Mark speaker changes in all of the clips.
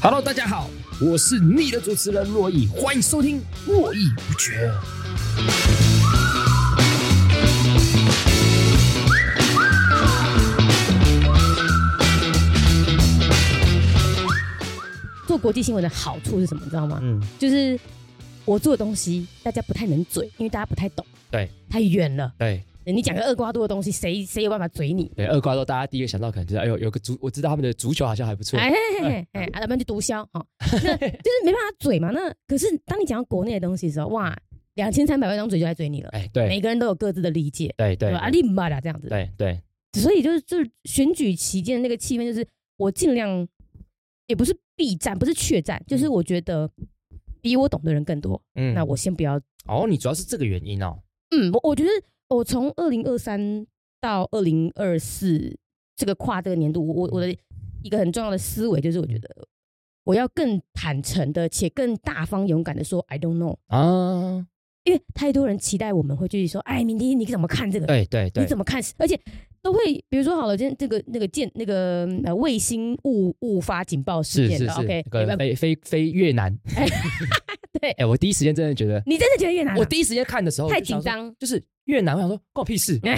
Speaker 1: Hello，大家好，我是你的主持人洛毅，欢迎收听《络绎不绝》。
Speaker 2: 做国际新闻的好处是什么？你知道吗？
Speaker 1: 嗯，
Speaker 2: 就是我做的东西大家不太能嘴，因为大家不太懂。
Speaker 1: 对，
Speaker 2: 太远了。
Speaker 1: 对
Speaker 2: 你讲个厄瓜多的东西，谁谁有办法嘴你？
Speaker 1: 对，厄瓜多大家第一个想到可能就是，哎呦，有个足，我知道他们的足球好像还不错。
Speaker 2: 哎嘿嘿嘿，啊，要不然就毒枭哦，那 就是没办法嘴嘛。那可是当你讲到国内的东西的时候，哇，两千三百万张嘴就来嘴你了，
Speaker 1: 哎，对
Speaker 2: 每个人都有各自的理解，
Speaker 1: 对对
Speaker 2: 吧？啊，你妈啦这样子，
Speaker 1: 对对，
Speaker 2: 所以就是就是选举期间的那个气氛，就是我尽量也不是避战，不是怯战，就是我觉得比我懂的人更多，
Speaker 1: 嗯
Speaker 2: 那我先不要
Speaker 1: 哦，你主要是这个原因哦。
Speaker 2: 嗯，我我觉得我从二零二三到二零二四这个跨这个年度，我我我的一个很重要的思维就是，我觉得我要更坦诚的且更大方勇敢的说 I don't know，
Speaker 1: 啊，
Speaker 2: 因为太多人期待我们会去说，哎，明天你怎么看这个？
Speaker 1: 对对
Speaker 2: 你
Speaker 1: 对，
Speaker 2: 怎么看？而且都会，比如说好了，今天这个那个舰那个呃卫星误误发警报事
Speaker 1: 是
Speaker 2: 件
Speaker 1: 是
Speaker 2: 的
Speaker 1: 是，
Speaker 2: ，OK，
Speaker 1: 那
Speaker 2: 没
Speaker 1: 个
Speaker 2: 办法
Speaker 1: 飞飞飞越南。
Speaker 2: 对
Speaker 1: 哎，我第一时间真的觉得，
Speaker 2: 你真的觉得越南啊
Speaker 1: 我第一时间看的时候
Speaker 2: 太
Speaker 1: 就想
Speaker 2: 紧
Speaker 1: 说，
Speaker 2: 张？
Speaker 1: 就是越南，我想说关我屁 事。对，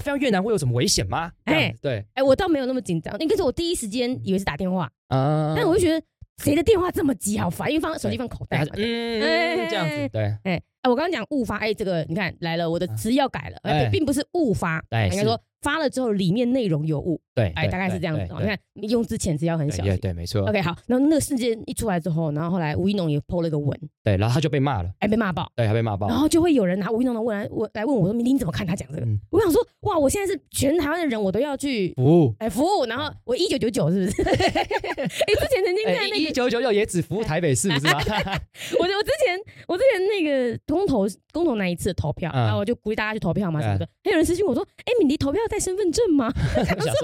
Speaker 1: 飞到越南会有什么危险吗？这样
Speaker 2: 哎
Speaker 1: 子对
Speaker 2: 哎，我倒没有那么紧张，应该是我第一时间以为是打电话，
Speaker 1: 啊，
Speaker 2: 但我就觉得谁的电话这么急，好烦，因为放手机放口袋
Speaker 1: 大
Speaker 2: 嘛
Speaker 1: 家。嗯
Speaker 2: 哎
Speaker 1: 这样子对，
Speaker 2: 哎、啊我刚刚讲误发，哎、这个你看来了，我的词要改了，哎、
Speaker 1: 哎
Speaker 2: 并不是误发，
Speaker 1: 哎
Speaker 2: 应该
Speaker 1: 是
Speaker 2: 说发了之后里面内容有误，
Speaker 1: 对，
Speaker 2: 哎、
Speaker 1: 对
Speaker 2: 大概是
Speaker 1: 对
Speaker 2: 这样子
Speaker 1: 对。
Speaker 2: 哦。
Speaker 1: 对
Speaker 2: 你看用之前是要很
Speaker 1: 对
Speaker 2: 小
Speaker 1: 也
Speaker 2: 心。
Speaker 1: 对，没错。
Speaker 2: OK，好，然后那个事件一出来之后，然后后来吴一农也 PO 了一个文，
Speaker 1: 对，然后他就被骂了，
Speaker 2: 哎、被骂爆，
Speaker 1: 对，他被骂爆
Speaker 2: 然。后就会有人拿吴一农的问来我来问我说，明天你怎么看他讲这个？
Speaker 1: 嗯
Speaker 2: 我想说，哇，我现在是全台湾的人，我都要去
Speaker 1: 服务，
Speaker 2: 哎、服务，然后
Speaker 1: 嗯
Speaker 2: 我一九九九是不 是？哎、之前曾经看那个
Speaker 1: 一九九九也只服务台北市，不是吗？
Speaker 2: 我我之前我之前那个公投公投那一次的投票，
Speaker 1: 嗯
Speaker 2: 然后我就鼓励大家去投票嘛什么的，还有人私信我说：“哎，你投票带身份证吗？”
Speaker 1: 我想说，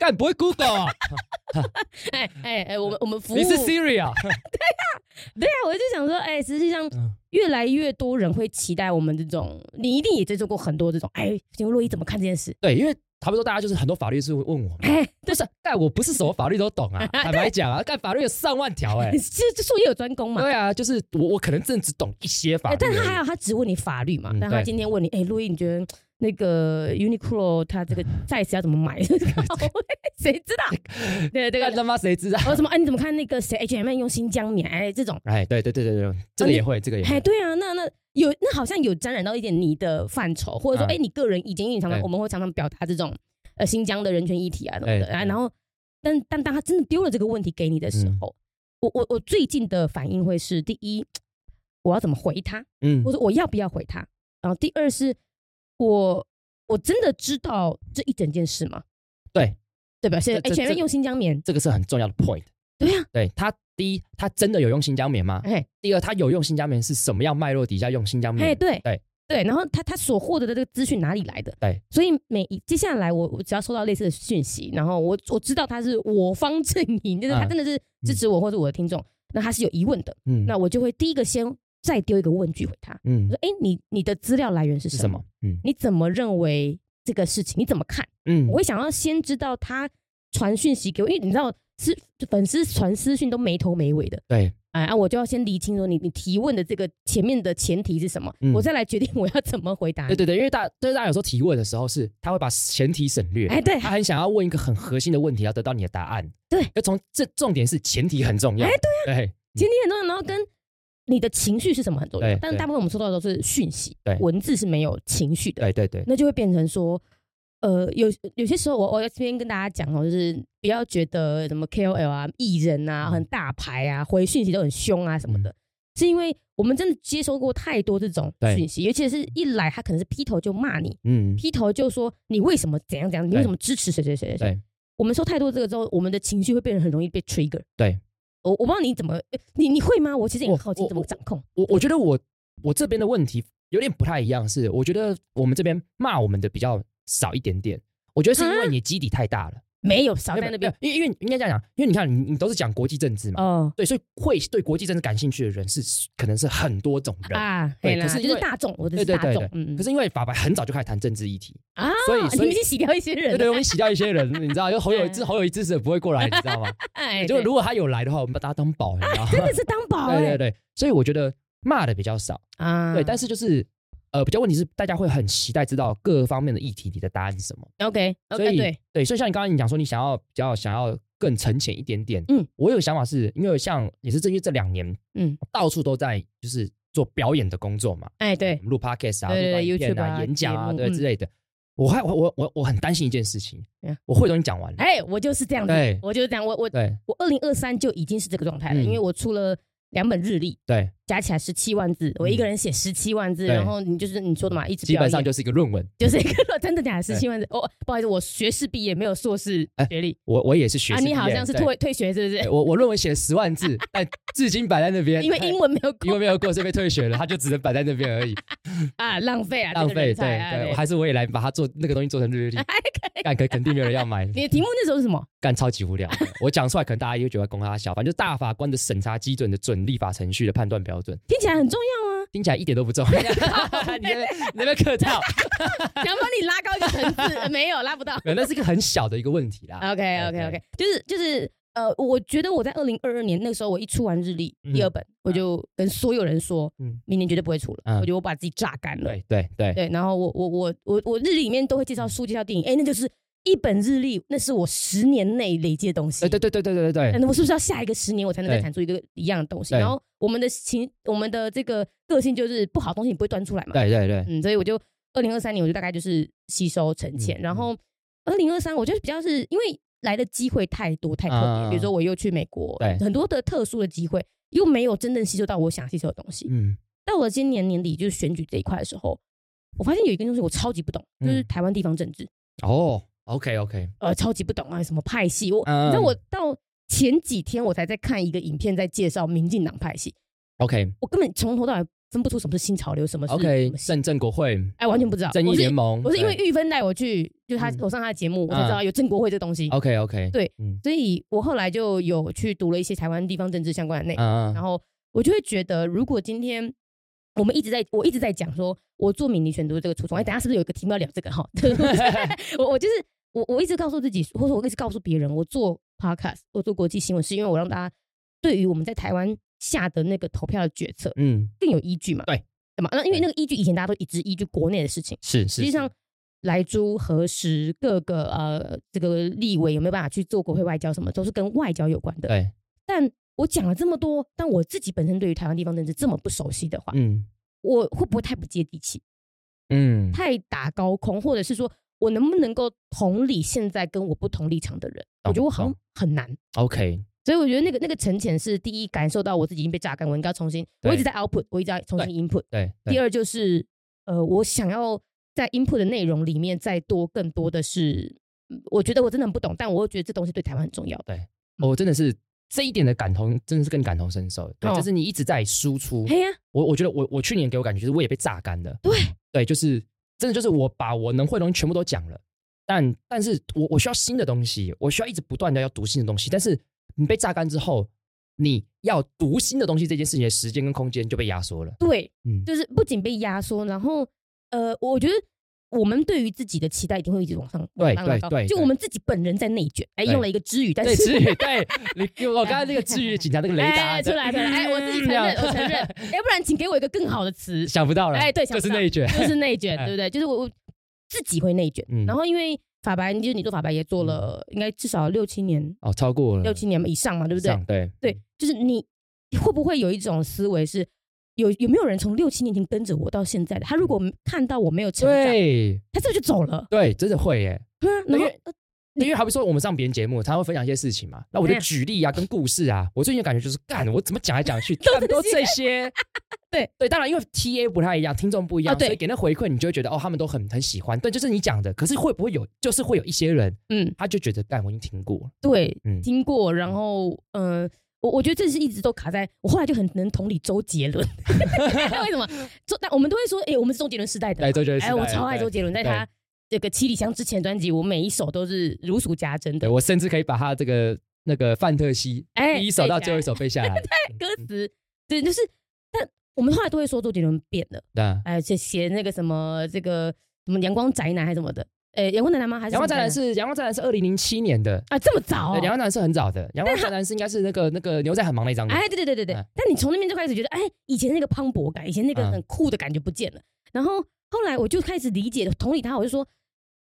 Speaker 1: 干不会 Google，哦
Speaker 2: 哎哎哎，我们我们服务
Speaker 1: 嗯你是 Siri 啊？
Speaker 2: 对啊，我就想说，哎，实际上
Speaker 1: 嗯
Speaker 2: 越来越多人会期待我们这种，你一定也接触过很多这种，哎，请问洛伊怎么看这件事？
Speaker 1: 对，因为差不多大家就是很多法律是会问我嘛，
Speaker 2: 哎，
Speaker 1: 不是，干我不是什么法律都懂啊，坦白讲啊，干法律有上万条哎
Speaker 2: 这。这术业有专攻嘛。
Speaker 1: 对啊，就是我我可能真的只懂一些法
Speaker 2: 哎
Speaker 1: 律，
Speaker 2: 但他还好，他只问你法律嘛
Speaker 1: 嗯。
Speaker 2: 但他
Speaker 1: 对
Speaker 2: 今天问你，哎，洛伊，你觉得那个 Uniqlo 它这个 size 要怎么买？ 谁知道？对，这个
Speaker 1: 干他妈谁知道？
Speaker 2: 我什么？哎、你怎么看那个谁 H M 用新疆棉？哎，这种，
Speaker 1: 哎，对对对对对，这个也会，这个也
Speaker 2: 哎，
Speaker 1: 会，
Speaker 2: 对啊，那那有那好像有沾染到一点你的范畴，或者说，
Speaker 1: 嗯
Speaker 2: 哎、你个人意见，因为你常常
Speaker 1: 对
Speaker 2: 我们会常常表达这种呃新疆的人权议题啊什么的，
Speaker 1: 对
Speaker 2: 啊
Speaker 1: 对
Speaker 2: 然后，但但当他真的丢了这个问题给你的时候，
Speaker 1: 嗯
Speaker 2: 我我我最近的反应会是：第一，我要怎么回他？
Speaker 1: 嗯
Speaker 2: 我，说我要不要回他？然后第二是，我我真的知道这一整件事吗？
Speaker 1: 对，
Speaker 2: 对吧？现在
Speaker 1: 这这
Speaker 2: H M
Speaker 1: 这
Speaker 2: 用新疆棉，
Speaker 1: 这个是很重要的 point。
Speaker 2: 对啊，
Speaker 1: 对他，第一，他真的有用新疆棉吗？
Speaker 2: 哎，
Speaker 1: 第二，他有用新疆棉是什么样脉络底下用新疆
Speaker 2: 哎，
Speaker 1: 棉？
Speaker 2: 对
Speaker 1: 嗯对
Speaker 2: 对，然后他他所获得的这个资讯哪里来的？
Speaker 1: 对，
Speaker 2: 所以每一接下来我我只要收到类似的讯息，然后我我知道他是我方阵营，就是他
Speaker 1: 嗯
Speaker 2: 真的是支持我或者我的听众，那他是有疑问的，
Speaker 1: 嗯，
Speaker 2: 那我就会第一个先再丢一个问句回他，
Speaker 1: 嗯
Speaker 2: 我说：“哎，你你的资料来源是
Speaker 1: 是
Speaker 2: 什么？
Speaker 1: 什么？嗯
Speaker 2: 你怎么认为这个事情？你怎么看？”
Speaker 1: 嗯
Speaker 2: 我会想要先知道他传讯息给我，因为你知道私粉丝传私讯都没头没尾的，
Speaker 1: 对，
Speaker 2: 哎，啊，我就要先厘清说你你提问的这个前面的前提是什么，
Speaker 1: 嗯
Speaker 2: 我再来决定我要怎么回答你
Speaker 1: 对对对，因为大对大家有时候提问的时候是，他会把前提省略，
Speaker 2: 哎对
Speaker 1: 他很想要问一个很核心的问题，要得到你的答案。
Speaker 2: 对，
Speaker 1: 要从这重点是前提很重要。
Speaker 2: 哎
Speaker 1: 对、对，
Speaker 2: 前提很重要，然后跟你的情绪是什么很重要
Speaker 1: 对。
Speaker 2: 但
Speaker 1: 对
Speaker 2: 大部分我们收到的都是讯息
Speaker 1: 对，
Speaker 2: 文字是没有情绪的，
Speaker 1: 对对对，
Speaker 2: 啊那就会变成说，呃，有有些时候我我要这边跟大家讲哦，就是不要觉得什么 KOL 啊、艺人啊、
Speaker 1: 嗯
Speaker 2: 很大牌啊，回讯息都很凶啊什么的。是因为我们真的接收过太多这种
Speaker 1: 对
Speaker 2: 讯息，尤其是一来他可能是劈头就骂你，
Speaker 1: 嗯，
Speaker 2: 劈头就说你为什么怎样怎样，你为什么支持谁谁谁谁谁。
Speaker 1: 对
Speaker 2: 我们说太多这个之后，我们的情绪会变得很容易被 trigger。
Speaker 1: 对，
Speaker 2: 我我不知道你怎么，呃你你会吗？我其实也
Speaker 1: 我
Speaker 2: 很好奇
Speaker 1: 我
Speaker 2: 怎么掌控。
Speaker 1: 我我觉得我我这边的问题有点不太一样，是我觉得我们这边骂我们的比较少一点点，我觉得是因为你基底太大了。
Speaker 2: 没有少
Speaker 1: 没有
Speaker 2: 啊在那边。
Speaker 1: 没有因为因为应该这样讲，因为你看你你都是讲国际政治嘛，
Speaker 2: 哦
Speaker 1: 对，所以会对国际政治感兴趣的人是可能是很多种人。
Speaker 2: 啊，
Speaker 1: 对
Speaker 2: 嘿啦
Speaker 1: 可是
Speaker 2: 就
Speaker 1: 因
Speaker 2: 是
Speaker 1: 为
Speaker 2: 大众，我的
Speaker 1: 对
Speaker 2: 是
Speaker 1: 对
Speaker 2: 大
Speaker 1: 对
Speaker 2: 众
Speaker 1: 对，，
Speaker 2: 嗯
Speaker 1: 可
Speaker 2: 嗯
Speaker 1: 是因为法白很早就开始谈政治议题，
Speaker 2: 啊，
Speaker 1: 所以
Speaker 2: 哦你
Speaker 1: 所
Speaker 2: 们已
Speaker 1: 以
Speaker 2: 经洗掉一些人
Speaker 1: 对
Speaker 2: 啊了，
Speaker 1: 对，我们洗掉一些人，你知道，就侯 友宜支侯友谊支持者不会过来，你知道吗？
Speaker 2: 哎，
Speaker 1: 就
Speaker 2: 对
Speaker 1: 如果他有来的话，我们把他当宝，你知道吗？
Speaker 2: 真的是当宝
Speaker 1: 对对
Speaker 2: 哎
Speaker 1: 对，所以我觉得骂的比较少，
Speaker 2: 啊，
Speaker 1: 对，但是就是呃，比较问题是大家会很期待知道各方面的议题你的答案是什么，
Speaker 2: OK
Speaker 1: 所
Speaker 2: OK
Speaker 1: 以
Speaker 2: 对，
Speaker 1: 对，所以像你刚刚你讲说你想要比较想要更沉潜一点点，
Speaker 2: 嗯，
Speaker 1: 我有个想法是因为像也是这因为这两年
Speaker 2: 嗯，
Speaker 1: 到处都在就是做表演的工作嘛，
Speaker 2: 哎对
Speaker 1: 我，们录 podcast 啊，
Speaker 2: 对对
Speaker 1: 录
Speaker 2: 对
Speaker 1: 短影片
Speaker 2: YouTube
Speaker 1: 啊，
Speaker 2: 啊
Speaker 1: 演讲啊，
Speaker 2: 节目
Speaker 1: 对
Speaker 2: 嗯
Speaker 1: 之类的。我还我我我我很担心一件事情
Speaker 2: 嗯，
Speaker 1: 我会的东西讲完了，
Speaker 2: 哎，我就是这样子
Speaker 1: 对，
Speaker 2: 我就是这样，我我
Speaker 1: 对
Speaker 2: 我二零二三就已经是这个状态了，
Speaker 1: 嗯
Speaker 2: 因为我出了两本日历，
Speaker 1: 对，
Speaker 2: 加起来十七万字，我一个人写十七万字，
Speaker 1: 嗯对
Speaker 2: 然后你就是你说的嘛，一直
Speaker 1: 基
Speaker 2: 表
Speaker 1: 本
Speaker 2: 演
Speaker 1: 上就是一个论文。
Speaker 2: 就是一个 真的假的十七万字。哦，不好意思，我学士毕业，没有硕士学历
Speaker 1: 我我也是哎学
Speaker 2: 啊，
Speaker 1: 士
Speaker 2: 你好
Speaker 1: 毕业
Speaker 2: 像是
Speaker 1: 对
Speaker 2: 退退学是不
Speaker 1: 对
Speaker 2: 是？
Speaker 1: 我我论文写了十万 字，但至今摆在那边，
Speaker 2: 因为英文没 有
Speaker 1: 因为
Speaker 2: 过
Speaker 1: 没有过，所以被退学了，他就只能摆在那边而已，
Speaker 2: 啊，浪费啊，
Speaker 1: 浪
Speaker 2: 这个
Speaker 1: 费。对
Speaker 2: 人才啊
Speaker 1: 对，我还是我也来把它做那个东西做成 日历，干肯肯定没有人要买，
Speaker 2: 你的题目那时候是什么？
Speaker 1: 干超级无聊。我讲出来，可能大家也会觉得公他小，反正就是大法官的审查基准的准立法程序的判断标准，
Speaker 2: 听起来很重要
Speaker 1: 听起来一点都不重 要。 你那边你那边客套，
Speaker 2: 啊，想把你拉高一个层次，呃没有拉不到。
Speaker 1: 没有那是一个很小的一个问题啦。
Speaker 2: OK OK
Speaker 1: 对
Speaker 2: OK，就是就是呃，我觉得我在二零二二年那时候，我一出完日历
Speaker 1: 嗯
Speaker 2: 第二本，我就跟所有人说，
Speaker 1: 嗯
Speaker 2: 明年绝对不会出了，
Speaker 1: 嗯
Speaker 2: 我觉得我把自己榨干了。
Speaker 1: 对对对，
Speaker 2: 对，然后我我我我我日历里面都会介绍书、介绍电影，哎，那就是一本日历，那是我十年内累积的东西。
Speaker 1: 对对对对对对对对
Speaker 2: 那我是不是要下一个十年我才能再
Speaker 1: 对
Speaker 2: 产出一个一样的东西？
Speaker 1: 对
Speaker 2: 然后我们的情，我们的这个个性就是不好的东西你不会端出来嘛。
Speaker 1: 对对对，
Speaker 2: 嗯，所以我就二零二三年我就大概就是吸收沉潜，
Speaker 1: 嗯
Speaker 2: 然后二零二三我觉得比较是因为来的机会太多太特别，
Speaker 1: 啊
Speaker 2: 比如说我又去美国，
Speaker 1: 对
Speaker 2: 很多的特殊的机会，又没有真正吸收到我想吸收的东西。
Speaker 1: 嗯
Speaker 2: 到了今年年底就是选举这一块的时候，我发现有一个东西我超级不懂，就是
Speaker 1: 嗯
Speaker 2: 台湾地方政治，
Speaker 1: 哦，OK OK，
Speaker 2: 呃，超级不懂啊，什么派系，我、
Speaker 1: 嗯
Speaker 2: 你知道我到前几天我才在看一个影片，在介绍民进党派系，
Speaker 1: OK
Speaker 2: 我根本从头到尾分不出什么是新潮流，什么是什
Speaker 1: OK，
Speaker 2: 么系
Speaker 1: 正正国会
Speaker 2: 哎，完全不知道，
Speaker 1: 正义
Speaker 2: 我是
Speaker 1: 联盟，
Speaker 2: 我是因为玉芬带我去，就他
Speaker 1: 嗯哦
Speaker 2: 我上他的节目，我才知道有郑国会这东西，
Speaker 1: OK OK，
Speaker 2: 对，
Speaker 1: 嗯
Speaker 2: 所以我后来就有去读了一些台湾地方政治相关的内容，
Speaker 1: 嗯
Speaker 2: 然后我就会觉得，如果今天我们一直在我一直在讲说，我做民你选读这个初衷，哎，等一下是不是有一个题目要聊这个哈？ 我我就是我我一直告诉自己，或者我一直告诉别人，我做 podcast，我做国际新闻，是因为我让大家对于我们在台湾下的那个投票的决策
Speaker 1: 嗯，
Speaker 2: 更有依据嘛？
Speaker 1: 对，
Speaker 2: 对嘛？那因为
Speaker 1: 对
Speaker 2: 那个依据以前大家都一直依据国内的事情。
Speaker 1: 是是，
Speaker 2: 实际上
Speaker 1: 是，
Speaker 2: 莱猪、核实各个呃这个立委有没有办法去做国会外交，什么都是跟外交有关的。
Speaker 1: 对，
Speaker 2: 但我讲了这么多，但我自己本身对于台湾地方政治这么不熟悉的话，
Speaker 1: 嗯
Speaker 2: 我会不会太不接地气、
Speaker 1: 嗯，
Speaker 2: 太打高空，或者是说我能不能够同理现在跟我不同立场的人？我
Speaker 1: 懂
Speaker 2: 觉得我好像很难。
Speaker 1: OK，
Speaker 2: 所以我觉得那个那个沉潜是第一，感受到我自己已经被榨干，我应该要重新，
Speaker 1: 对
Speaker 2: 我一直在 output，我一直在重新 input。
Speaker 1: 对，
Speaker 2: 第
Speaker 1: 二
Speaker 2: 二就是呃，我想要在 input 的内容里面再多更多的是，嗯我觉得我真的很不懂，但我又觉得这东西对台湾很重要。
Speaker 1: 哦我真的是这一点的感同，真的是更感同身受，对，
Speaker 2: 哦
Speaker 1: 就是你一直在输出，
Speaker 2: 嘿呀、
Speaker 1: 我我觉得我我去年给我感觉就是我也被榨干了，
Speaker 2: 对
Speaker 1: 对，就是真的就是我把我能会的东西全部都讲了，但但是我我需要新的东西，我需要一直不断的要读新的东西，但是你被榨干之后，你要读新的东西这件事情的时间跟空间就被压缩了，
Speaker 2: 对，
Speaker 1: 嗯，
Speaker 2: 就是不仅被压缩，然后呃，我觉得。我们对于自己的期待一定会一直往上，往上
Speaker 1: 对
Speaker 2: 拉高
Speaker 1: 对对
Speaker 2: 就我们自己本人在内卷。哎，
Speaker 1: 对
Speaker 2: 用了一个之语，但
Speaker 1: 对，
Speaker 2: 是
Speaker 1: 至于对你我刚才那个至于警察那个雷达、嗯
Speaker 2: 哎出来出来，哎，我自己承认，我 承认，哎要不然请给我一个更好的词，
Speaker 1: 想不到了，
Speaker 2: 哎对想
Speaker 1: 就
Speaker 2: 不
Speaker 1: 是
Speaker 2: 到
Speaker 1: 内卷，
Speaker 2: 就是 内卷，
Speaker 1: 哎
Speaker 2: 对不对？就是我我自己会内卷
Speaker 1: 嗯，
Speaker 2: 然后因为法白，就是你做法白也做了，应该至少六七年，
Speaker 1: 哦，超过了
Speaker 2: 六七年以上嘛，对不对？
Speaker 1: 上对嗯
Speaker 2: 对，就是你会不会有一种思维是，有有没有人从六七年前跟着我到现在的？他如果看到我没有成长，
Speaker 1: 对
Speaker 2: 他这就走了。
Speaker 1: 对，真的会 耶。
Speaker 2: 对啊，
Speaker 1: 因
Speaker 2: 然后
Speaker 1: 为因为好比说我们上别人节目，他会分享一些事情嘛，那我就
Speaker 2: 哎呀
Speaker 1: 举例啊，跟故事啊，我最近的感觉就是干，我怎么讲来讲 去，他们都这些。
Speaker 2: 对
Speaker 1: 对，当然因为 T A 不太一样，听众不一样，
Speaker 2: 啊对
Speaker 1: 所以给那回馈，你就会觉得哦，他们都很很喜欢。对，就是你讲的，可是会不会有，就是会有一些人，
Speaker 2: 嗯，
Speaker 1: 他就觉得干，我已经听过了，
Speaker 2: 对，
Speaker 1: 嗯
Speaker 2: 听过，然后嗯。呃我我觉得这是一直都卡在我，后来就很能同理周杰伦， 为什么？周但我们都会说，哎、我们是周杰伦时代的嘛，
Speaker 1: 对，周杰伦时代，
Speaker 2: 哎，我超爱周杰伦，在
Speaker 1: 对
Speaker 2: 他这个《七里香》之前专辑，我每一首都是如数家珍
Speaker 1: 对
Speaker 2: 的。
Speaker 1: 我甚至可以把他这个那个范特西
Speaker 2: 哎
Speaker 1: 第一首到
Speaker 2: 背起
Speaker 1: 最
Speaker 2: 来
Speaker 1: 后一首背 下来，
Speaker 2: 歌
Speaker 1: 嗯
Speaker 2: 词对，就是但我们后来都会说周杰伦变了，
Speaker 1: 那
Speaker 2: 哎，写写那个什么这个什么阳光宅男还是什么的，哎，阳光宅男吗？还是
Speaker 1: 阳光宅男
Speaker 2: 什么
Speaker 1: 是阳光宅男是二零零七年的，
Speaker 2: 啊，这么早、
Speaker 1: 对，阳
Speaker 2: 哦？啊
Speaker 1: 光宅男是很早的，阳光宅男是应该是那个那个牛仔很忙那张的，
Speaker 2: 哎，对对对对对。
Speaker 1: 哎
Speaker 2: 但你从那边就开始觉得，哎，以前那个磅礴感，以前那个
Speaker 1: 嗯
Speaker 2: 很酷的感觉不见了。然后后来我就开始理解，同理他，我就说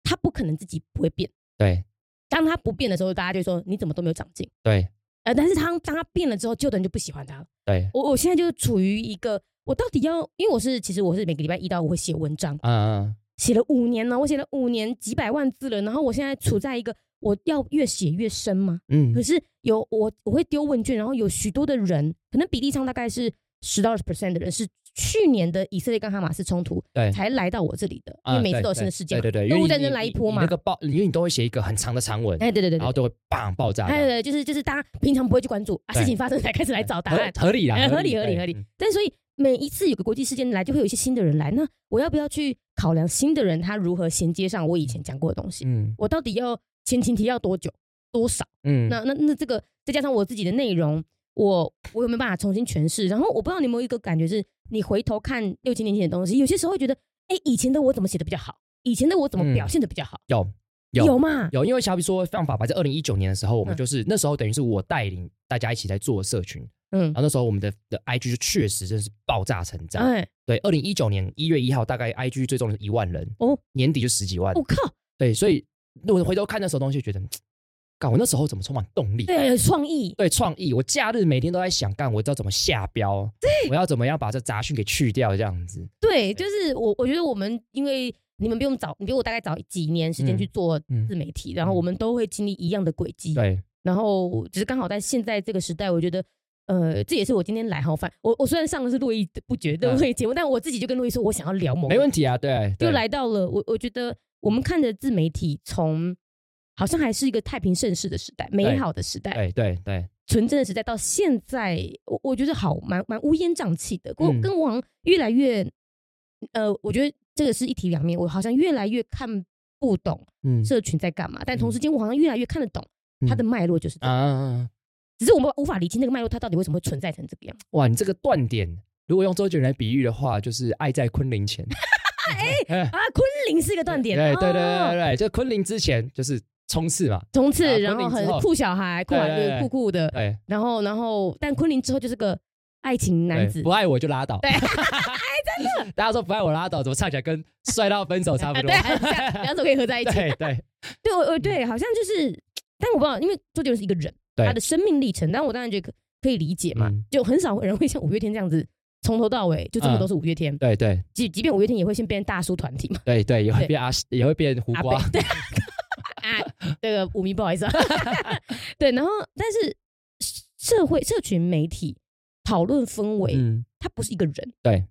Speaker 2: 他不可能自己不会变。
Speaker 1: 对
Speaker 2: 当他不变的时候，大家就说你怎么都没有长进。
Speaker 1: 对
Speaker 2: 呃，但是他当他变了之后，旧的人就不喜欢他了。
Speaker 1: 对，
Speaker 2: 我我现在就处于一个，我到底要，因为我是其实我是每个礼拜一到五会写文章，
Speaker 1: 嗯嗯
Speaker 2: 写了五年了，我写了五年几百万字了，然后我现在处在一个我要越写越深吗？
Speaker 1: 嗯
Speaker 2: 可
Speaker 1: 嗯，
Speaker 2: 是有我我会丢问卷，然后有许多的人，可能比例上大概是十到二十 percent 的人是去年的以色列跟哈马斯冲突
Speaker 1: 对。
Speaker 2: 才来到我这里的，因
Speaker 1: 啊
Speaker 2: 为每次
Speaker 1: 对
Speaker 2: 都有新的
Speaker 1: 对
Speaker 2: 事件嘛，
Speaker 1: 对对对，
Speaker 2: 俄
Speaker 1: 因
Speaker 2: 乌
Speaker 1: 为
Speaker 2: 战
Speaker 1: 你
Speaker 2: 争来一波嘛
Speaker 1: 你你那，个爆，因为你都会写一个很长的长文，
Speaker 2: 哎，对对对
Speaker 1: 然后
Speaker 2: 对，
Speaker 1: 都会棒爆炸这
Speaker 2: 哎
Speaker 1: 样，
Speaker 2: 对对，就是就是大家平常不会去关注啊，
Speaker 1: 对
Speaker 2: 事情发生才开始来找答 案，
Speaker 1: 合合理啦
Speaker 2: 哎，合理合理
Speaker 1: 对
Speaker 2: 合理
Speaker 1: 嗯
Speaker 2: 但所以每一次有个国际事件来，就会有一些新的人来。那我要不要去考量新的人他如何衔接上我以前讲过的东西？
Speaker 1: 嗯
Speaker 2: 我到底要前情提要多久、多少？
Speaker 1: 嗯，
Speaker 2: 那那那这个再加上我自己的内容，我我有没有办法重新诠释？然后我不知道你有没有一个感觉是，你回头看六七年前的东西，有些时候会觉得，哎，以前的我怎么写的比较好？以前的我怎么
Speaker 1: 嗯
Speaker 2: 表现的比较好？
Speaker 1: 有
Speaker 2: 有
Speaker 1: 有
Speaker 2: 嘛？
Speaker 1: 有，因为小比说放法白在二零一九年的时候，我们
Speaker 2: 嗯
Speaker 1: 就是那时候等于是我带领大家一起在做社群，
Speaker 2: 嗯
Speaker 1: 然，后那时候我们的的 IG 就确实真是爆炸成长。
Speaker 2: 哎，
Speaker 1: 对，二零一九年一月一号，大概 IG 最终一万人，
Speaker 2: 哦
Speaker 1: 哦，年底就十几万
Speaker 2: 我。靠，
Speaker 1: 对，所以我回头看那时候东西，觉得，嗯干我那时候怎么充满动力？
Speaker 2: 对，有创意，
Speaker 1: 对创意，我假日每天都在想，干我知道怎么下标，对，我要怎么样把这杂讯给去掉，这样子。
Speaker 2: 对，就是我，我觉得我们因为你们比我们早，你比我大概早几年时间去
Speaker 1: 嗯
Speaker 2: 做
Speaker 1: 嗯
Speaker 2: 自媒体，然
Speaker 1: 嗯
Speaker 2: 后我们都会经历一样的轨迹，
Speaker 1: 对，
Speaker 2: 然后只是刚好在现在这个时代，我觉得。呃，这也是我今天来哈，反我我虽然上的是络绎不绝的
Speaker 1: 嗯
Speaker 2: 络绎节目，但我自己就跟络绎说，我想要聊某，
Speaker 1: 没问题啊，对，
Speaker 2: 就
Speaker 1: 对，
Speaker 2: 来到了我我觉得我们看着自媒体从好像还是一个太平盛世的时代，美
Speaker 1: 对
Speaker 2: 好的时代，
Speaker 1: 对对对，
Speaker 2: 纯真的时代，到现在我我觉得好蛮蛮乌烟瘴气的，跟
Speaker 1: 嗯
Speaker 2: 跟我好像越来越，呃，我觉得这个是一体两面，我好像越来越看不懂
Speaker 1: 嗯
Speaker 2: 社群在干嘛，但同时间我好像越来越看得懂它的脉络就是这
Speaker 1: 啊
Speaker 2: 样，
Speaker 1: 啊啊啊
Speaker 2: 只是我们无法理清那个脉络它到底为什么会存在成这个样子。
Speaker 1: 哇，你这个断点，如果用周杰伦来比喻的话，就是爱在昆凌 前。哎，
Speaker 2: 啊，昆凌是一个断点，
Speaker 1: 对对对
Speaker 2: 哦
Speaker 1: 对对，就昆凌之前就是冲刺嘛，
Speaker 2: 从此
Speaker 1: 啊昆
Speaker 2: 然后
Speaker 1: 凌之
Speaker 2: 很
Speaker 1: 后
Speaker 2: 酷小孩，酷
Speaker 1: 对对
Speaker 2: 完
Speaker 1: 对
Speaker 2: 酷酷的，
Speaker 1: 对，
Speaker 2: 然后然后但昆凌之后就是个爱情男
Speaker 1: 对
Speaker 2: 子
Speaker 1: 不，爱我就拉倒。
Speaker 2: 对
Speaker 1: 真的，大家说不爱我拉倒，怎么唱起来跟帅到分手差不多
Speaker 2: 哎对，？ 很像两首可以合在一起，
Speaker 1: 对对
Speaker 2: 对，我我对，好像就是，但我不知道，因为周杰伦是一个人，
Speaker 1: 对
Speaker 2: 他的生命历程，但我当然觉得可可以理解嘛，
Speaker 1: 嗯
Speaker 2: 就很少人会像五月天这样子。从头到尾就这么
Speaker 1: 嗯
Speaker 2: 都是五月天，
Speaker 1: 对对
Speaker 2: 即即便五月天也会先变大叔团体嘛，
Speaker 1: 对对，也
Speaker 2: 对
Speaker 1: 会变阿，也会变胡
Speaker 2: 阿
Speaker 1: 瓜。
Speaker 2: 贝，对 啊，这个五迷不好意思啊， 对，然后但是社会社群媒体讨论氛围，
Speaker 1: 嗯，
Speaker 2: 他不是一个人，
Speaker 1: 对，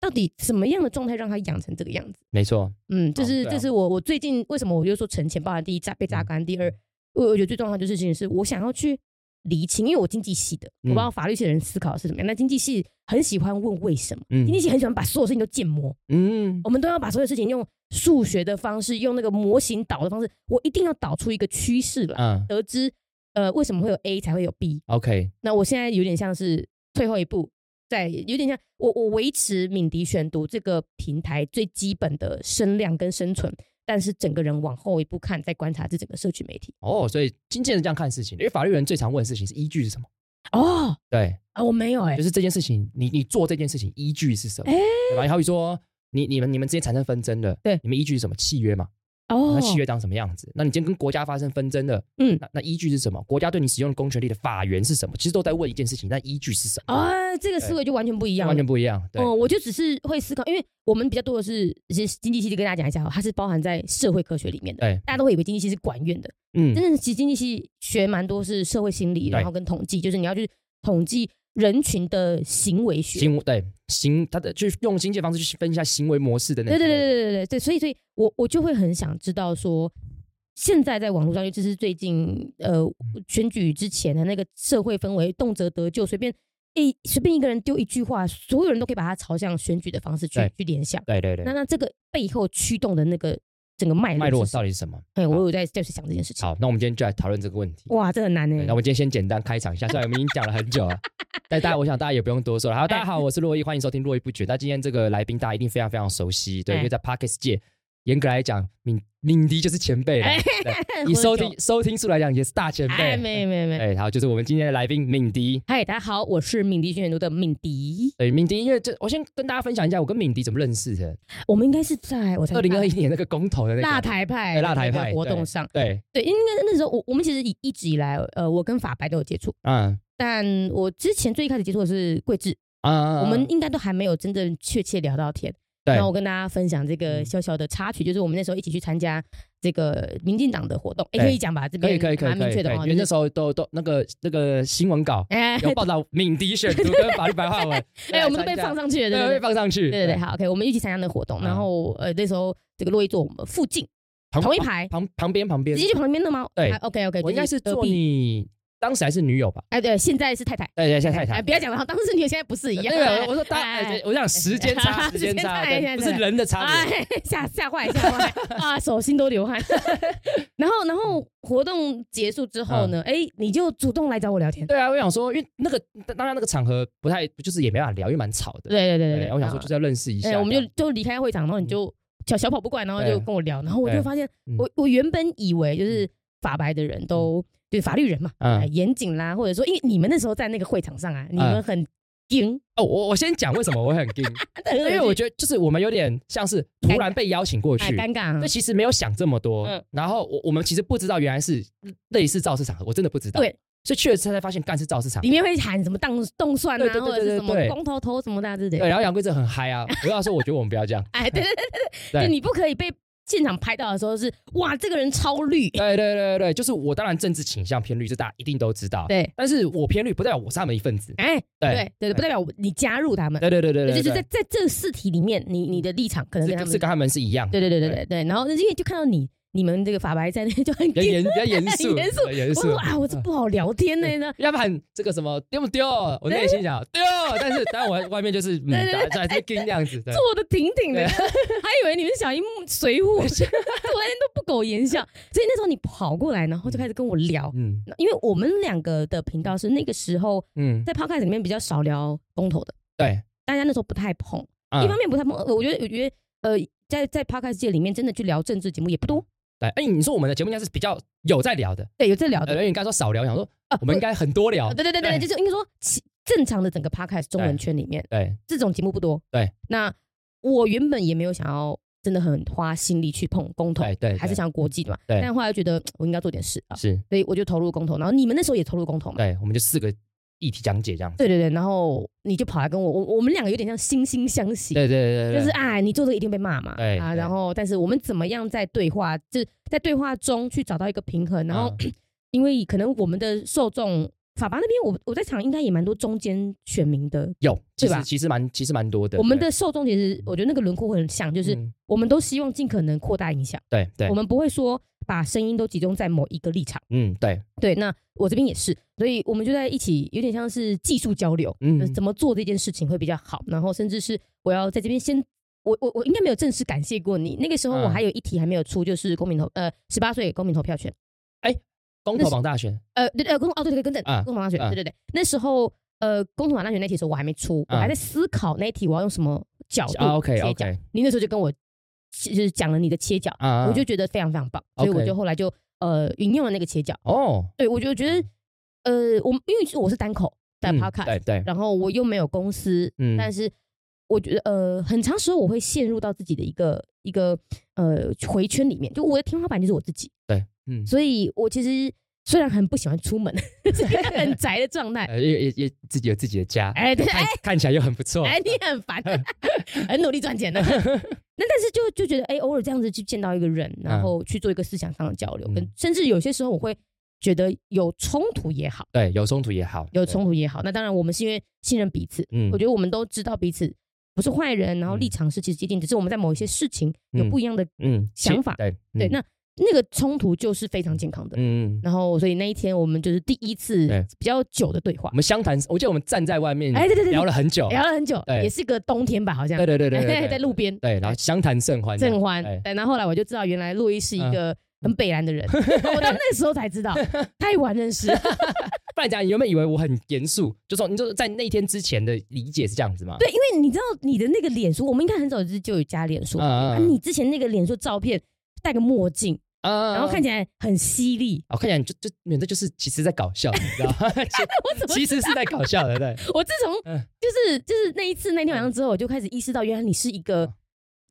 Speaker 2: 到底什么样的状态让他养成这个样子？
Speaker 1: 没错，
Speaker 2: 嗯，这
Speaker 1: 哦
Speaker 2: 是、
Speaker 1: 对啊嗯
Speaker 2: 这是我我最近为什么我就说存钱，包含第一榨被榨干，第二，我我觉得最重要的就是事情是我想要去厘清，因为我经济系的，我
Speaker 1: 嗯
Speaker 2: 不知道法律系的人思考的是怎么样，那经济系很喜欢问为什么，
Speaker 1: 嗯
Speaker 2: 经济系很喜欢把所有事情都建模，
Speaker 1: 嗯
Speaker 2: 我们都要把所有事情用数学的方式，用那个模型导的方式，我一定要导出一个趋势来，
Speaker 1: 嗯
Speaker 2: 得知呃为什么会有 A 才会有 B，
Speaker 1: ，OK，
Speaker 2: 那我现在有点像是退后一步，在有点像我我维持敏迪选读这个平台最基本的声量跟生存，但是整个人往后一步看，再观察这整个社区媒体。
Speaker 1: 哦，所以经纪人这样看事情，因为法律人最常问的事情是依据是什么？
Speaker 2: 哦
Speaker 1: 对，
Speaker 2: 啊，我没有哎、
Speaker 1: 就是这件事情，你你做这件事情依据是什么？
Speaker 2: 哎
Speaker 1: 对吧？好比说，你你们你们之间产生纷争了，
Speaker 2: 对
Speaker 1: 你们依据是什么？契约嘛，
Speaker 2: 哦
Speaker 1: 那契约长什么样子？那你今天跟国家发生纷争了，
Speaker 2: 嗯
Speaker 1: 那那依据是什么？国家对你使用的公权力的法源是什么？其实都在问一件事情，那依据是什么？
Speaker 2: 啊，这个思维就完全不一样
Speaker 1: 完
Speaker 2: 了
Speaker 1: 全。不一样，对
Speaker 2: 嗯，我就只是会思考，因为我们比较多的是，其实经济系就跟大家讲一下哦，它是包含在社会科学里面的。
Speaker 1: 对，
Speaker 2: 大家都会以为经济系是管院的，
Speaker 1: 嗯
Speaker 2: 真的，其实经济系学蛮多是社会心理，
Speaker 1: 对
Speaker 2: 然后跟统计，就是你要去统计人群的行为学。
Speaker 1: 行对行，他的去用经济方式去分析一下行为模式的那
Speaker 2: 对对对对对对对，所以所以我我就会很想知道说，现在在网络上，尤其是最近呃
Speaker 1: 嗯
Speaker 2: 选举之前的那个社会氛围，动辄得咎，随便一随便一个人丢一句话，所有人都可以把它朝向选举的方式去
Speaker 1: 对
Speaker 2: 去联想。
Speaker 1: 对对对
Speaker 2: 那
Speaker 1: 对，
Speaker 2: 那这个背后驱动的那个整个脉
Speaker 1: 脉络
Speaker 2: 是什么
Speaker 1: 到底是什么？
Speaker 2: 哎，我有在在想这件事情。
Speaker 1: 好，那我们今天就来讨论这个问题。
Speaker 2: 哇，这很难欸呢
Speaker 1: 对。 那我们今天先简单开场一下，虽然我们已经讲了很久了，但大家我想大家也不用多说了。好，大家好，我是洛伊，欢迎收听《络绎不绝》。那今天这个来宾大家一定非常非常熟悉，对，
Speaker 2: 哎
Speaker 1: 因为在 Parkes 界，严格来讲，敏敏迪就是前辈了
Speaker 2: 哎，
Speaker 1: 对以收听收听数来讲也是大前
Speaker 2: 哎，
Speaker 1: 辈。
Speaker 2: 没没没。
Speaker 1: 哎，好，就是我们今天的来宾敏迪。
Speaker 2: 嗨，大家好，我是敏迪宣言读的敏迪。
Speaker 1: 对，敏迪，因为这我先跟大家分享一下我跟敏迪怎么认识的。
Speaker 2: 我们应该是在我才
Speaker 1: 二零二一年那个公投的那
Speaker 2: 辣
Speaker 1: 个，
Speaker 2: 台派
Speaker 1: 哎辣台派
Speaker 2: 那个活动
Speaker 1: 对
Speaker 2: 上，
Speaker 1: 对，
Speaker 2: 对，因为那时候我我们其实一一直以来，呃，我跟法白都有接触，
Speaker 1: 嗯
Speaker 2: 但我之前最一开始接触的是桂智，
Speaker 1: 啊，
Speaker 2: 我们应哦该都还没有真正确切聊到天。
Speaker 1: 对
Speaker 2: 那我跟大家分享这个
Speaker 1: 嗯
Speaker 2: 小小的插曲，就是我们那时候一起去参加这个民进党的活动，哎，
Speaker 1: 对
Speaker 2: 可以讲吧？这
Speaker 1: 可
Speaker 2: 边
Speaker 1: 以可以可以
Speaker 2: 蛮
Speaker 1: 可
Speaker 2: 明
Speaker 1: 以，
Speaker 2: 确的哈，
Speaker 1: 因为那
Speaker 2: 就是
Speaker 1: 时候都都那个那个新闻稿。
Speaker 2: 哎，
Speaker 1: 有报道敏迪选读跟法律白话文
Speaker 2: 哎，我们都被放上去了，
Speaker 1: 对嗯
Speaker 2: 对不
Speaker 1: 被
Speaker 2: 对？
Speaker 1: 放上去，
Speaker 2: 对对对，好，OK，我们一起参加那个活动，然后呃那时候这个洛伊坐我们附近
Speaker 1: 旁
Speaker 2: 同一排，
Speaker 1: 旁旁边旁边
Speaker 2: 直，接去旁边的吗？哎
Speaker 1: 对
Speaker 2: ，OK OK，
Speaker 1: 我应该是做
Speaker 2: 壁。
Speaker 1: 你当时还是女友吧？
Speaker 2: 哎，对，现在是太太，
Speaker 1: 对对，现在太
Speaker 2: 哎，
Speaker 1: 太。
Speaker 2: 不要讲了哈，当时你现在不是一 样，
Speaker 1: 对，我说大，
Speaker 2: 哎
Speaker 1: 哎我想时间差，时间差，
Speaker 2: 时
Speaker 1: 对
Speaker 2: 间差
Speaker 1: 不是人的差别。
Speaker 2: 哎，吓吓坏，吓坏啊，手心都流汗。然后，然后活动结束之后呢，哎、你就主动来找我聊
Speaker 1: 嗯
Speaker 2: 天。
Speaker 1: 对啊，我想说，因为那个当然那个场合不太，就是也没办法聊，因为蛮吵的。
Speaker 2: 对对对对
Speaker 1: 对，我想说就是要认识一
Speaker 2: 哎、
Speaker 1: 下。嗯
Speaker 2: 我们就就离开会场，然后你就小小跑不管，然后
Speaker 1: 对
Speaker 2: 就跟我聊，然后我就
Speaker 1: 对
Speaker 2: 发现，
Speaker 1: 嗯
Speaker 2: 我我原本以为就是法白的人都就是法律人嘛，
Speaker 1: 嗯
Speaker 2: 哎严谨啦，或者说，因为你们那时候在那个会场上啊，你们很硬，
Speaker 1: 哦，我我先讲为什么 我会很惊，因为我觉得就是我们有点像是突然被邀请过
Speaker 2: 哎
Speaker 1: 去，
Speaker 2: 尴尬、
Speaker 1: 那
Speaker 2: 啊。
Speaker 1: 其实没有想这么多。
Speaker 2: 嗯
Speaker 1: 然后我我们其实不知道原来是类似造市场，我真的不知道。
Speaker 2: 对，
Speaker 1: 所以去了之后才发现干是造市场
Speaker 2: 里。面会喊什么动动算啊，
Speaker 1: 对对对
Speaker 2: 或者是
Speaker 1: 对对
Speaker 2: 什么
Speaker 1: 对
Speaker 2: 光头头什么的啊之类
Speaker 1: 对，
Speaker 2: 的。
Speaker 1: 然后杨贵子很嗨啊，我要说我觉得我们不要这样。
Speaker 2: 哎，对对 对对对，
Speaker 1: 对
Speaker 2: 就你不可以被现场拍到的时候是哇，这个人超绿。
Speaker 1: 对对对对对，就是我当然政治倾向偏绿，这大家一定都知道。
Speaker 2: 对，
Speaker 1: 但是我偏绿不代表我是他们一份子。
Speaker 2: 哎，
Speaker 1: 对
Speaker 2: 对对对，不代表我你加入他们，
Speaker 1: 对对对对
Speaker 2: 对
Speaker 1: 对，
Speaker 2: 就是
Speaker 1: 对
Speaker 2: 在在这四题里面，你你的立场可能跟他
Speaker 1: 是是
Speaker 2: 们
Speaker 1: 跟他们是一样的，
Speaker 2: 对对对对对对。然后因为就看到你你们这个法白在那就很
Speaker 1: 比较严比较严肃，
Speaker 2: 严肃
Speaker 1: 对严
Speaker 2: 我
Speaker 1: 肃
Speaker 2: 说。啊，我这
Speaker 1: 嗯
Speaker 2: 不好聊天呢，那
Speaker 1: 要不然这个什么丢不丢？我内心想丢，但是当然我外面就是嗯，
Speaker 2: 对
Speaker 1: 还
Speaker 2: 对
Speaker 1: 是跟那样子。对
Speaker 2: 坐的挺挺的，
Speaker 1: 对
Speaker 2: 还以为你们是小樱木水浒，我 昨天都不苟言笑。所以那时候你跑过来，然后就开始跟我聊。
Speaker 1: 嗯
Speaker 2: 因为我们两个的频道是那个时候
Speaker 1: 嗯，
Speaker 2: 在 podcast 里面比较少聊公投的，
Speaker 1: 对，
Speaker 2: 大家那时候不太碰，
Speaker 1: 嗯
Speaker 2: 一方面不太碰，呃我觉得我觉得呃，在在 podcast 界里面真的去聊政治节目也不多，
Speaker 1: 对，哎、你说我们的节目应该是比较有在聊的，
Speaker 2: 对，有在聊
Speaker 1: 呃，因
Speaker 2: 的，
Speaker 1: 为你刚才说少聊，我想说
Speaker 2: 啊
Speaker 1: 我们应该很多聊
Speaker 2: 呃，对对对
Speaker 1: 对
Speaker 2: 对，就是应该说其正常的整个 podcast 中文圈里面
Speaker 1: 对
Speaker 2: 这种节目不多，
Speaker 1: 对，
Speaker 2: 那我原本也没有想要。真的很花心力去碰公投，
Speaker 1: 对对对嗯
Speaker 2: 还是想国际的嘛。
Speaker 1: 对
Speaker 2: 但后来觉得嘖我应该做点事啊，
Speaker 1: 是，
Speaker 2: 所以我就投入公投。然后你们那时候也投入公投嘛？
Speaker 1: 对，我们就四个议题讲解这样子，
Speaker 2: 对对对。然后你就跑来跟我，我我们两个有点像惺惺相惜。
Speaker 1: 对对对对，
Speaker 2: 就是啊，你做这个一定被骂嘛，
Speaker 1: 对
Speaker 2: 啊，
Speaker 1: 对
Speaker 2: 然后但是我们怎么样在对话，就是在对话中去找到一个平衡，然后、
Speaker 1: 嗯
Speaker 2: 因为可能我们的受众法巴那边，我我在场应该也蛮多中间选民的，
Speaker 1: 有，其
Speaker 2: 对吧
Speaker 1: 实其实蛮其实蛮多的，
Speaker 2: 我们
Speaker 1: 对
Speaker 2: 的受众其实我觉得那个轮廓会很像，就是
Speaker 1: 嗯
Speaker 2: 我们都希望尽可能扩大影响，
Speaker 1: 对对
Speaker 2: 我，们不会说把声音都集中在某一个立场，
Speaker 1: 嗯对，
Speaker 2: 对，那我这边也是，所以我们就在一起，有点像是技术交流，就是
Speaker 1: 嗯
Speaker 2: 呃怎么做这件事情会比较好，然后甚至是我要在这边先。我我我应该没有正式感谢过你。那个时候我
Speaker 1: 嗯
Speaker 2: 还有一题还没有出，就是公民投呃十八岁公民投票权，
Speaker 1: 公
Speaker 2: 那
Speaker 1: 投
Speaker 2: 是
Speaker 1: 榜大选，
Speaker 2: 呃对呃公哦对对更正
Speaker 1: 嗯
Speaker 2: 公投大选
Speaker 1: 嗯
Speaker 2: 对对对。那时候呃公投大选那题的时候我还没出，我
Speaker 1: 嗯
Speaker 2: 还在思考那一题我要用什么角度
Speaker 1: 啊 OK
Speaker 2: 切角。
Speaker 1: OK
Speaker 2: 你那时候就跟我就是讲了你的切角，
Speaker 1: 啊，
Speaker 2: 我就觉得非常非常棒，所以我
Speaker 1: OK
Speaker 2: 就后来就呃引用了那个切角。
Speaker 1: 哦，
Speaker 2: 对我就觉得呃我因为我是单口在
Speaker 1: 嗯
Speaker 2: podcast，
Speaker 1: 对对，
Speaker 2: 然后我又没有公司，
Speaker 1: 嗯
Speaker 2: 但是我觉得呃，很长时候我会陷入到自己的一个一个呃回圈里面，就我的天花板就是我自己，
Speaker 1: 对，嗯，
Speaker 2: 所以我其实虽然很不喜欢出门， 是一个很宅的状态。
Speaker 1: 呃也也也自己有自己的家，
Speaker 2: 哎，对，
Speaker 1: 看看起来又很不错，
Speaker 2: 哎，你很 烦，很努力赚钱的。那但是就就觉得，哎，偶尔这样子去见到一个人，然后去做一个思想上的交流，跟
Speaker 1: 嗯
Speaker 2: 甚至有些时候我会觉得有冲突也好，
Speaker 1: 对，有冲突也好，
Speaker 2: 有
Speaker 1: 对，
Speaker 2: 冲突也好。那当然，我们是因为信任彼此，
Speaker 1: 嗯
Speaker 2: 我觉得我们都知道彼此不是坏人，然后
Speaker 1: 嗯
Speaker 2: 立场是其实接近，只是我们在某一些事情有
Speaker 1: 嗯
Speaker 2: 不一样的。
Speaker 1: 嗯
Speaker 2: 想
Speaker 1: 其
Speaker 2: 法
Speaker 1: 对
Speaker 2: 对，
Speaker 1: 嗯
Speaker 2: 那那个冲突就是非常健康的。
Speaker 1: 嗯，
Speaker 2: 然后，所以那一天我们就是第一次
Speaker 1: 对
Speaker 2: 比较久的对话
Speaker 1: 我，们相谈，我记得我们站在外面
Speaker 2: 哎，对对对，
Speaker 1: 聊了很久，
Speaker 2: 聊了很久，
Speaker 1: 对
Speaker 2: 也是个冬天吧，好像
Speaker 1: 对对对对
Speaker 2: 哎
Speaker 1: 对，
Speaker 2: 在路边
Speaker 1: 对，然后相谈甚欢，
Speaker 2: 正欢
Speaker 1: 对，
Speaker 2: 对，然后后来我就知道原来洛伊是一
Speaker 1: 嗯
Speaker 2: 个很北蓝的 人，我到那时候才知道，太晚认识，
Speaker 1: 不然讲，你原本以为我很严肃，就说你就是在那天之前的理解是这样子吗？
Speaker 2: 对，因为你知道你的那个脸书，我们应该很早之就有加脸书，
Speaker 1: 嗯，
Speaker 2: 啊，
Speaker 1: 嗯嗯
Speaker 2: 你之前那个脸书照片戴个墨镜，
Speaker 1: 嗯，
Speaker 2: 然后看起来很犀利，
Speaker 1: 哦，看起来你就就免得就是其实在搞笑，你知道吗？
Speaker 2: 我怎么
Speaker 1: 其？实是在搞笑的，对，
Speaker 2: 我自从
Speaker 1: 嗯
Speaker 2: 就是就是那一次那天晚上之后，我就开始意识到，原来你是一
Speaker 1: 嗯
Speaker 2: 个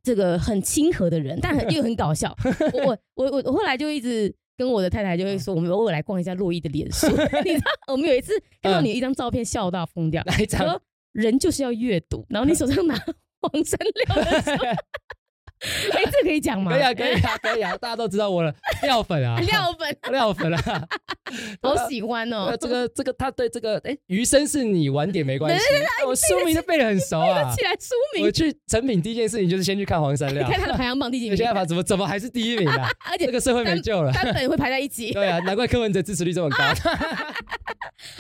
Speaker 2: 这个很亲和的人，但很又很搞 笑。我我我我我后来就一直跟我的太太
Speaker 1: 嗯
Speaker 2: 就会说，我们偶尔来逛一下洛伊的 脸书，你知道，我们有一次看到你一张照片，笑到疯掉，
Speaker 1: 嗯那一
Speaker 2: 然
Speaker 1: 张
Speaker 2: 后人就是要阅读，然后你手上拿黄山料的 时候，哎，这可以讲吗？
Speaker 1: 可以啊，可以啊，可以啊，大家都知道我了，料粉啊，
Speaker 2: 料粉，
Speaker 1: 料粉啊，
Speaker 2: 好喜欢哦
Speaker 1: 呃，。这个这个他对这个哎，余生是你晚点没关系，我书名都背得很熟啊。
Speaker 2: 起来，书名
Speaker 1: 我，去成品第一件事情就是先去看黄山
Speaker 2: 你
Speaker 1: 料，
Speaker 2: 看他的排行榜第几
Speaker 1: 现
Speaker 2: 名？
Speaker 1: 在怎么怎么还是第一名啊？
Speaker 2: 而
Speaker 1: 这
Speaker 2: 且
Speaker 1: 个社会没救了。
Speaker 2: 三本会排在一起。
Speaker 1: 对啊，难怪柯文哲支持率这么
Speaker 2: 啊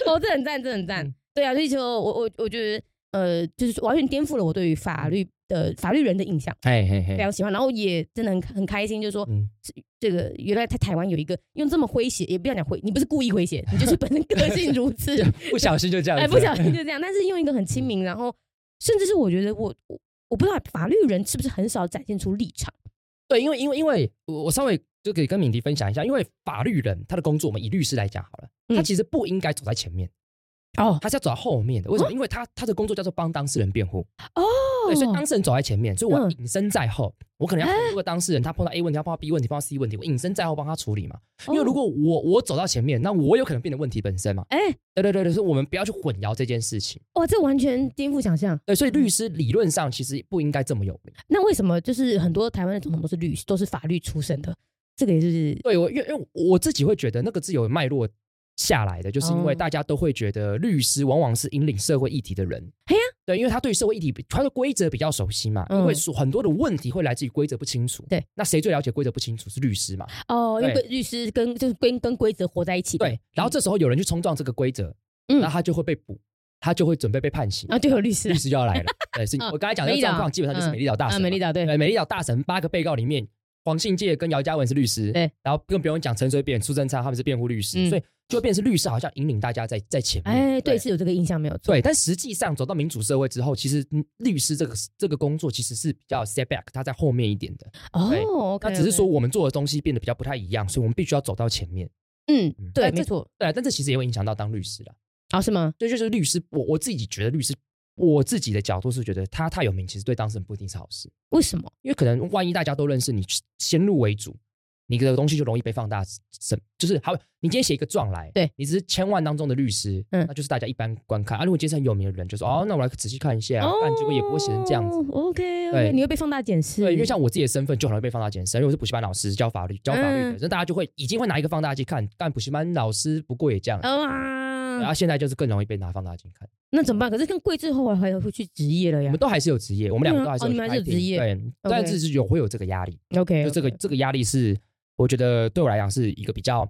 Speaker 1: 高。
Speaker 2: 哦，这很赞，这很赞
Speaker 1: 嗯。
Speaker 2: 对啊，所以就我我我觉得，呃，就是完全颠覆了我对于法律的法律人的印象，
Speaker 1: 嘿嘿
Speaker 2: 非
Speaker 1: 嘿，
Speaker 2: 常喜欢。然后也真的很很开心，就是说
Speaker 1: 嗯，
Speaker 2: 这个原来在台湾有一个用这么诙谐，也不要讲诙，你不是故意诙谐，你就是本身 个性如此，
Speaker 1: 不小心就这样子。
Speaker 2: 哎，不小心就这样。但是用一个很亲民，然后甚至是我觉得我我我不知道法律人是不是很少展现出立场，
Speaker 1: 对，因为因为因为我我稍微就可以跟敏迪分享一下，因为法律人他的工作，我们以律师来讲好了，
Speaker 2: 嗯
Speaker 1: 他其实不应该走在前面，
Speaker 2: 哦
Speaker 1: 他是要走在后面的。为什么？因为他他的工作叫做帮当事人辩护，
Speaker 2: 哦，
Speaker 1: 对，所以当事人走在前面，所以我
Speaker 2: 嗯啊
Speaker 1: 隐身在后，我可能要如果当事人他碰到 A 问题，他碰到 B 问题，碰到 C 问题，我隐身在后帮他处理嘛。
Speaker 2: 哦
Speaker 1: 因为如果我我走到前面，那我有可能变成问题本身嘛。
Speaker 2: 哎、
Speaker 1: 对对对对，所以我们不要去混淆这件事情。
Speaker 2: 哇，这完全颠覆想象。
Speaker 1: 对，所以律师理论上其实不应该这么有名。
Speaker 2: 那为什么就是很多台湾的总统都是律师，都是法律出身的？这个也是
Speaker 1: 对我，因为因为我自己会觉得那个是有脉络下来的，就是因为
Speaker 2: 哦
Speaker 1: 大家都会觉得律师往往是引领社会议题的人。
Speaker 2: 嘿呀
Speaker 1: 对，因为他对社会议题比他的规则比较熟悉嘛，
Speaker 2: 嗯
Speaker 1: 因为所很多的问题会来自于规则不清楚。
Speaker 2: 对，
Speaker 1: 那谁最了解规则不清楚是律师嘛？
Speaker 2: 哦，因为
Speaker 1: 对
Speaker 2: 规律师跟就是跟跟规则活在一起的。
Speaker 1: 对，然后这时候有人去冲撞这个规则，
Speaker 2: 嗯
Speaker 1: 然后他就会被捕，他就会准备被判刑
Speaker 2: 然，后就有律师
Speaker 1: 律师就要来 了。对，是
Speaker 2: 嗯
Speaker 1: 我刚才讲的
Speaker 2: 美
Speaker 1: 那个
Speaker 2: 丽岛
Speaker 1: 状况，基本上就是
Speaker 2: 嗯
Speaker 1: 美丽岛大
Speaker 2: 啊，
Speaker 1: 神嘛。
Speaker 2: 美丽岛对，
Speaker 1: 呃对，美丽岛大神八个被告里面，黄信介跟姚嘉文是律师，
Speaker 2: 对，
Speaker 1: 然后更不用讲陈水扁、苏贞昌他们是辩护律师，
Speaker 2: 嗯
Speaker 1: 所以就会变成是律师好像引领大家在在前面。
Speaker 2: 哎，对，是有这个印象没有错。
Speaker 1: 对，但实际上走到民主社会之后，其实嗯律师这个这个工作其实是比较 step back，他在后面一点的。对
Speaker 2: 哦，
Speaker 1: 那只是说，我们做的东西变得比较不太一样，所以我们必须要走到前面。
Speaker 2: 嗯
Speaker 1: 嗯，
Speaker 2: 对，
Speaker 1: 但这
Speaker 2: 没错，
Speaker 1: 对啊，但这其实也会影响到当律师了。
Speaker 2: 哦，是吗？
Speaker 1: 所以就是律师，我我自己觉得律师，我自己的角度是觉得他太有名，其实对当事人不一定是好事。
Speaker 2: 为什么？
Speaker 1: 因为可能万一大家都认识你，先入为主，你的东西就容易被放大。什就是好，你今天写一个状来，
Speaker 2: 对
Speaker 1: 你只是千万当中的律师，
Speaker 2: 嗯
Speaker 1: 那就是大家一般观看啊。如果今天是很有名的人，就说哦，那我来仔细看一下，
Speaker 2: 哦
Speaker 1: 但结果也不会写成这样子。
Speaker 2: OK，
Speaker 1: 对
Speaker 2: OK，你会被放大检视。
Speaker 1: 对，因为像我自己的身份就很容易被放大检视，因为我是补习班老师，教法律，教法律的，
Speaker 2: 嗯
Speaker 1: 那、大家就会已经会拿一个放大镜看，但补习班老师不过也这样，
Speaker 2: 嗯
Speaker 1: 然
Speaker 2: 啊
Speaker 1: 后，现在就是更容易被拿放大镜看。
Speaker 2: 那怎么办？可是跟桂志后来还会去职业了
Speaker 1: 我
Speaker 2: 呀
Speaker 1: 们。都还是有职业，我们两个
Speaker 2: 对啊
Speaker 1: 都还是
Speaker 2: 哦
Speaker 1: 有
Speaker 2: 你们还是有
Speaker 1: fighting，
Speaker 2: 职业
Speaker 1: 对，但是有会有这个压力。
Speaker 2: OK，
Speaker 1: 就这个这个压力是，我觉得对我来讲是一个比较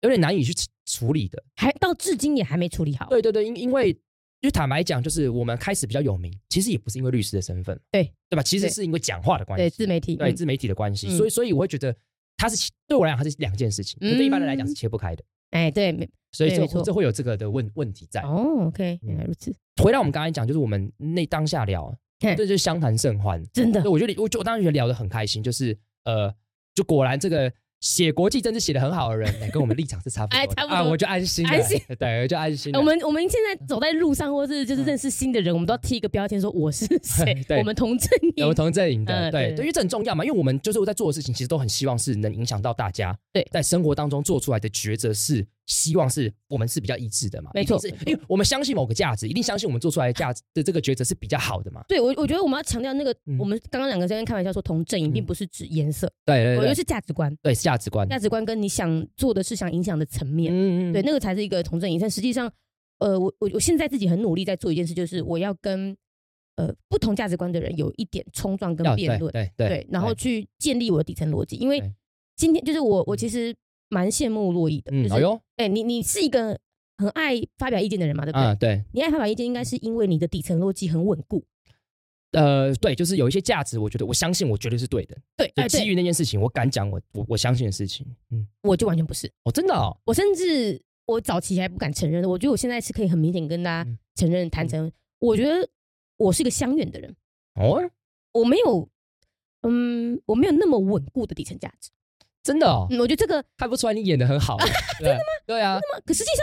Speaker 1: 有点难以去处理的。
Speaker 2: 还到至今也还没处理好。
Speaker 1: 对对对，因因为就坦白讲，就是我们开始比较有名，其实也不是因为律师的身份，
Speaker 2: 对
Speaker 1: 对吧？其实
Speaker 2: 对
Speaker 1: 是因为讲话的关系，
Speaker 2: 对，自媒体。
Speaker 1: 对
Speaker 2: 嗯
Speaker 1: 自媒体的关系，
Speaker 2: 嗯
Speaker 1: 所以所以我会觉得它是对我来讲它是两件事情，可
Speaker 2: 嗯
Speaker 1: 对一般人来讲是切不开的，
Speaker 2: 哎，对，没
Speaker 1: 所以
Speaker 2: 对
Speaker 1: 这
Speaker 2: 没错
Speaker 1: 这会有这个的问问题在。
Speaker 2: 哦，OK，原
Speaker 1: 嗯
Speaker 2: 来如此，
Speaker 1: 回到我们刚才讲，就是我们那当下聊，
Speaker 2: 嘿
Speaker 1: 这就是相谈甚欢。
Speaker 2: 真的
Speaker 1: 对，我觉得我就我当时觉得聊得很开心，就是呃，就果然这个写国际政治写得很好的人，哎跟我们立场是差不多的，
Speaker 2: 哎差不多
Speaker 1: 啊，我就安心了，
Speaker 2: 安心
Speaker 1: 对，我就安心了。
Speaker 2: 哎我们我们现在走在路上，或是就是认识新的人，我们都要贴一个标签，说我是 谁，
Speaker 1: 对哎
Speaker 2: 我们同阵
Speaker 1: 我们
Speaker 2: 营。
Speaker 1: 同阵营的，
Speaker 2: 嗯
Speaker 1: 对，
Speaker 2: 对
Speaker 1: 对，因为这很重要嘛，因为我们就是我在做的事情，其实都很希望是能影响到大家，
Speaker 2: 对
Speaker 1: 在生活当中做出来的抉择是希望是我们是比较一致的嘛，
Speaker 2: 没错
Speaker 1: 一定
Speaker 2: 没
Speaker 1: 是
Speaker 2: 错
Speaker 1: 因为我们相信某个价值，一定相信我们做出来的价值的这个抉择是比较好的嘛，
Speaker 2: 对我，我觉得我们要强调那个，
Speaker 1: 嗯
Speaker 2: 我们刚刚两个在那边开玩笑说同阵营，并不是指颜色，
Speaker 1: 对对
Speaker 2: 我觉
Speaker 1: 对
Speaker 2: 得，是价值观，
Speaker 1: 对是价值观，
Speaker 2: 价值观跟你想做的事、想影响的层面，
Speaker 1: 嗯嗯
Speaker 2: 对，那个才是一个同阵营。但实际上，呃，我我我现在自己很努力在做一件事，就是我要跟呃不同价值观的人有一点冲撞跟
Speaker 1: 要
Speaker 2: 辩论，
Speaker 1: 对对
Speaker 2: 对，然后去建立我的底层逻辑，因为
Speaker 1: 对
Speaker 2: 今天就是我，我其实蛮羡慕洛伊的，
Speaker 1: 嗯，
Speaker 2: 就
Speaker 1: 哎
Speaker 2: 是
Speaker 1: 呦，
Speaker 2: 哎、你你是一个很爱发表意见的人嘛，对不对？
Speaker 1: 啊，对，
Speaker 2: 你爱发表意见，应该是因为你的底层逻辑很稳固。
Speaker 1: 呃，对，就是有一些价值，我觉得我相信我绝对是对的。
Speaker 2: 对，
Speaker 1: 就
Speaker 2: 哎、
Speaker 1: 基
Speaker 2: 对，
Speaker 1: 于那件事情，我敢讲我我我相信的事情。嗯，
Speaker 2: 我就完全不是。
Speaker 1: 哦，真的哦，
Speaker 2: 我甚至我早期还不敢承认的，我觉得我现在是可以很明显跟大家
Speaker 1: 嗯
Speaker 2: 承认坦诚。我觉得我是一个相远的人，
Speaker 1: 哦，
Speaker 2: 我没有，嗯，我没有那么稳固的底层价值。
Speaker 1: 真的哦，
Speaker 2: 嗯，我觉得这个，
Speaker 1: 看不出来你演的很好。真的吗？对啊，
Speaker 2: 那么可实际上，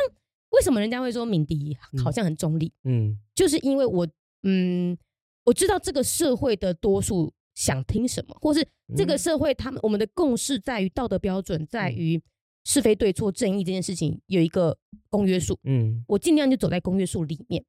Speaker 2: 为什么人家会说敏迪好像很中立？
Speaker 1: 嗯
Speaker 2: 就是因为我，嗯，我知道这个社会的多数想听什么，或是这个
Speaker 1: 嗯
Speaker 2: 社会他们我们的共识在于道德标准，在于是非对错、正义这件事情有一个公约数，
Speaker 1: 嗯
Speaker 2: 我尽量就走在公约数里面。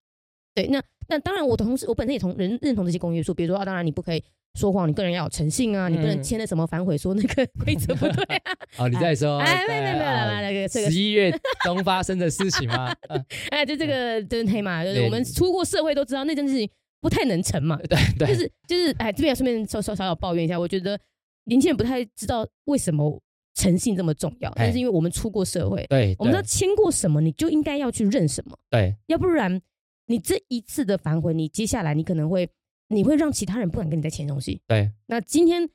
Speaker 2: 对，那那当然，我同时我本身也同人认同这些公约数，比如说啊，当然你不可以说谎，你个人要有诚信啊，你不能
Speaker 1: 嗯
Speaker 2: 签了什么反悔说那个 规则不对啊，
Speaker 1: 哦，你再说，
Speaker 2: 哎，没有没有没有，来来
Speaker 1: 来，
Speaker 2: 来，这个
Speaker 1: 十一月中发生的事情吗？啊
Speaker 2: 哎，就这个真黑嘛，就是
Speaker 1: 对
Speaker 2: 我们出过社会都知道那件事情不太能成嘛，
Speaker 1: 对
Speaker 2: 就
Speaker 1: 对，
Speaker 2: 是就是，哎，这边顺便稍稍小小抱怨一下，我觉得年轻人不太知道为什么诚信这么重要，
Speaker 1: 哎
Speaker 2: 就是因为我们出过社会，
Speaker 1: 对，
Speaker 2: 我们知
Speaker 1: 对
Speaker 2: 道签过什么，你就应该要去认什么，
Speaker 1: 对，
Speaker 2: 要不然你这一次的反悔，你接下来你可能会你会让其他人不敢跟你再签东西。
Speaker 1: 对，
Speaker 2: 那今天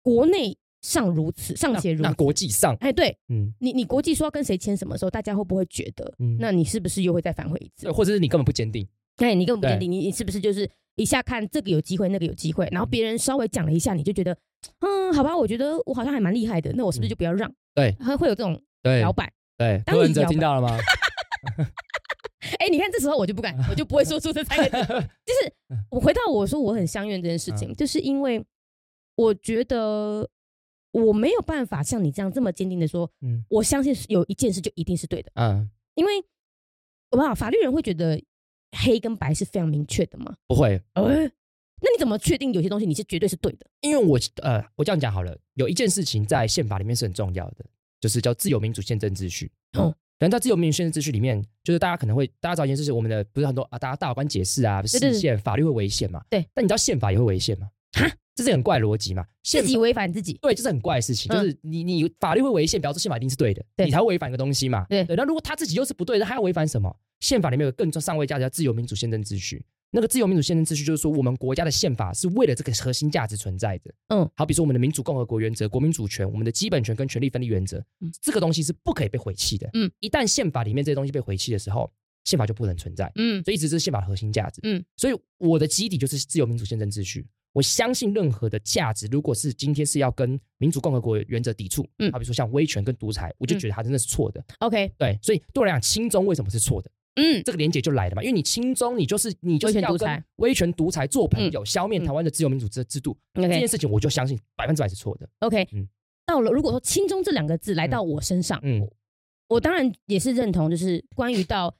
Speaker 2: 国内尚如此，尚且如
Speaker 1: 那
Speaker 2: 此，
Speaker 1: 国际上，
Speaker 2: 哎，对
Speaker 1: 嗯
Speaker 2: 你你国际说要跟谁签什么时候，大家会不会觉得，
Speaker 1: 嗯，
Speaker 2: 那你是不是又会再反悔一次
Speaker 1: 对，？或者是你根本不坚定，
Speaker 2: 哎，你根本不
Speaker 1: 对
Speaker 2: 坚定，你你是不是就是一下看这个有机会，那个有机会，然后别人稍微讲了一下，你就觉得，嗯，好吧，我觉得我好像还蛮厉害的，那我是不是就不要让？
Speaker 1: 嗯对
Speaker 2: 会会有这种
Speaker 1: 对
Speaker 2: 摇摆。
Speaker 1: 对，
Speaker 2: 当
Speaker 1: 柯文
Speaker 2: 你
Speaker 1: 哲
Speaker 2: 摇
Speaker 1: 听
Speaker 2: 摆
Speaker 1: 到了吗？
Speaker 2: 哎，你看这时候我就不敢，我就不会说出这三个字。 就是
Speaker 1: 嗯
Speaker 2: 我回到我说我很相怨这件事情，就是因为我觉得我没有办法像你这样这么坚定的说，
Speaker 1: 嗯
Speaker 2: 我相信有一件事就一定是对的，
Speaker 1: 嗯，
Speaker 2: 因为哇，法律人会觉得黑跟白是非常明确的嘛。
Speaker 1: 不会，
Speaker 2: 呃，那你怎么确定有些东西你是绝对是对的？
Speaker 1: 因为我呃，我这样讲好了，有一件事情在宪法里面是很重要的，就是叫自由民主宪政秩序。嗯
Speaker 2: 嗯，
Speaker 1: 但在自由民主宪政秩序里面，就是大家可能会大家找一件事情，我们的不是很多啊，大家大法官解释啊，
Speaker 2: 对
Speaker 1: 释
Speaker 2: 对
Speaker 1: 宪法律会违宪嘛？
Speaker 2: 对，
Speaker 1: 但你知道宪法也会违宪吗？
Speaker 2: 哈，
Speaker 1: 这是很怪的逻辑嘛？宪
Speaker 2: 自己违反自己，
Speaker 1: 对，这是很怪的事情，
Speaker 2: 嗯
Speaker 1: 就是你你法律会违宪，表示宪法一定是对的，
Speaker 2: 对
Speaker 1: 你才会违反一个东西嘛。
Speaker 2: 对
Speaker 1: 那如果他自己又是不对的，他要违反什么？宪法里面有个更上位价值叫自由民主宪政秩序。那个自由民主宪政秩序就是说，我们国家的宪法是为了这个核心价值存在的。
Speaker 2: 嗯，
Speaker 1: 好比说我们的民主共和国原则、国民主权、我们的基本权跟权利分立原则，
Speaker 2: 嗯
Speaker 1: 这个东西是不可以被毁弃的。
Speaker 2: 嗯，
Speaker 1: 一旦宪法里面这些东西被毁弃的时候，宪法就不能存在。
Speaker 2: 嗯
Speaker 1: 所以一直是宪法的核心价值。
Speaker 2: 嗯，
Speaker 1: 所以我的基底就是自由民主宪政秩序。我相信任何的价值，如果是今天是要跟民主共和国原则抵触，
Speaker 2: 嗯
Speaker 1: 好比说像威权跟独裁，我就觉得它真的是错的。
Speaker 2: ，OK，
Speaker 1: 对，所以对我来讲，亲中为什么是错的？
Speaker 2: 嗯，
Speaker 1: 这个连结就来了嘛，因为你亲中，你就是你就
Speaker 2: 威
Speaker 1: 是
Speaker 2: 权
Speaker 1: 要
Speaker 2: 独
Speaker 1: 跟
Speaker 2: 裁嗯
Speaker 1: 威权独裁做朋友，消灭台湾的自由民主制制度，这
Speaker 2: OK
Speaker 1: 件事情我就相信百分之百是错的。
Speaker 2: OK，
Speaker 1: 嗯
Speaker 2: 到了如果说“轻中”这两个字来到我身上，
Speaker 1: 嗯
Speaker 2: 我当然也是认同，就是关于到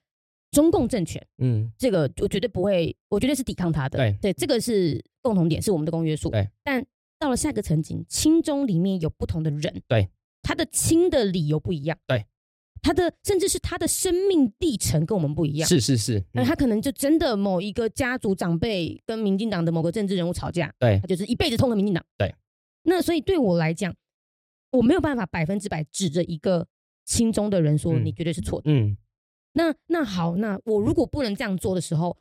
Speaker 2: 中共政权
Speaker 1: 嗯，
Speaker 2: 这个，我绝对不会，我绝对是抵抗他的，
Speaker 1: 对
Speaker 2: 这个是共同点，是我们的公约数，
Speaker 1: 对，
Speaker 2: 但到了下一个层级，“轻中”里面有不同的人，
Speaker 1: 对，
Speaker 2: 他的“轻”的理由不一样，
Speaker 1: 对，
Speaker 2: 他的甚至是他的生命历程跟我们不一样，
Speaker 1: 是是是，
Speaker 2: 那
Speaker 1: 嗯
Speaker 2: 他可能就真的某一个家族长辈跟民进党的某个政治人物吵架，
Speaker 1: 对
Speaker 2: 他就是一辈子痛恨民进党。
Speaker 1: 对，
Speaker 2: 那所以对我来讲，我没有办法百分之百指着一个心中的人说
Speaker 1: 嗯
Speaker 2: 你绝对是错的。
Speaker 1: 嗯
Speaker 2: 那那好，那我如果不能这样做的时候，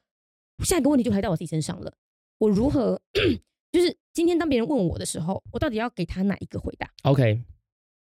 Speaker 2: 下一个问题就来到我自己身上了，我如何 就是今天当别人问我的时候，我到底要给他哪一个回答？
Speaker 1: ，OK，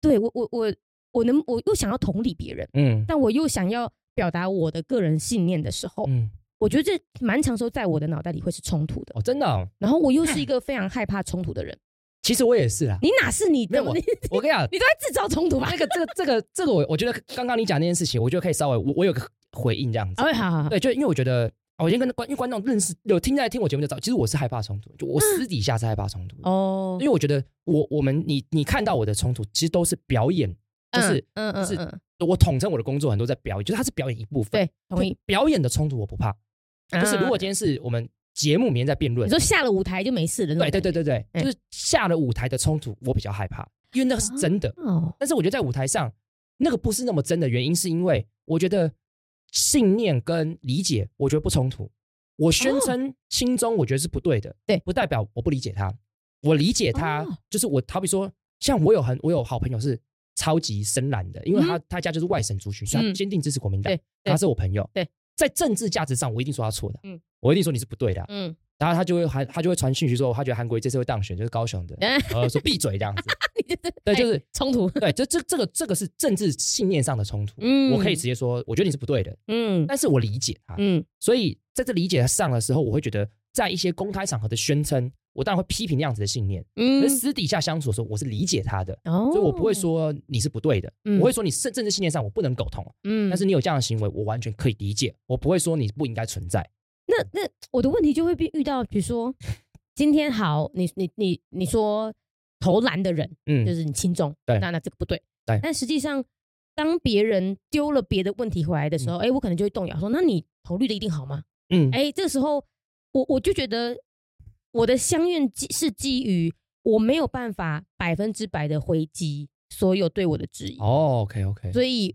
Speaker 2: 对我我我我能我又想要同理别人，
Speaker 1: 嗯
Speaker 2: 但我又想要表达我的个人信念的时候，
Speaker 1: 嗯，
Speaker 2: 我觉得这蛮常时候在我的脑袋里会是冲突的。
Speaker 1: 哦，真的哦，
Speaker 2: 然后我又是一个非常害怕冲突的人，
Speaker 1: 其实我也是啦，
Speaker 2: 你哪是你
Speaker 1: 没有
Speaker 2: 的？
Speaker 1: 我
Speaker 2: 你
Speaker 1: 我跟你讲，
Speaker 2: 你都在制造冲突 吧？
Speaker 1: 那个这个这个这个我我觉得刚刚你讲那件事情，我觉得可以稍微我我有个回应这样子。
Speaker 2: 哎，好好好，
Speaker 1: 对，就因为我觉得，啊我先跟观因为观众认识有听在听我节目就知道，其实我是害怕冲突，就我私底下是害怕冲突的，
Speaker 2: 嗯哦
Speaker 1: 因，为我觉得我我们你你看到我的冲突，其实都是表演，就是
Speaker 2: 嗯
Speaker 1: 就是
Speaker 2: 嗯，
Speaker 1: 我统称我的工作很多在表演，就是它是表演一部分。
Speaker 2: 对，同意。啊
Speaker 1: 表演的冲突我不怕，就是如果今天是我们节目里面在辩
Speaker 2: 你
Speaker 1: 论，
Speaker 2: 说下了舞台就没事了，
Speaker 1: 啊对对对对对，
Speaker 2: 嗯
Speaker 1: 就是下了舞台的冲突我比较害怕，因为那个是真的。
Speaker 2: 对，哦，
Speaker 1: 但是我觉得在舞台上那个不是那么真的原因，是因为我觉得信念跟理解，我觉得不冲突。我宣称心中我觉得是不对的，
Speaker 2: 哦对
Speaker 1: 不代表我不理解他，我理解他，
Speaker 2: 哦
Speaker 1: 就是我好比说像我有很我有好朋友是超级深蓝的，因为他、他家就是外省族群，所以他
Speaker 2: 嗯
Speaker 1: 坚定支持国民党，
Speaker 2: 对对
Speaker 1: 他是我朋友。
Speaker 2: 对，
Speaker 1: 在政治价值上，我一定说他错的，
Speaker 2: 嗯
Speaker 1: 我一定说你是不对的啊、
Speaker 2: 嗯，
Speaker 1: 然后他就会韩他就会传讯息说，他觉得韩国瑜这次会当选，就是高雄的，呃，说闭嘴这样子。
Speaker 2: 嗯 你这
Speaker 1: 对，就是
Speaker 2: 冲突，
Speaker 1: 对，这这这个这个是政治信念上的冲突。
Speaker 2: 嗯
Speaker 1: 我可以直接说，我觉得你是不对的，
Speaker 2: 嗯
Speaker 1: 但是我理解他。
Speaker 2: 嗯
Speaker 1: 所以在这理解上的时候，我会觉得在一些公开场合的宣称，我当然会批评那样子的信念，可
Speaker 2: 嗯
Speaker 1: 是，私底下相处的时候，我是理解他的。
Speaker 2: 哦
Speaker 1: 所以我不会，说你是不对的，
Speaker 2: 嗯
Speaker 1: 我会说你政政治信念上我不能苟同，
Speaker 2: 嗯
Speaker 1: 但是你有这样的行为，我完全可以理解，我不会说你不应该存在。
Speaker 2: 那那我的问题就会被遇到，比如说今天好，你你你你说投篮的人就
Speaker 1: 嗯，
Speaker 2: 是你轻重，
Speaker 1: 对
Speaker 2: 那那这个不对，
Speaker 1: 对
Speaker 2: 但实际上，当别人丢了别的问题回来的时候，哎、我可能就会动摇说，那你投绿的一定好吗？
Speaker 1: 嗯，
Speaker 2: 哎、这个时候我我就觉得我的相怨基是基于我没有办法百分之百的回击所有对我的质疑，
Speaker 1: 哦，OK OK，
Speaker 2: 所以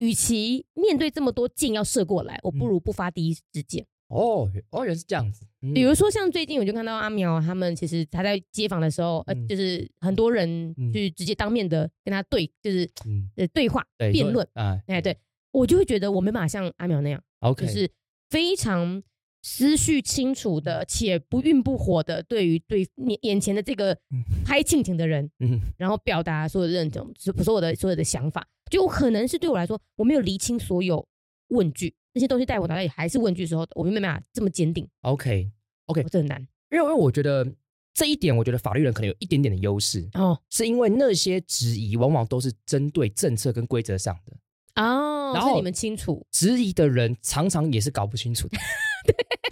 Speaker 2: 与其面对这么多箭要射过来，我不
Speaker 1: 嗯
Speaker 2: 如不发第一支箭。
Speaker 1: 哦哦，原来是这样子，嗯
Speaker 2: 比如说像最近我就看到阿苗他们，其实他在街访的时候，呃，
Speaker 1: 嗯
Speaker 2: 就是很多人
Speaker 1: 嗯
Speaker 2: 去直接当面的跟他对，就是
Speaker 1: 嗯，
Speaker 2: 呃对话
Speaker 1: 对
Speaker 2: 辩论，
Speaker 1: 啊
Speaker 2: 哎，对我就会觉得我没办法像阿苗那样，
Speaker 1: ，OK，
Speaker 2: 就是非常思绪清楚的
Speaker 1: 嗯
Speaker 2: 且不愠不火的对于对你眼前的这个
Speaker 1: 嗯
Speaker 2: 拍庆挺的人，
Speaker 1: 嗯
Speaker 2: 然后表达所有的认同，所所有的所有的想法，就我可能是对我来说，我没有厘清所有问句，那些东西在我脑袋里还是问句的时候，我没办法这么坚定，
Speaker 1: ，OK，
Speaker 2: 我这很难
Speaker 1: 因为因为我觉得这一点，我觉得法律人可能有一点点的优势，
Speaker 2: 哦。
Speaker 1: 是因为那些质疑往往都是针对政策跟规则上的，
Speaker 2: 哦，
Speaker 1: 然
Speaker 2: 所以
Speaker 1: 后
Speaker 2: 你们清楚，
Speaker 1: 质疑的人常常也是搞不清楚 的。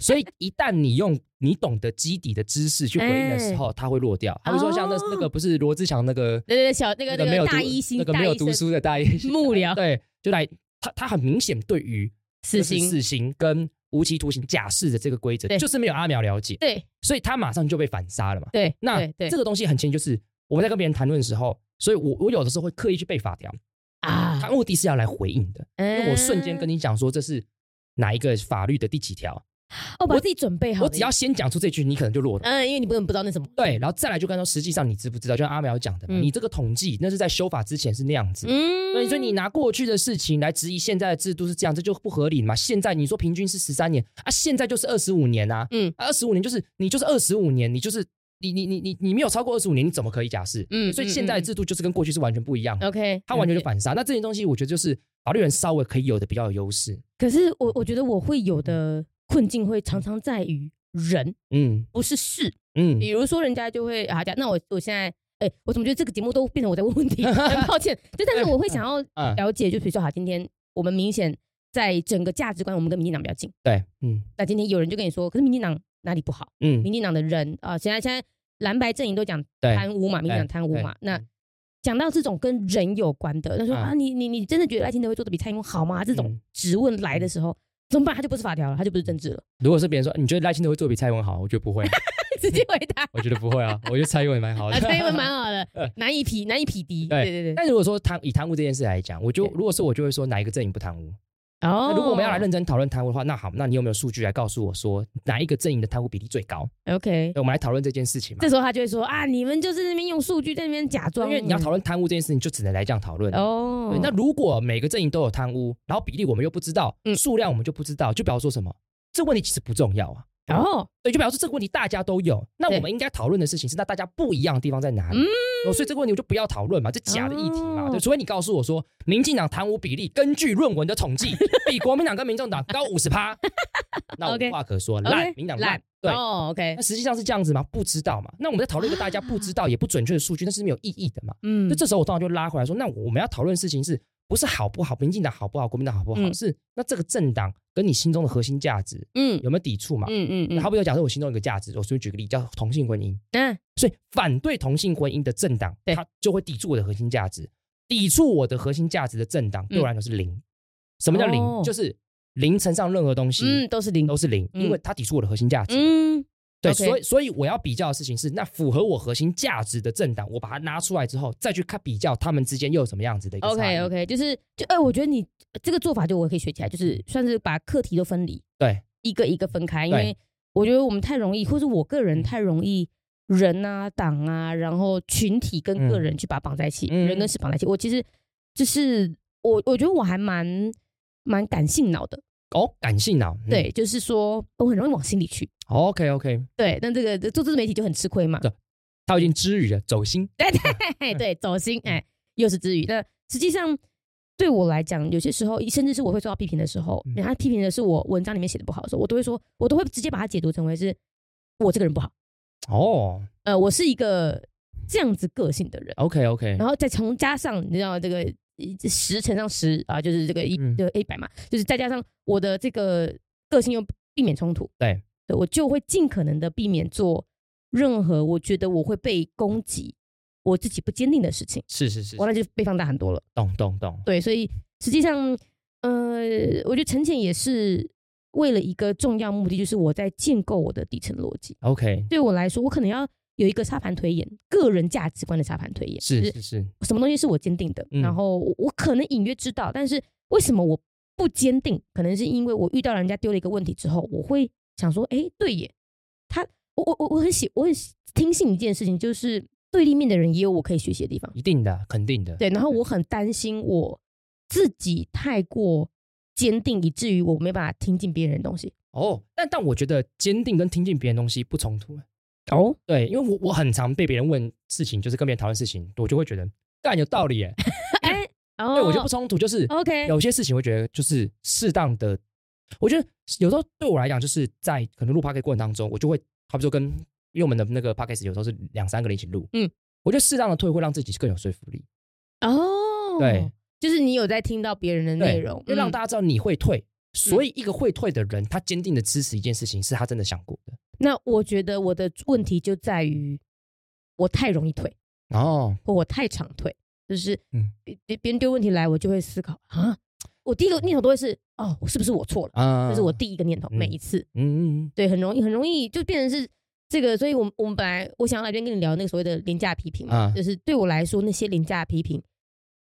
Speaker 1: 所以一旦你用你懂得基底的知识去回应的时候，它会落掉。他们说像那
Speaker 2: 哎哦
Speaker 1: 那个不是罗志祥那个
Speaker 2: 对对对，小那个
Speaker 1: 没有
Speaker 2: 大
Speaker 1: 读
Speaker 2: 一新，
Speaker 1: 那个
Speaker 2: 大
Speaker 1: 没有
Speaker 2: 一
Speaker 1: 读
Speaker 2: 生
Speaker 1: 书的大一新
Speaker 2: 幕僚
Speaker 1: 对，就来他他很明显对于
Speaker 2: 死
Speaker 1: 就是
Speaker 2: 刑，
Speaker 1: 死刑跟无期徒刑假释的这个规则
Speaker 2: 对
Speaker 1: 就是没有阿苗了解，
Speaker 2: 对
Speaker 1: 所以他马上就被反杀了嘛。
Speaker 2: 对，
Speaker 1: 那
Speaker 2: 对对
Speaker 1: 这个东西很清，就是我们在跟别人谈论的时候，所以我我有的时候会刻意去背法条，
Speaker 2: 啊嗯
Speaker 1: 他，目的是要来回应的，因为我瞬间跟
Speaker 2: 你，
Speaker 1: 你讲说这是哪一个法律的第几条，
Speaker 2: 哦，把
Speaker 1: 我
Speaker 2: 自己准备好的意
Speaker 1: 我
Speaker 2: 思，
Speaker 1: 只要先讲出这句，你可能就落了。
Speaker 2: 嗯，因为你不能不知道那什么，
Speaker 1: 对，然后再来就跟他说，实际上你知不知道？就像阿苗讲的嘛，
Speaker 2: 嗯
Speaker 1: 你这个统计那是在修法之前是那样子，
Speaker 2: 嗯，
Speaker 1: 对，所以你拿过去的事情来质疑现在的制度是这样，这就不合理嘛。现在你说平均是十三年啊，现在就是二十五年啊，
Speaker 2: 嗯
Speaker 1: 嗯，二十五年就是你就是二十五年，你就是你你你你你没有超过二十五年，你怎么可以假释？
Speaker 2: 嗯
Speaker 1: 嗯，所以现在的制度就是跟过去是完全不一样的，
Speaker 2: OK，
Speaker 1: 他完全
Speaker 2: 了
Speaker 1: 就
Speaker 2: 解。
Speaker 1: 反杀。那这些东西我觉得就是法律人稍微可以有的比较有优势，
Speaker 2: 可是我我觉得我会有的困境会常常在于人，
Speaker 1: 嗯
Speaker 2: 不是事，
Speaker 1: 嗯
Speaker 2: 比如说人家就会啊讲，那我我现在。哎、我怎么觉得这个节目都变成我在问问题？很抱歉，就但是我会 想要
Speaker 1: 啊，
Speaker 2: 了解，就比如说好，今天我们明显在整个价值观，我们跟民进党比较近。
Speaker 1: 对，嗯
Speaker 2: 那今天有人就跟你说，可是民进党哪里不好？
Speaker 1: 嗯
Speaker 2: 民，进党的人啊、呃现在现在蓝白阵营都讲
Speaker 1: 对，
Speaker 2: 贪污嘛，民进
Speaker 1: 对
Speaker 2: 党贪污嘛。
Speaker 1: 对
Speaker 2: 那
Speaker 1: 嗯
Speaker 2: 讲到这种跟人有关的，他说
Speaker 1: 嗯
Speaker 2: 啊，你你你真的觉得赖清德会做的比蔡英文好吗？这种
Speaker 1: 嗯
Speaker 2: 质问来的时候，怎么办？他就不是法条了，他就不是政治了，
Speaker 1: 如果是别人说你觉得赖清德会做比蔡英文好，我觉得不会，啊
Speaker 2: 直接回答。
Speaker 1: 我觉得不会啊，我觉得蔡英文蛮好
Speaker 2: 啊，
Speaker 1: 的，
Speaker 2: 蔡英文蛮好的
Speaker 1: 嗯，
Speaker 2: 难以匹难以匹敌。对
Speaker 1: 对
Speaker 2: 对对。
Speaker 1: 但如果说贪以贪污这件事来讲，我就
Speaker 2: 对
Speaker 1: 如果是我就会说哪一个阵营不贪污？
Speaker 2: 哦
Speaker 1: 那，如果我们要来认真讨论贪污的话，那好，那你有没有数据来告诉我说哪一个阵营的贪污比例最高？
Speaker 2: OK，
Speaker 1: 对我们来讨论这件事情嘛
Speaker 2: 这。时候他就会说啊，你们就是在那边用数据在那边假
Speaker 1: 因
Speaker 2: 装，
Speaker 1: 为你要讨论贪污这件事情，就只能来这样讨论。
Speaker 2: 哦
Speaker 1: 对，。那如果每个阵营都有贪污，然后比例我们又不知道
Speaker 2: 嗯，
Speaker 1: 数量我们就不知道，就比方说什么，这问题其实不重要啊。
Speaker 2: 哦，
Speaker 1: 对，就表示这个问题大家都有。那
Speaker 2: 对嗯
Speaker 1: 我们应该讨论的事情是，那大家不一样的地方在哪里？哦，所以这个问题我就不要讨论嘛，这假的议题嘛。
Speaker 2: 哦
Speaker 1: 对，除非你告诉我说，民进党贪污比例根据论文的统 计，比国民党跟民众党高五十趴，那我
Speaker 2: OK
Speaker 1: 无话可说，
Speaker 2: OK，
Speaker 1: 烂，民进党烂
Speaker 2: 烂。
Speaker 1: 对，
Speaker 2: 哦，OK，
Speaker 1: 那实际上是这样子吗？不知道嘛。那我们在讨论一个大家不知道也不准确的数据，那是没有意义的嘛。
Speaker 2: 啊嗯
Speaker 1: 就，这时候我通常就拉回来说，那我们要讨论的事情是不是好不好？民进党好不好？国民党好不好？
Speaker 2: 嗯
Speaker 1: 是那这个政党跟你心中的核心价值
Speaker 2: 嗯
Speaker 1: 有没有抵触嘛？
Speaker 2: 嗯嗯嗯，
Speaker 1: 那好比说，假设我心中有一个价值，我随便举个例，叫同性婚姻，
Speaker 2: 嗯
Speaker 1: 所以反对同性婚姻的政党，
Speaker 2: 对
Speaker 1: 它就会抵触我的核心价值。抵触我的核心价值的政党，对我来讲是零。什么叫零？
Speaker 2: 嗯哦
Speaker 1: 就是零乘上任何东西、
Speaker 2: 嗯，都是零
Speaker 1: 都，是零，
Speaker 2: 嗯
Speaker 1: 因为它抵触我的核心价值。
Speaker 2: 嗯，
Speaker 1: 对
Speaker 2: OK
Speaker 1: 所以所以我要比较的事情是，那符合我核心价值的政党，我把它拿出来之后，再去看比较他们之间又有什么样子的一个差
Speaker 2: OK
Speaker 1: 异
Speaker 2: OK，就是就哎、我觉得你这个做法就我可以学起来，就是算是把课题都分离，
Speaker 1: 对，
Speaker 2: 一个一个分开，因
Speaker 1: 对嗯
Speaker 2: 为我觉得我们太容易，或是我个人太容易人啊、党啊，然后群体跟个人去把它绑在一起，
Speaker 1: 嗯
Speaker 2: 人跟事绑在一起。我其实就是我，我觉得我还蛮蛮感性脑的，
Speaker 1: 哦，感性脑、
Speaker 2: 对，就是说我很容易往心里去，
Speaker 1: ，OK OK，
Speaker 2: 对。但这个做自媒体就很吃亏嘛，
Speaker 1: 对他已经知语了，走心，
Speaker 2: 对对
Speaker 1: 嗯
Speaker 2: 对，走心哎，又是之余。那实际上对我来讲，有些时候甚至是我会受到批评的时候，
Speaker 1: 嗯
Speaker 2: 人家批评的是我文章里面写的不好的时候，我都会说，我都会直接把它解读成为是我这个人不好，
Speaker 1: 哦
Speaker 2: 呃，我是一个这样子个性的人，
Speaker 1: ，OK OK，
Speaker 2: 然后再从加上你知道这个呃十乘上十啊，就是这个一
Speaker 1: 嗯
Speaker 2: 就一百嘛，就是再加上我的这个个性又避免冲突，
Speaker 1: 对，
Speaker 2: 对我就会尽可能的避免做任何我觉得我会被攻击。我自己不坚定的事情，
Speaker 1: 是是是，
Speaker 2: 完了就被放大很多了。
Speaker 1: 懂懂懂，
Speaker 2: 对，所以实际上，呃，我觉得陈浅也是为了一个重要目的，就是我在建构我的底层逻辑。
Speaker 1: ，OK，
Speaker 2: 对我来说，我可能要有一个沙盘推演，个人价值观的沙盘推演，就是是
Speaker 1: 是是，
Speaker 2: 什么东西是我坚定的，
Speaker 1: 嗯
Speaker 2: 然后我我可能隐约知道，但是为什么我不坚定？可能是因为我遇到人家丢了一个问题之后，我会想说，哎，对耶，他，我我我我很喜，我很喜听信一件事情，就是对立面的人也有我可以学习的地方。
Speaker 1: 一定的，肯定的，
Speaker 2: 对，然后我很担心我自己太过坚定，以至于我没办法听进别人的东西。
Speaker 1: 哦，但但我觉得坚定跟听进别人的东西不冲突，欸
Speaker 2: 哦，
Speaker 1: 对，因为我我很常被别人问事情，就是跟别人讨论事情，我就会觉得干有道理耶，
Speaker 2: 哎，哦，
Speaker 1: 对我就不冲突，就是。
Speaker 2: OK，
Speaker 1: 有些事情我觉得就是适当的，我觉得有时候对我来讲，就是在可能录 p o d c a s t 过程当中，我就会，好比说跟，因为我们的那个 p o d c a s t 有时候是两三个人一起录，
Speaker 2: 嗯，
Speaker 1: 我觉得适当的退会让自己更有说服力，
Speaker 2: 哦，
Speaker 1: 对，
Speaker 2: 就是你有在听到别人的内
Speaker 1: 对，
Speaker 2: 容，
Speaker 1: 就让
Speaker 2: 嗯
Speaker 1: 大家知道你会退。所以，一个会退的人，他坚定的支持一件事情，是他真的想过的。
Speaker 2: 那我觉得我的问题就在于我太容易退，
Speaker 1: 哦，
Speaker 2: 或我太常退，就是
Speaker 1: 嗯
Speaker 2: 别别人丢问题来，我就会思考啊，我第一个念头都会是哦，是不是我错了？
Speaker 1: 啊，
Speaker 2: 这是我第一个念头，
Speaker 1: 嗯
Speaker 2: 每一次。
Speaker 1: 嗯，嗯，
Speaker 2: 对，很容易，很容易就变成是这个。所以我们我们本来我想要来这边跟你聊那个所谓的廉价批评嘛，
Speaker 1: 啊
Speaker 2: 就是对我来说那些廉价批评，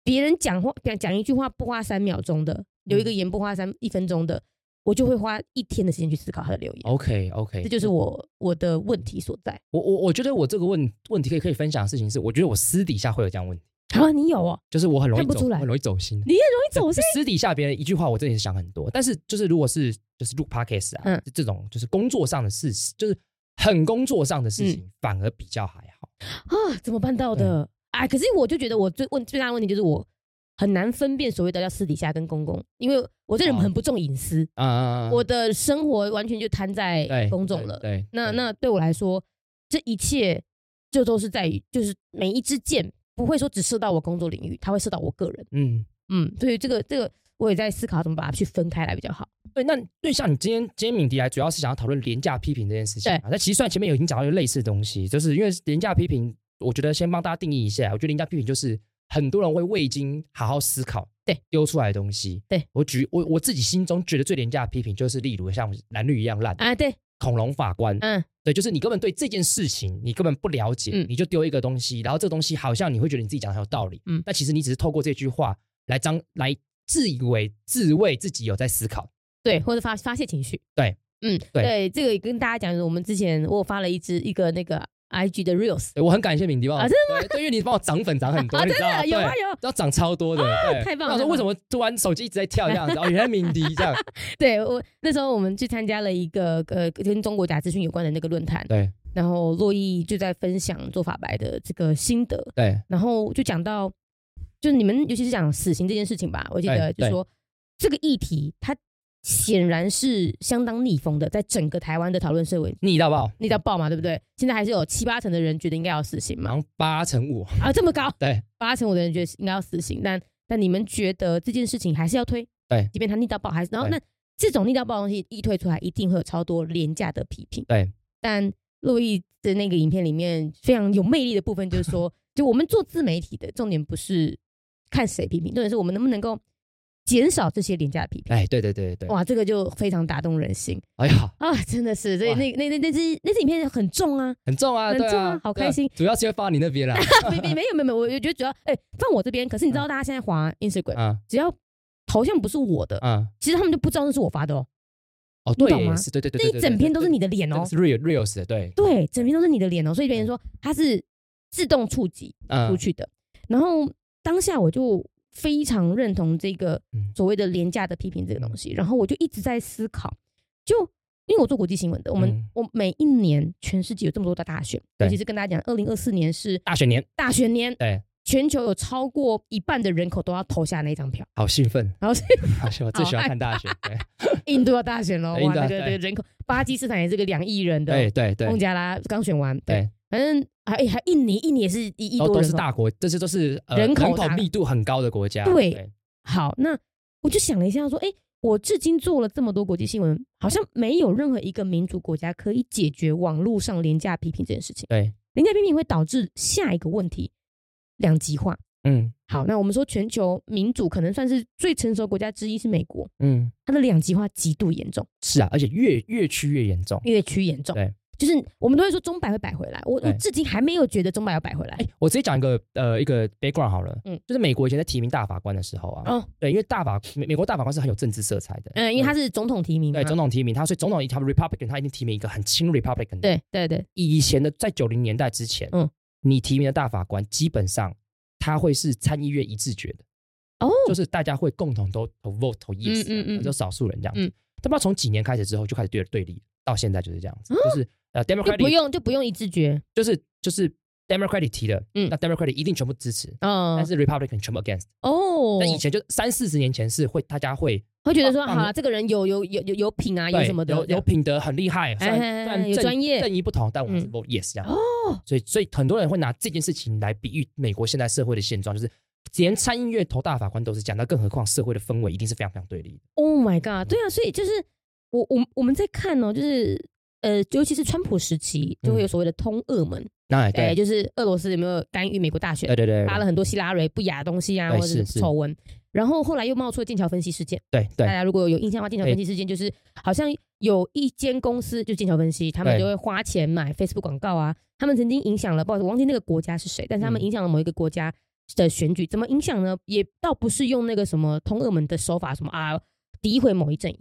Speaker 2: 别人讲话讲讲一句话不花三秒钟的，留
Speaker 1: 嗯
Speaker 2: 一个言不花三一分钟的，我就会花一天的时间去思考他的留言。
Speaker 1: OK OK，
Speaker 2: 这就是我我的问题所在。
Speaker 1: 我我我觉得我这个问问题可以可以分享的事情是，我觉得我私底下会有这样问题，
Speaker 2: 啊，你有哦，哎
Speaker 1: 就是我很容易
Speaker 2: 看不
Speaker 1: 走
Speaker 2: 出来
Speaker 1: 很容易走心。
Speaker 2: 你也容易
Speaker 1: 对
Speaker 2: 走心。
Speaker 1: 私底下别人一句话，我真的是想很多。但是就是如果是就是录 podcast 啊，
Speaker 2: 嗯
Speaker 1: 这种就是工作上的事，就是很工作上的
Speaker 2: 嗯
Speaker 1: 事情，反而比较还好。
Speaker 2: 啊，怎么办到的？啊，可是我就觉得我最问最大的问题就是我很难分辨所谓的叫私底下跟公共，因为我这人
Speaker 1: 哦
Speaker 2: 很不重隐私，
Speaker 1: 啊、
Speaker 2: 嗯我的生活完全就摊在
Speaker 1: 对
Speaker 2: 公众了。
Speaker 1: 对，对
Speaker 2: 那
Speaker 1: 对
Speaker 2: 那对我来说，这一切就都是在于，就是每一支箭不会说只射到我工作领域，它会射到我个人。
Speaker 1: 嗯，
Speaker 2: 嗯，所以这个这个我也在思考怎么把它去分开来比较好。
Speaker 1: 对，那对像你今天今天敏迪来，主要是想要讨论廉价批评这件事情嘛。那其实虽然前面有已经讲到一个类似的东西，就是因为廉价批评，我觉得先帮大家定义一下，我觉得廉价批评就是很多人会未经好好思考。
Speaker 2: 对，
Speaker 1: 丢出来的东西。
Speaker 2: 对
Speaker 1: 我举我我自己心中觉得最廉价的批评，就是例如像蓝绿一样烂，
Speaker 2: 啊，对，
Speaker 1: 恐龙法官，
Speaker 2: 嗯，
Speaker 1: 对，就是你根本对这件事情你根本不了解，
Speaker 2: 嗯
Speaker 1: 你就丢一个东西，然后这个东西好像你会觉得你自己讲的很有道理，嗯
Speaker 2: 嗯，
Speaker 1: 但其实你只是透过这句话来张来自以为自慰自己有在思考，
Speaker 2: 对，或者发发泄情绪。
Speaker 1: 对，
Speaker 2: 嗯，
Speaker 1: 对
Speaker 2: 对，这个也跟大家讲，我们之前我有发了一支一个那个 IG 的 Reels
Speaker 1: 对我很感谢敏迪帮我，
Speaker 2: 啊
Speaker 1: 真的吗？对，因为你帮我涨粉涨很多，
Speaker 2: 啊，
Speaker 1: 你嗯
Speaker 2: 真
Speaker 1: 知道吗
Speaker 2: 的有啊
Speaker 1: 对
Speaker 2: 有，
Speaker 1: 要涨超多的，对
Speaker 2: 太棒了
Speaker 1: 我想说为什么突然手机一直在跳这样子？哦，原来敏迪这样，
Speaker 2: 对我那时候我们去参加了一个呃跟中国假资讯有关的那个论坛，
Speaker 1: 对
Speaker 2: 然后洛毅就在分享做法白的这个心得，
Speaker 1: 对
Speaker 2: 然后就讲到，就是你们尤其是讲死刑这件事情吧，我记
Speaker 1: 对
Speaker 2: 得就
Speaker 1: 对
Speaker 2: 说这个议题它显然是相当逆风的，在整个台湾的讨论社会，
Speaker 1: 你知道不好？
Speaker 2: 那叫爆嘛，对不对？现在还是有七八成的人觉得应该要死刑嘛，
Speaker 1: 忙八乘五，
Speaker 2: 啊，这么高，
Speaker 1: 对，
Speaker 2: 八成我的人觉得应该要死刑，但但你们觉得这件事情还是要推，
Speaker 1: 对
Speaker 2: 即便他逆到爆，还是然后
Speaker 1: 对
Speaker 2: 那这种逆到爆的东西一推出来，一定会有超多廉价的批评，
Speaker 1: 对，
Speaker 2: 但洛伊的那个影片里面非常有魅力的部分，就是 说，就我们做自媒体的重点不是看谁批评，重点是我们能不能够减少这些廉价的批评。
Speaker 1: 哎，对对对对对，
Speaker 2: 哇，这个就非常打动人心
Speaker 1: 哎呀，
Speaker 2: 啊！真的是，所以
Speaker 1: 哇
Speaker 2: 那那那那支那支影片很重啊，
Speaker 1: 很重啊，
Speaker 2: 很
Speaker 1: 对
Speaker 2: 重
Speaker 1: 啊
Speaker 2: 啊，好
Speaker 1: 对啊
Speaker 2: 开心
Speaker 1: 主要是因为发你那 边啦，
Speaker 2: 没没没有没有没有，我觉得主要哎、放我这边，可是你
Speaker 1: 嗯
Speaker 2: 知道大家现在滑 Instagram，
Speaker 1: 啊
Speaker 2: 只要头像不是我的，
Speaker 1: 啊，
Speaker 2: 其实他们就不知道那是我发的哦。
Speaker 1: 哦，
Speaker 2: 你
Speaker 1: 对
Speaker 2: 懂
Speaker 1: 耶，
Speaker 2: 吗
Speaker 1: 是对对对
Speaker 2: 这
Speaker 1: 对，
Speaker 2: 一整篇都是你的脸
Speaker 1: 的
Speaker 2: 哦，
Speaker 1: 是 real reals 的，对，
Speaker 2: 对，整篇都是你的脸哦，所以别人说它是自动触及出
Speaker 1: 嗯
Speaker 2: 去的。然后当下我就非常认同这个
Speaker 1: 嗯
Speaker 2: 所谓的廉价的批评这个东西，然后我就一直在思考，就因为我做国际新闻的，我们、
Speaker 1: 嗯
Speaker 2: 我每一年全世界有这么多的大选，
Speaker 1: 对
Speaker 2: 尤其是跟大家讲，二零二四年是
Speaker 1: 大选年，
Speaker 2: 大选年，
Speaker 1: 对，
Speaker 2: 全球有超过一半的人口都要投下那张票，
Speaker 1: 好兴 奋，
Speaker 2: 然后是
Speaker 1: 好兴奋，我最喜欢看大选， 对
Speaker 2: 印度要大选喽，
Speaker 1: 对印
Speaker 2: 哇，
Speaker 1: 度
Speaker 2: 那
Speaker 1: 要
Speaker 2: 个那
Speaker 1: 对
Speaker 2: 个人口，巴基斯坦也是个两亿人的，
Speaker 1: 对对对
Speaker 2: 孟加拉刚选完，对，
Speaker 1: 对，
Speaker 2: 反正还哎还印尼，印尼也是一亿
Speaker 1: 都
Speaker 2: 多
Speaker 1: 都
Speaker 2: 人
Speaker 1: 是
Speaker 2: 口。
Speaker 1: 大国，这些都是呃
Speaker 2: 人
Speaker 1: 人
Speaker 2: 口
Speaker 1: 口
Speaker 2: 大
Speaker 1: 密度很高的国家，
Speaker 2: 对好，那我就想了一下，说，哎，我至今做了这么多国际新闻，好像没有任何一个民主国家可以解决网络上廉价批评这件事情。
Speaker 1: 对，
Speaker 2: 廉价批评会导致下一个问题两极化。
Speaker 1: 嗯
Speaker 2: 好，那我们说全球民主可能算是最成熟国家之一是美国，
Speaker 1: 嗯，
Speaker 2: 它的两极化极度严重，
Speaker 1: 是啊，而且越越趋越严重。
Speaker 2: 越趋严重。
Speaker 1: 对，
Speaker 2: 就是我们都会说中百会摆回来，我我
Speaker 1: 对
Speaker 2: 至今还没有觉得中百要摆回来
Speaker 1: 哎。，我直接讲一个呃一个 background 好了，
Speaker 2: 嗯
Speaker 1: 嗯，就是美国以前在提名大法官的时候啊，
Speaker 2: 哦，
Speaker 1: 对，因为大法美美国大法官是很有政治色彩的，
Speaker 2: 嗯，因为它是嗯总统提名嘛。
Speaker 1: 哎对总统提名他，所以总统他们 Republican 他一定提名一个很亲 Republican 的。，
Speaker 2: 对对对，
Speaker 1: 以前的在九零年代之前，
Speaker 2: 嗯
Speaker 1: 嗯，你提名的大法官基本上他会是参议院一致决的，
Speaker 2: 哦，
Speaker 1: 就是大家会共同都投 vote 投 yes，
Speaker 2: 嗯嗯嗯
Speaker 1: 嗯就少数人这样子。
Speaker 2: 嗯
Speaker 1: 但不知道从几年开始之后就开始对对立，到现在就是这样子，就是呃
Speaker 2: 哦就不
Speaker 1: ，Democratic
Speaker 2: 用就不用一致决。
Speaker 1: 就是就是 Democratic 提的，
Speaker 2: 嗯
Speaker 1: 那 Democratic 一定全部支持，
Speaker 2: 嗯，
Speaker 1: 但是 Republican 全部 against。
Speaker 2: 哦，
Speaker 1: 但以前就三四十年前是会大家会
Speaker 2: 会觉得说，
Speaker 1: 放放
Speaker 2: 好了，这个人有有有有有品啊，有
Speaker 1: 对
Speaker 2: 什么的，
Speaker 1: 有
Speaker 2: 这样
Speaker 1: 有品德很厉害，虽然
Speaker 2: 哎哎哎
Speaker 1: 虽然
Speaker 2: 有
Speaker 1: 正
Speaker 2: 专业嗯
Speaker 1: 正义不同，但我还是 vote yes 这样。哦，所以所以很多人会拿这件事情来比喻美国现在社会的现状，就是连参议院投大法官都是这样，那更何况社会的氛围一定是非常非常对立的。
Speaker 2: Oh my god！对啊，所以就是我我我们在看哦，就是呃，尤其是川普时期，就会有所谓的通俄门，
Speaker 1: 当然
Speaker 2: 哎、
Speaker 1: 嗯对
Speaker 2: 就是俄罗斯有没有干预美国大选
Speaker 1: 对，对对
Speaker 2: 发了很多希拉蕊不雅的东西啊，
Speaker 1: 对
Speaker 2: 或者是
Speaker 1: 是是
Speaker 2: 丑闻，然后后来又冒出了剑桥分析事件。
Speaker 1: 对
Speaker 2: 大
Speaker 1: 对哎
Speaker 2: 家如果有印象的话，剑桥分析事件就是好像有一间公司，就剑桥分析，他们
Speaker 1: 对
Speaker 2: 就会花钱买 Facebook 广告啊。他们曾经影响了，不好意思，我忘记那个国家是谁，但是他们
Speaker 1: 嗯
Speaker 2: 影响了某一个国家的选举。怎么影响呢？也倒不是用那个什么通俄门的手法，什么啊诋毁某一阵营。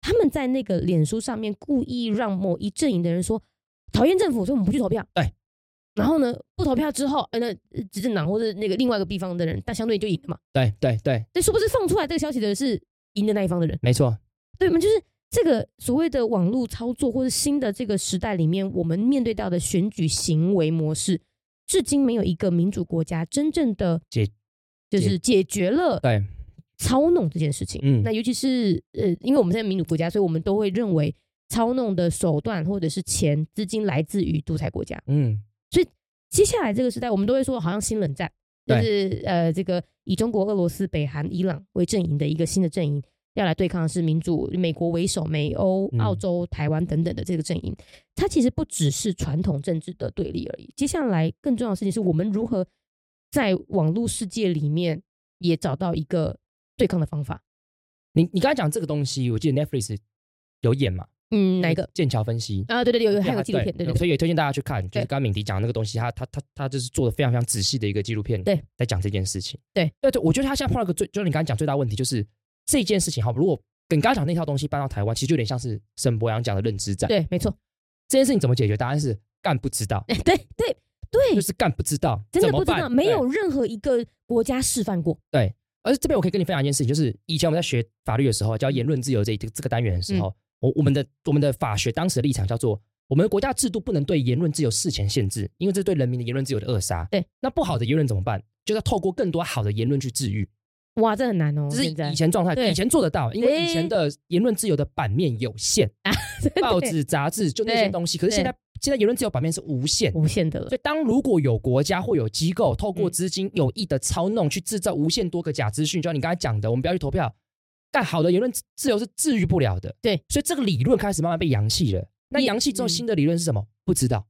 Speaker 2: 他们在那个脸书上面故意让某一阵营的人说讨厌政府，所以我们不去投票。
Speaker 1: 对。
Speaker 2: 然后呢，不投票之后，呃，那呃执政党或者那个另外一个地方的人，但相对就赢了嘛。
Speaker 1: 对对对，
Speaker 2: 这是不是放出来这个消息的是赢的那一方的人？
Speaker 1: 没错，
Speaker 2: 对吗？就是这个所谓的网络操作，或者新的这个时代里面，我们面对到的选举行为模式，至今没有一个民主国家真正的
Speaker 1: 解
Speaker 2: 就是解决了
Speaker 1: 对
Speaker 2: 操弄这件事情。
Speaker 1: 嗯
Speaker 2: 那尤其是呃，因为我们现在民主国家，所以我们都会认为操弄的手段或者是钱资金来自于独裁国家。
Speaker 1: 嗯
Speaker 2: 接下来这个时代，我们都会说好像新冷战，就是呃，这个以中国、俄罗斯、北韩、伊朗为阵营的一个新的阵营，要来对抗的是民主美国为首、美欧、
Speaker 1: 嗯
Speaker 2: 澳洲、台湾等等的这个阵营。它其实不只是传统政治的对立而已。接下来更重要的事情是我们如何在网络世界里面也找到一个对抗的方法。
Speaker 1: 你你刚才讲这个东西，我记得 Netflix 有演嘛？
Speaker 2: 嗯，哪一个？
Speaker 1: 剑桥分析？
Speaker 2: 啊，对对对，有有还有个纪录片，对对对，
Speaker 1: 所以也推荐大家去看，就
Speaker 2: 对
Speaker 1: 是刚刚敏迪讲的那个东西，他他他他就是做的非常非常仔细的一个纪录片，
Speaker 2: 对，
Speaker 1: 在讲这件事情，
Speaker 2: 对
Speaker 1: 对对，我觉得他现在碰到一个最，就是你刚刚讲最大问题就是这件事情，好，如果跟你刚刚讲那套东西搬到台湾，其实就有点像是沈博阳讲的认知战，
Speaker 2: 对，没错，
Speaker 1: 这件事情怎么解决？答案是干不知道，
Speaker 2: 对对对
Speaker 1: 就，是干不知道，
Speaker 2: 哎真的
Speaker 1: 怎么
Speaker 2: 不知
Speaker 1: 办
Speaker 2: 道，没有
Speaker 1: 对
Speaker 2: 任何一个国家示范过。
Speaker 1: 而且这边我可以跟你分享一件事情，就是以前我们在学法律的时候，
Speaker 2: 嗯
Speaker 1: 教言论自由这一这个这个单元的时候，我我们的我们的法学当时的立场叫做，我们的国家制度不能对言论自由事前限制，因为这对人民的言论自由的扼杀。
Speaker 2: 对，
Speaker 1: 那不好的言论怎么办？就是要透过更多好的言论去治愈，
Speaker 2: 哇，这很难哦。
Speaker 1: 这是
Speaker 2: 现在
Speaker 1: 以前状态，
Speaker 2: 对
Speaker 1: 以前做得到，因为以前的言论自由的版面有限， 报纸、杂志就那些
Speaker 2: 啊对
Speaker 1: 东西，可是现在现在言论自由版面是无限。
Speaker 2: 无限的了
Speaker 1: 所。以，当如果有国家或有机构透
Speaker 2: 嗯
Speaker 1: 过资金有意的操弄，去制造无限多个假资讯，就像你刚才讲的，我们不要去投票。但好的言论自由是治愈不了的，
Speaker 2: 对
Speaker 1: 所以这个理论开始慢慢被扬弃了。那
Speaker 2: 也
Speaker 1: 扬弃之后，
Speaker 2: 嗯
Speaker 1: 新的理论是什么？不知道。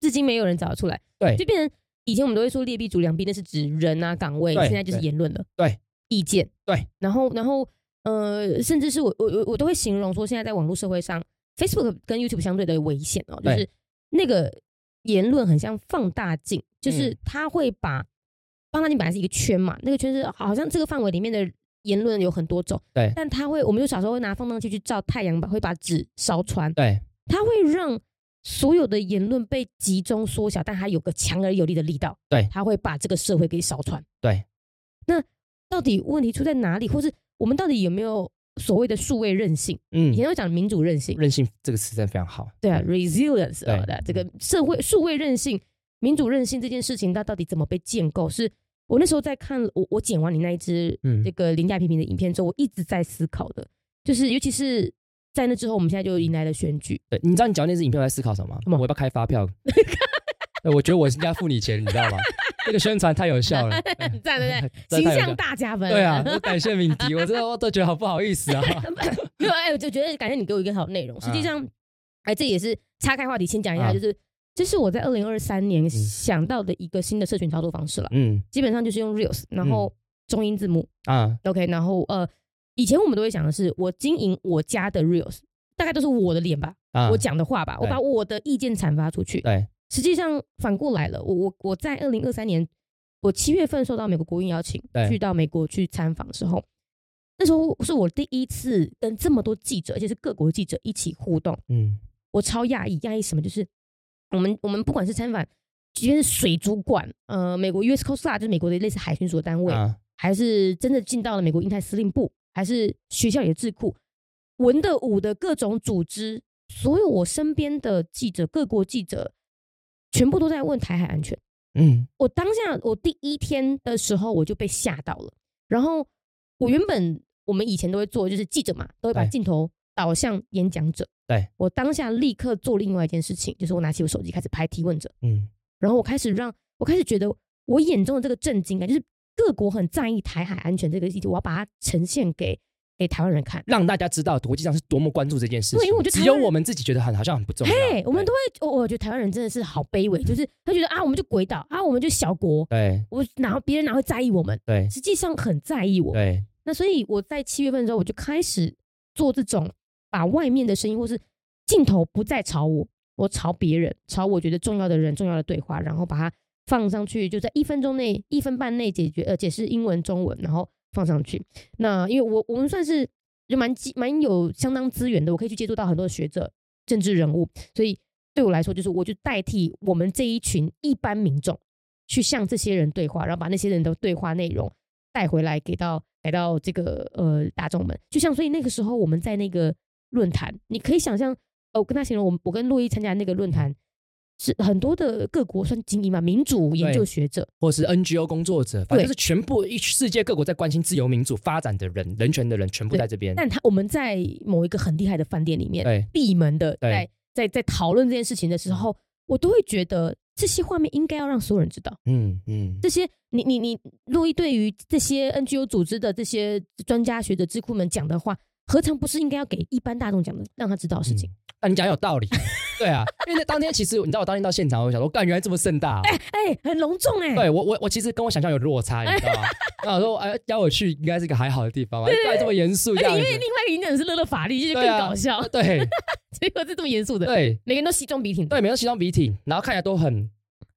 Speaker 2: 至今没有人找得出来，
Speaker 1: 对
Speaker 2: 就变成以前我们都会说劣币逐良币，那是指人啊岗位，
Speaker 1: 对
Speaker 2: 现在就是言论了，
Speaker 1: 对，
Speaker 2: 意见，
Speaker 1: 对，
Speaker 2: 然后然后呃，甚至是我我我我都会形容说，现在在网络社会上，Facebook 跟 YouTube 相对的危险哦，就
Speaker 1: 对
Speaker 2: 是那个言论很像放大镜，就是
Speaker 1: 嗯
Speaker 2: 它会把放大镜本来是一个圈嘛，那个圈是好像这个范围里面的言论有很多种，
Speaker 1: 对
Speaker 2: 但它会，我们就小时候会拿放大镜去照太阳板，会把纸烧穿，
Speaker 1: 对
Speaker 2: 它会让所有的言论被集中缩小，但它有个强而有力的力道，
Speaker 1: 对
Speaker 2: 它会把这个社会给烧穿。
Speaker 1: 对，
Speaker 2: 那到底问题出在哪里，或是我们到底有没有所谓的数位韧性？以
Speaker 1: 嗯，
Speaker 2: 前会讲民主韧性，
Speaker 1: 韧性这个词真的非常好。
Speaker 2: 对啊，resilience
Speaker 1: 对
Speaker 2: 啊，对啊这个社会数位韧性、民主韧性这件事情，它到底怎么被建构？是我那时候在看我我剪完你那一支
Speaker 1: 嗯
Speaker 2: 这个廉价批评的影片之后，我一直在思考的，就是尤其是在那之后，我们现在就迎来了选举，
Speaker 1: 对，你知道你讲那支影片我在思考什么吗？
Speaker 2: 什么
Speaker 1: 我要不要开发 票？对我觉得我应该付你钱，你知道吗？这个宣传太有效 了，对
Speaker 2: 很赞，对 不对？
Speaker 1: 真的
Speaker 2: 形
Speaker 1: 太有
Speaker 2: 象
Speaker 1: 效。
Speaker 2: 大加分。
Speaker 1: 对啊，我感谢敏迪，我真的我都觉得好不好意思 啊。
Speaker 2: 没有，哎，我就觉得感谢你给我一个好内容。实际上，哎，这也是岔开话题，先讲一下，
Speaker 1: 啊
Speaker 2: 就是这是我在二零二三年想到的一个新的社群操作方式了，
Speaker 1: 嗯
Speaker 2: 基本上就是用 reels，然后中英字幕。
Speaker 1: 啊，
Speaker 2: OK，然后呃，以前我们都会想的是，我经营我家的 reels，大概都是我的脸吧，
Speaker 1: 啊
Speaker 2: 我讲的话吧，我
Speaker 1: 对
Speaker 2: 把我的意见阐发出去。
Speaker 1: 对，
Speaker 2: 实际上反过来了，我我我在二零二三年，我七月份受到美国国运邀请，
Speaker 1: 对
Speaker 2: 去到美国去参访的时候，那时候是我第一次跟这么多记者，而且是各国记者一起互动，
Speaker 1: 嗯
Speaker 2: 我超讶异，讶异什么？就是我们我们不管是参访，即便是水族馆，呃，美国 U.S. Coast Guard 就是美国的类似海巡署的单位，
Speaker 1: 啊，
Speaker 2: 还是真的进到了美国印太司令部，还是学校里的智库，文的武的各种组织，所有我身边的记者，各国记者，全部都在问台海安全。
Speaker 1: 嗯
Speaker 2: 我当下我第一天的时候我就被吓到了，然后我原本我们以前都会做，就是记者嘛，都会把
Speaker 1: 对
Speaker 2: 镜头导向演讲者。
Speaker 1: 对
Speaker 2: 我当下立刻做另外一件事情，就是我拿起我手机开始拍提问者。
Speaker 1: 嗯
Speaker 2: 然后我开始让我开始觉得我眼中的这个震惊感，啊就是各国很在意台海安全这个议题，我要把它呈现给给台湾人看。
Speaker 1: 让大家知道国际上是多么关注这件事情。
Speaker 2: 对因为我觉得
Speaker 1: 只有我们自己觉得很好像很不重要。
Speaker 2: 嘿，我们都
Speaker 1: 对
Speaker 2: 会，我我觉得台湾人真的是好卑微，就是他觉得啊，我们就鬼岛啊，我们就小国，
Speaker 1: 对
Speaker 2: 我哪别人哪会在意我们？
Speaker 1: 对
Speaker 2: 实际上很在意我。
Speaker 1: 对
Speaker 2: 那所以我在七月份的时候，我就开始做这种把外面的声音或是镜头不再朝我，我朝别人，朝我觉得重要的人、重要的对话，然后把它放上去，就在一分钟内、一分半内解决，呃，解释英文、中文，然后放上去。那因为我我们算是就蛮积蛮有相当资源的，我可以去接触到很多的学者、政治人物，所以对我来说，就是我就代替我们这一群一般民众去向这些人对话，然后把那些人的对话内容带回来给到给到这个呃大众们。就像所以那个时候我们在那个论坛，你可以想象，呃我跟他形容，我们我跟洛伊参加那个论坛。是很多的各国算精英嘛，民主研究学者，
Speaker 1: 或是 NGO 工作者，反
Speaker 2: 对
Speaker 1: 正就是全部一世界各国在关心自由民主发展的人、人权的人，全部
Speaker 2: 对
Speaker 1: 在这边。
Speaker 2: 但他我们在某一个很厉害的饭店里面，
Speaker 1: 对
Speaker 2: 闭门的
Speaker 1: 对嗯
Speaker 2: 在在在讨论这件事情的时候，我都会觉得这些画面应该要让所有人知道。
Speaker 1: 嗯嗯
Speaker 2: 这些你你你，洛伊对于这些 NGO 组织的这些专家学者智库们讲的话，何尝不是应该要给一般大众讲的，让他知道的事情？
Speaker 1: 嗯那、你讲有道理， 对啊，因为那当天其实你知道，我当天到现场，我想说，干原来这么盛大 哦、
Speaker 2: 哎、很隆重哎、
Speaker 1: 对我我我其实跟我想象有落差，你知道吗？ 那我说，哎、邀我去应该是一个还好的地方吧，不然这么严肃这
Speaker 2: 而且
Speaker 1: 样
Speaker 2: 因
Speaker 1: 子
Speaker 2: 为，另外一个演讲是乐乐法律，就是更
Speaker 1: 对啊
Speaker 2: 搞笑，
Speaker 1: 对
Speaker 2: 结果 是这么严肃的，
Speaker 1: 对
Speaker 2: 每个人都西装笔挺的。
Speaker 1: 对，每个人西装笔挺，然后看起来都很，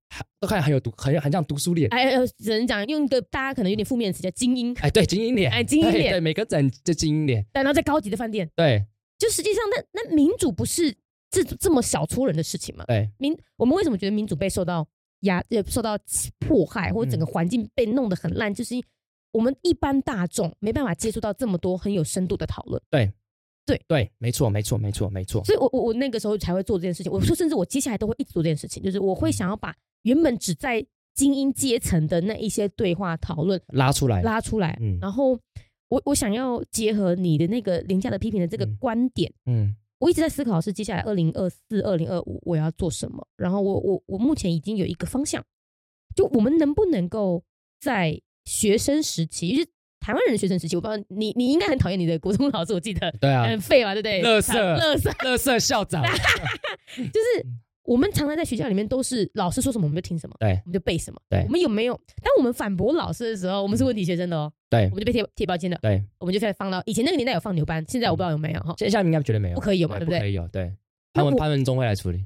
Speaker 1: 很都看起来很有读，很很像读书脸，
Speaker 2: 哎，呃只能讲用一个大家可能有点负面的词叫精英，
Speaker 1: 哎，对，精英脸，
Speaker 2: 哎精英
Speaker 1: 对
Speaker 2: 脸
Speaker 1: 对，每个整就精英脸，
Speaker 2: 但然后在高级的饭店，
Speaker 1: 对
Speaker 2: 就实际上那那民主不是这这么小撮人的事情吗？
Speaker 1: 对
Speaker 2: 民我们为什么觉得民主被受到压呃受到迫害，或
Speaker 1: 嗯
Speaker 2: 者整个环境被弄得很烂，就是因为我们一般大众没办法接触到这么多很有深度的讨论，
Speaker 1: 对，没错没错没错没错，
Speaker 2: 所以我我我那个时候才会做这件事情。我说，甚至我接下来都会一直做这件事情，就是
Speaker 1: 嗯
Speaker 2: 我会想要把原本只在精英阶层的那一些对话讨论
Speaker 1: 拉出来，
Speaker 2: 拉出来，
Speaker 1: 嗯
Speaker 2: 然后我我想要结合你的那个廉价的批评的这个
Speaker 1: 嗯
Speaker 2: 观点。
Speaker 1: 嗯
Speaker 2: 我一直在思考是接下来二零二四、二零二五我要做什么，然后我我我目前已经有一个方向，就我们能不能够在学生时期，就是台湾人的学生时期，我不知道你你应该很讨厌你的国中老师，我记得
Speaker 1: 对啊，
Speaker 2: 很废嘛，对不对？
Speaker 1: 垃圾
Speaker 2: 乐色，
Speaker 1: 乐色校长，
Speaker 2: 就是我们常常在学校里面都是老师说什么我们就听什么，
Speaker 1: 嗯对
Speaker 2: 我们就背什么，
Speaker 1: 对
Speaker 2: 我们有没有？当我们反驳老师的时候，我们是问题学生的哦，
Speaker 1: 对
Speaker 2: 我们就被贴贴标签的，
Speaker 1: 对，
Speaker 2: 我们就开始放到以前那个年代有放牛班，现在我不知道有没有哈，
Speaker 1: 现在下面应该绝对没有，
Speaker 2: 不可以有嘛，对
Speaker 1: 对
Speaker 2: 不
Speaker 1: 不
Speaker 2: 对
Speaker 1: 可？以有，对，
Speaker 2: 那
Speaker 1: 潘文
Speaker 2: 我
Speaker 1: 潘文忠会来处 理，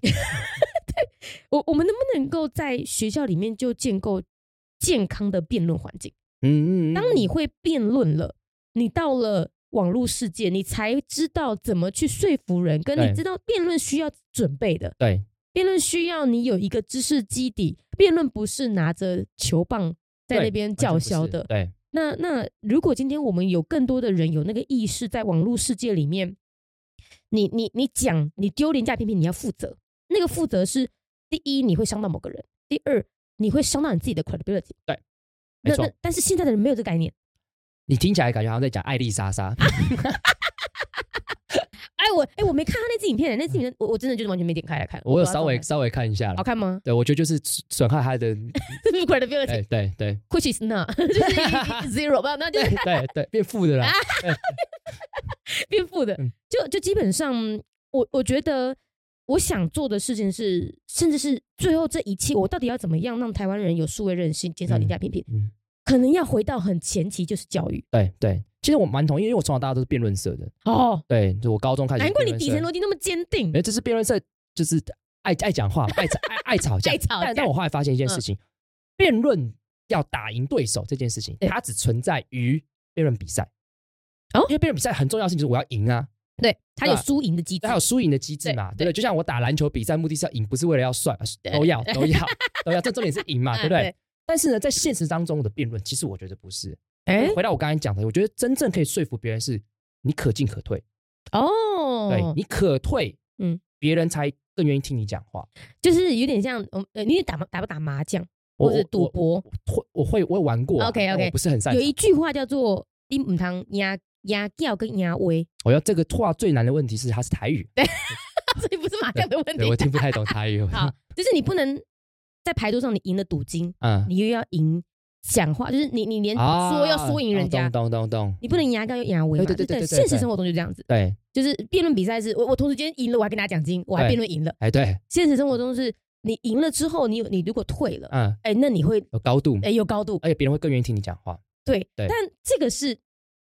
Speaker 2: 我我们能不能够在学校里面就建构健康的辩论环境？
Speaker 1: 嗯嗯，嗯
Speaker 2: 当你会辩论了，你到了网络世界，你才知道怎么去说服人，跟
Speaker 1: 对
Speaker 2: 你知道辩论需要准备的，
Speaker 1: 对，
Speaker 2: 辩论需要你有一个知识基底，辩论不是拿着球棒在
Speaker 1: 对
Speaker 2: 那边
Speaker 1: 完全
Speaker 2: 叫
Speaker 1: 不是
Speaker 2: 嚣的，
Speaker 1: 对
Speaker 2: 那那如果今天我们有更多的人有那个意识，在网络世界里面，你你你讲你丢廉价批评，你要负责。那个负责是第一，你会伤到某个人；第二，你会伤到你自己的 credibility。
Speaker 1: 没
Speaker 2: 那
Speaker 1: 错
Speaker 2: 那。但是现在的人没有这个概念。
Speaker 1: 你听起来感觉好像在讲艾丽莎
Speaker 2: 啊
Speaker 1: 莎，
Speaker 2: 哎，我哎我没看他那支影片，那支影片我我真的就是完全没点开来看。
Speaker 1: 嗯我
Speaker 2: 不
Speaker 1: 有
Speaker 2: 知道
Speaker 1: 稍微
Speaker 2: 怎么
Speaker 1: 稍微看一下
Speaker 2: 看
Speaker 1: 了
Speaker 2: 好。看吗？
Speaker 1: 对，我觉得就是损害他的，
Speaker 2: 这是 credibility，which
Speaker 1: 哎，对对
Speaker 2: is not，就是 zero 吧，那就
Speaker 1: 对
Speaker 2: 是
Speaker 1: 对对，变负的啦。
Speaker 2: 变负的
Speaker 1: 嗯。
Speaker 2: 就就基本上，我我觉得我想做的事情是，甚至是最后这一切，我到底要怎么样让台湾人有数位韧性，减少
Speaker 1: 嗯
Speaker 2: 廉价批评？
Speaker 1: 嗯
Speaker 2: 可能要回到很前期，就是教育。
Speaker 1: 对对，其实我蛮同意，因为我从小到大都是辩论社的。
Speaker 2: 哦，
Speaker 1: 对，就我高中开始。
Speaker 2: 难怪你底层逻辑那么坚定
Speaker 1: 没。有，这是辩论社，就是爱爱讲话嘛，爱吵爱爱吵架。
Speaker 2: 爱吵
Speaker 1: 但
Speaker 2: 架嗯
Speaker 1: 但我后来发现一件事情，辩论要打赢对手这件事情，
Speaker 2: 对
Speaker 1: 它只存在于辩论比赛。
Speaker 2: 哦
Speaker 1: 因为辩论比赛很重要的事情就是我要赢啊，
Speaker 2: 对，他有
Speaker 1: 对啊
Speaker 2: 输赢的机制
Speaker 1: 它。有输赢的机制嘛，对
Speaker 2: 对
Speaker 1: 不对？就像我打篮球比赛，目的是要赢，不是为了要帅，
Speaker 2: 对
Speaker 1: 都 要都要都要，这重点是赢嘛，对不
Speaker 2: 啊
Speaker 1: 对？？但是呢，在现实当中的辩论，其实我觉得不是。
Speaker 2: 哎，
Speaker 1: 回到我刚才讲的，我觉得真正可以说服别人是你可进可退，对
Speaker 2: 哦，
Speaker 1: 你可退，嗯
Speaker 2: 嗯，
Speaker 1: 别人才更愿意听你讲话。
Speaker 2: 就是有点像，嗯呃，你打麻打不打麻将
Speaker 1: 我
Speaker 2: 或者赌博？
Speaker 1: 会我会我有玩过啊
Speaker 2: OK，OK
Speaker 1: 但我不是很擅
Speaker 2: 有
Speaker 1: 长。
Speaker 2: 一句话叫做“你唔通压压吊跟压威
Speaker 1: 我要这个话最难的问题是它是台语，”，
Speaker 2: 所以不是麻将的问题
Speaker 1: 对。我听不太懂台语。
Speaker 2: 好，就是你不能在牌桌上你赢了赌金，
Speaker 1: 嗯，
Speaker 2: 你又要赢讲话，就是你你连
Speaker 1: 啊
Speaker 2: 说要说赢人家，
Speaker 1: 懂懂懂懂，
Speaker 2: 你不能牙膏又牙尾嘛。
Speaker 1: 对对对对
Speaker 2: 就是
Speaker 1: 对对
Speaker 2: 现实生活中就这样子，
Speaker 1: 对，
Speaker 2: 就是辩论比赛是我我同时间赢了，我还跟大家奖金，我还
Speaker 1: 对
Speaker 2: 辩论赢了。
Speaker 1: 哎对，
Speaker 2: 现实生活中是你赢了之后，你有你如果退了，
Speaker 1: 嗯，
Speaker 2: 哎，那你会
Speaker 1: 有高度，
Speaker 2: 哎有高度，
Speaker 1: 而且别人会更愿意听你讲话。
Speaker 2: 对。
Speaker 1: 对
Speaker 2: 但这个是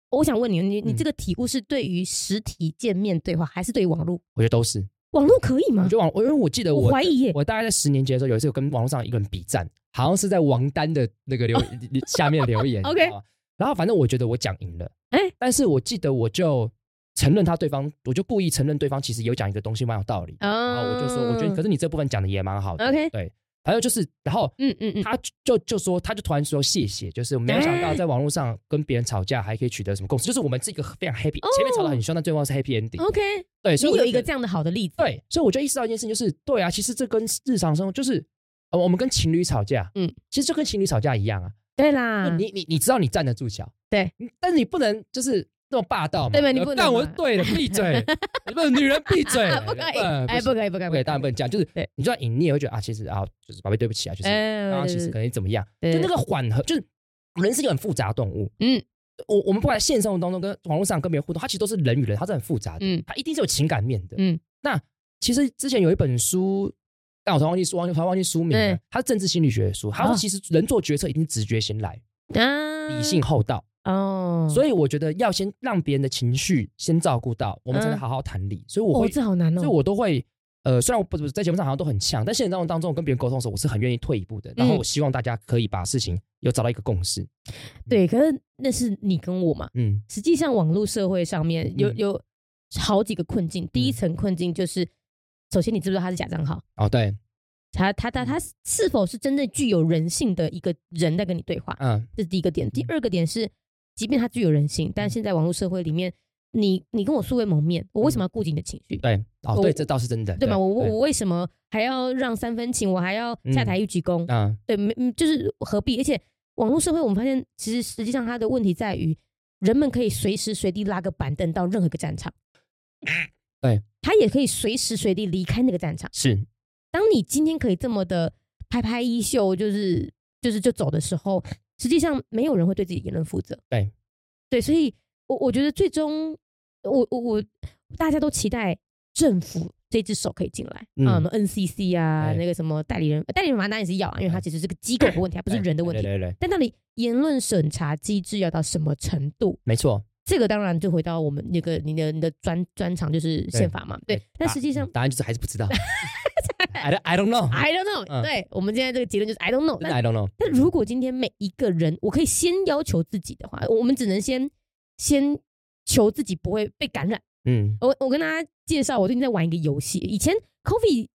Speaker 2: 我想问你，你你
Speaker 1: 嗯
Speaker 2: 这个体悟是对于实体见面对话，还是对于网络？
Speaker 1: 我觉得都是，
Speaker 2: 网络可以
Speaker 1: 我
Speaker 2: 吗
Speaker 1: 觉？得网，因为我记得
Speaker 2: 我
Speaker 1: 我
Speaker 2: 怀疑耶，
Speaker 1: 我大概在十年前的时候，有一次我跟网络上一个人比战，好像是在王丹的那个留下面留言
Speaker 2: 哦 OK
Speaker 1: 你知道吗然后反正我觉得我讲赢了，哎
Speaker 2: 哎，
Speaker 1: 但是我记得我就承认他对方，我就故意承认对方其实有讲一个东西蛮有道理，然后
Speaker 2: 啊
Speaker 1: 我就说，我觉得可是你这部分讲的也蛮好的。
Speaker 2: OK
Speaker 1: 对，还有就是，然后
Speaker 2: 嗯嗯嗯，哎
Speaker 1: 他就就就说，他就突然说谢谢，就是我没有想到在网络上跟别人吵架还可以取得什么共识，就是我们是一个非常 happy，、
Speaker 2: 哦
Speaker 1: 前面吵得很凶，但最后是 happy ending。
Speaker 2: OK，
Speaker 1: 对，所以我
Speaker 2: 你
Speaker 1: 就
Speaker 2: 有一个
Speaker 1: 觉得
Speaker 2: 这样的好的例子，
Speaker 1: 对，所以我就意识到一件事情，就是对啊，其实这跟日常生活就是。呃，我们跟情侣吵架，嗯
Speaker 2: 嗯，
Speaker 1: 其实就跟情侣吵架一样啊。
Speaker 2: 对
Speaker 1: 就
Speaker 2: 啦，
Speaker 1: 你你你知道你站得住脚，
Speaker 2: 对
Speaker 1: 嗯，但是你不能就是那么霸道嘛。
Speaker 2: 对嘛你
Speaker 1: 呃
Speaker 2: 不能
Speaker 1: 干我
Speaker 2: 嘛
Speaker 1: 对了，闭 嘴！不是女人闭嘴
Speaker 2: 啊，不可以，
Speaker 1: 呃
Speaker 2: 哎，
Speaker 1: 行
Speaker 2: 不可以，不可以，
Speaker 1: 不可以，当然不能这样。就是
Speaker 2: 对
Speaker 1: 你就算赢，你也会觉得啊，其实啊，就是宝贝，对不起啊，就是
Speaker 2: 哎，
Speaker 1: 刚刚
Speaker 2: 对
Speaker 1: 其实可
Speaker 2: 对
Speaker 1: 能怎么样，
Speaker 2: 对
Speaker 1: 就
Speaker 2: 对
Speaker 1: 那个缓和，就是人是一个很复杂的动物。
Speaker 2: 嗯，
Speaker 1: 我我们不管在现实生活当中跟网络上跟别人互动，它其实都是人与人，它是很复杂的，
Speaker 2: 嗯
Speaker 1: 它一定是有情感面的。
Speaker 2: 嗯，
Speaker 1: 那其实之前有一本书。但我突然忘记书，忘记突然忘记书名了
Speaker 2: 嗯。
Speaker 1: 它是政治心理学的书，他说
Speaker 2: 哦
Speaker 1: 其实人做决策一定是直觉先来，
Speaker 2: 啊
Speaker 1: 理性后到。
Speaker 2: 哦，
Speaker 1: 所
Speaker 2: 以
Speaker 1: 以我觉得要先让别人的情绪先照顾到，我们才能
Speaker 2: 嗯
Speaker 1: 好好谈理。所以我
Speaker 2: 哦，
Speaker 1: 会
Speaker 2: 这好难哦，
Speaker 1: 所以我都会，呃，虽然我不不在节目上好像都很呛，但现实当中当中我跟别人沟通的时候，我是很愿意退一步的。
Speaker 2: 嗯
Speaker 1: 然后我希望大家可以把事情有找到一个共识。
Speaker 2: 对，可是那是你跟我嘛，
Speaker 1: 嗯
Speaker 2: 实际上网络社会上面有
Speaker 1: 嗯
Speaker 2: 有好几个困境，第一层困境就是，首先你知不知道他是假账号？
Speaker 1: 哦，对，
Speaker 2: 他他
Speaker 1: 嗯
Speaker 2: 他他是否是真正具有人性的一个人在跟你对话？
Speaker 1: 嗯
Speaker 2: 这是第一个点。第二个点是，即便他具有人性，但现在网络社会里面，你你跟我素未谋面，我为
Speaker 1: 嗯
Speaker 2: 什么要顾及你的情绪？
Speaker 1: 对，哦
Speaker 2: 我
Speaker 1: 对，这倒是真的，
Speaker 2: 对吧？我我
Speaker 1: 对
Speaker 2: 我为什么还要让三分情？我还要下台一鞠躬？
Speaker 1: 嗯
Speaker 2: 对，没嗯就是何必？而且网络社会，我们发现其实实际上它的问题在于，人们可以随时随地拉个板凳到任何一个战场，
Speaker 1: 对，
Speaker 2: 他也可以随时随地离开那个战场。
Speaker 1: 是
Speaker 2: 当你今天可以这么的拍拍衣袖，就是就是就走的时候，实际上没有人会对自己的言论负责。
Speaker 1: 对，
Speaker 2: 对，所以我我觉得最终，我我我大家都期待政府这只手可以进来
Speaker 1: 嗯
Speaker 2: 啊、嗯 n c c 啊，
Speaker 1: 哎
Speaker 2: 那个什么代理人，代理人嘛当然是要啊，因为它其实是个机构的问题，它不是
Speaker 1: 对
Speaker 2: 人的问题。
Speaker 1: 对对对，
Speaker 2: 但到底言论审查机制要到什么程度？
Speaker 1: 没错。
Speaker 2: 这个当然就回到我们那个你的你的专专长就是宪法嘛，对。
Speaker 1: 哎答
Speaker 2: 但
Speaker 1: 嗯
Speaker 2: 实际上
Speaker 1: 答案就是还是不 知道。I don't I don't know，
Speaker 2: I don't know，、
Speaker 1: 嗯
Speaker 2: 对我们现在这个结论就是 I don't know
Speaker 1: 真
Speaker 2: 但
Speaker 1: 的 I don't know。
Speaker 2: 但如果今天每一个人，我可以先要求自己的话，我们只能先先求自己不会被感染。
Speaker 1: 嗯
Speaker 2: 我我跟大家介绍，我最近在玩一个游戏。以前 COVID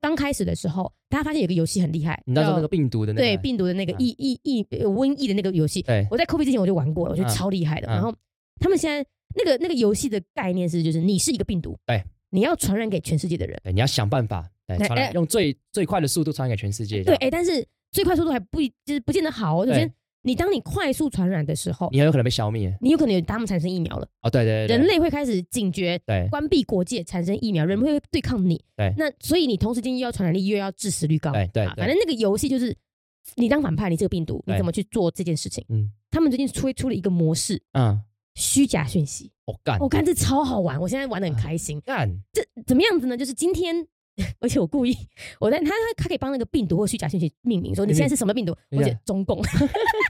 Speaker 2: 刚开始的时候，大家发现有个游戏很厉害，
Speaker 1: 你那时候
Speaker 2: 叫
Speaker 1: 那个病毒的那个
Speaker 2: 对病毒的那个
Speaker 1: 嗯
Speaker 2: 疫疫疫呃瘟疫的那个游戏，
Speaker 1: 对
Speaker 2: 我在 COVID 之前我就玩过了，我觉得
Speaker 1: 嗯
Speaker 2: 超厉害的。
Speaker 1: 嗯
Speaker 2: 然后他们现在那个那个游戏的概念是，就是你是一个病毒，
Speaker 1: 对，
Speaker 2: 你要传染给全世界的人，
Speaker 1: 对，你要想办法对
Speaker 2: 哎
Speaker 1: 传染
Speaker 2: 哎
Speaker 1: 用最最快的速度传染给全世界。
Speaker 2: 对，
Speaker 1: 这样
Speaker 2: 哎，但是最快速度还不一就是不见得好哦。首
Speaker 1: 对
Speaker 2: 先，你当你快速传染的时候，
Speaker 1: 你很有可能被消灭。
Speaker 2: 你有可能有他们产生疫苗了，
Speaker 1: 哦，对对对，对
Speaker 2: 人类会开始警觉，
Speaker 1: 对
Speaker 2: 关闭国界，产生疫苗，人会对抗你。
Speaker 1: 对
Speaker 2: 那所以你同时间又要传染力，又要致死率高。
Speaker 1: 对对
Speaker 2: 啊，
Speaker 1: 对
Speaker 2: 反正那个游戏就是你当反派，你这个病毒，你
Speaker 1: 对
Speaker 2: 怎么去做这件事情？
Speaker 1: 嗯
Speaker 2: 他们最近推出了一个模式，
Speaker 1: 嗯，
Speaker 2: 虚假讯息。
Speaker 1: 我干
Speaker 2: 我、看这超好玩，我现在玩的
Speaker 1: 啊
Speaker 2: 很开心。
Speaker 1: 干，
Speaker 2: 这怎么样子呢？就是今天。 而且我故意， 我在他他他可以帮那个病毒或虚假讯息命名，说你现在是什么病毒？
Speaker 1: 嗯
Speaker 2: 我写中共。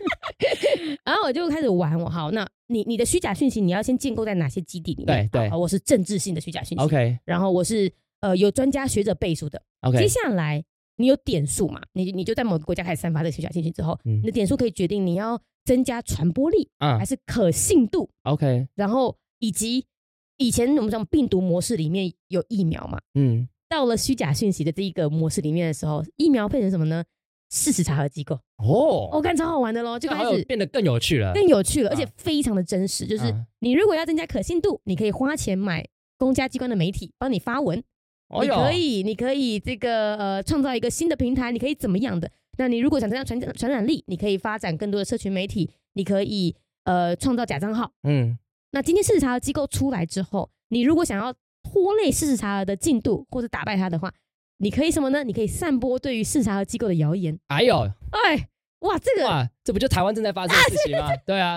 Speaker 2: 然后我就开始玩，我好，那你你的虚假讯息你要先建构在哪些基地里面？
Speaker 1: 对对
Speaker 2: 好好我是政治性的虚假讯息
Speaker 1: OK
Speaker 2: 然后我是呃有专家学者背书的。接
Speaker 1: OK，
Speaker 2: 下来你有点数嘛？你你就在某个国家开始散发这个虚假信息之后，
Speaker 1: 嗯
Speaker 2: 你的点数可以决定你要增加传播力
Speaker 1: 嗯
Speaker 2: 还是可信度，
Speaker 1: OK，
Speaker 2: 然后以及以前我们讲病毒模式里面有疫苗嘛，
Speaker 1: 嗯，
Speaker 2: 到了虚假讯息的这一个模式里面的时候，疫苗变成什么呢？事实查核机构，我、
Speaker 1: 哦，
Speaker 2: 看超好玩的咯，
Speaker 1: 这
Speaker 2: 就
Speaker 1: 个
Speaker 2: 开
Speaker 1: 好有
Speaker 2: 始
Speaker 1: 变得更有趣了。
Speaker 2: 更有趣了，而且
Speaker 1: 啊
Speaker 2: 非常的真实。就是
Speaker 1: 嗯
Speaker 2: 你如果要增加可信度，你可以花钱买公家机关的媒体帮你发文，
Speaker 1: 哎
Speaker 2: 你
Speaker 1: 呦
Speaker 2: 可以，你可以这个呃，创造一个新的平台，你可以怎么样的？那你如果想增加传传染力，你可以发展更多的社群媒体，你可以呃创造假账号。
Speaker 1: 嗯
Speaker 2: 那今天事实查核机构出来之后，你如果想要拖累事实查核的进度或者打败它的话，你可以什么呢？你可以散播对于事实查核机构的谣言。
Speaker 1: 哎呦
Speaker 2: 哎，哇，这个
Speaker 1: 哇，这不就台湾正在发生的事情吗？对啊，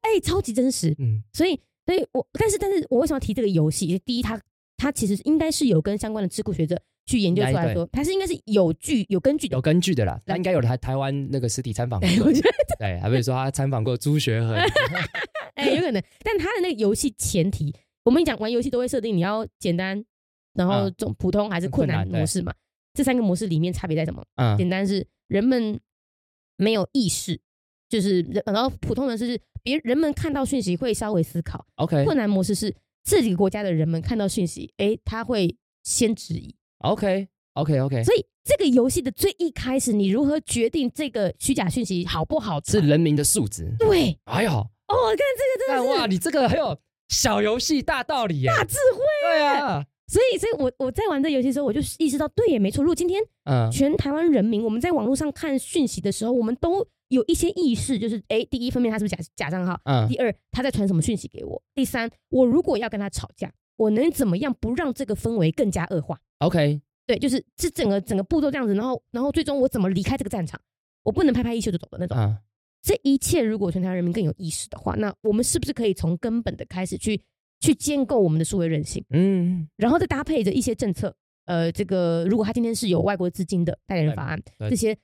Speaker 2: 哎超级真实，
Speaker 1: 嗯
Speaker 2: 所以所以我但是但是我为什么要提这个游戏？第一，它它其实应该是有跟相关的智库学者去研究出
Speaker 1: 来
Speaker 2: 来
Speaker 1: 对
Speaker 2: 说，它是应该是有据有根据的
Speaker 1: 有。根据的啦，他应该有台台湾那个实体参访过，
Speaker 2: 对，我觉得
Speaker 1: 对，还不是说他参访过朱学 恒，
Speaker 2: 哎、有可能，但他的那个游戏前提，我们讲玩游戏都会设定你要简单，然后
Speaker 1: 啊
Speaker 2: 中普通还是困
Speaker 1: 困
Speaker 2: 难
Speaker 1: 难对
Speaker 2: 模式嘛。这三个模式里面差别在什么？
Speaker 1: 嗯
Speaker 2: 简单是人们没有意识，就是人，然后普通人是别人们看到讯息会稍微思考。
Speaker 1: ，OK
Speaker 2: 困难模式是这几个国家的人们看到讯息，哎、他会先质疑。
Speaker 1: OK OK OK，
Speaker 2: 所以这个游戏的最一开始，你如何决定这个虚假讯息好不好
Speaker 1: 是
Speaker 2: 传？
Speaker 1: 人民的素质。
Speaker 2: 对
Speaker 1: 哎呦，
Speaker 2: 哦，我看这个
Speaker 1: 但
Speaker 2: 真的
Speaker 1: 哇，
Speaker 2: 是
Speaker 1: 你这个很有小游戏大道理耶，
Speaker 2: 大智慧。
Speaker 1: 对啊，
Speaker 2: 所以，所以我我在玩这游戏的时候，我就意识到，对也没错。如果今天
Speaker 1: 嗯
Speaker 2: 全台湾人民，我们在网络上看讯息的时候，我们都有一些意识，就是哎，诶第一方面他是不是假假账号，
Speaker 1: 嗯
Speaker 2: 第二他在传什么讯息给我，第三我如果要跟他吵架，我能怎么样不让这个氛围更加恶化？
Speaker 1: ，OK，
Speaker 2: 对，就是这整个整个步骤这样子，然后然后最终我怎么离开这个战场？我不能拍拍衣袖就走的那种。
Speaker 1: 嗯
Speaker 2: 这一切如果全台湾人民更有意识的话，那我们是不是可以从根本的开始去去建构我们的数位韧性？
Speaker 1: 嗯，
Speaker 2: 然后再搭配着一些政策，呃，这个如果他今天是有外国资金的代理人法案，
Speaker 1: 对
Speaker 2: 这些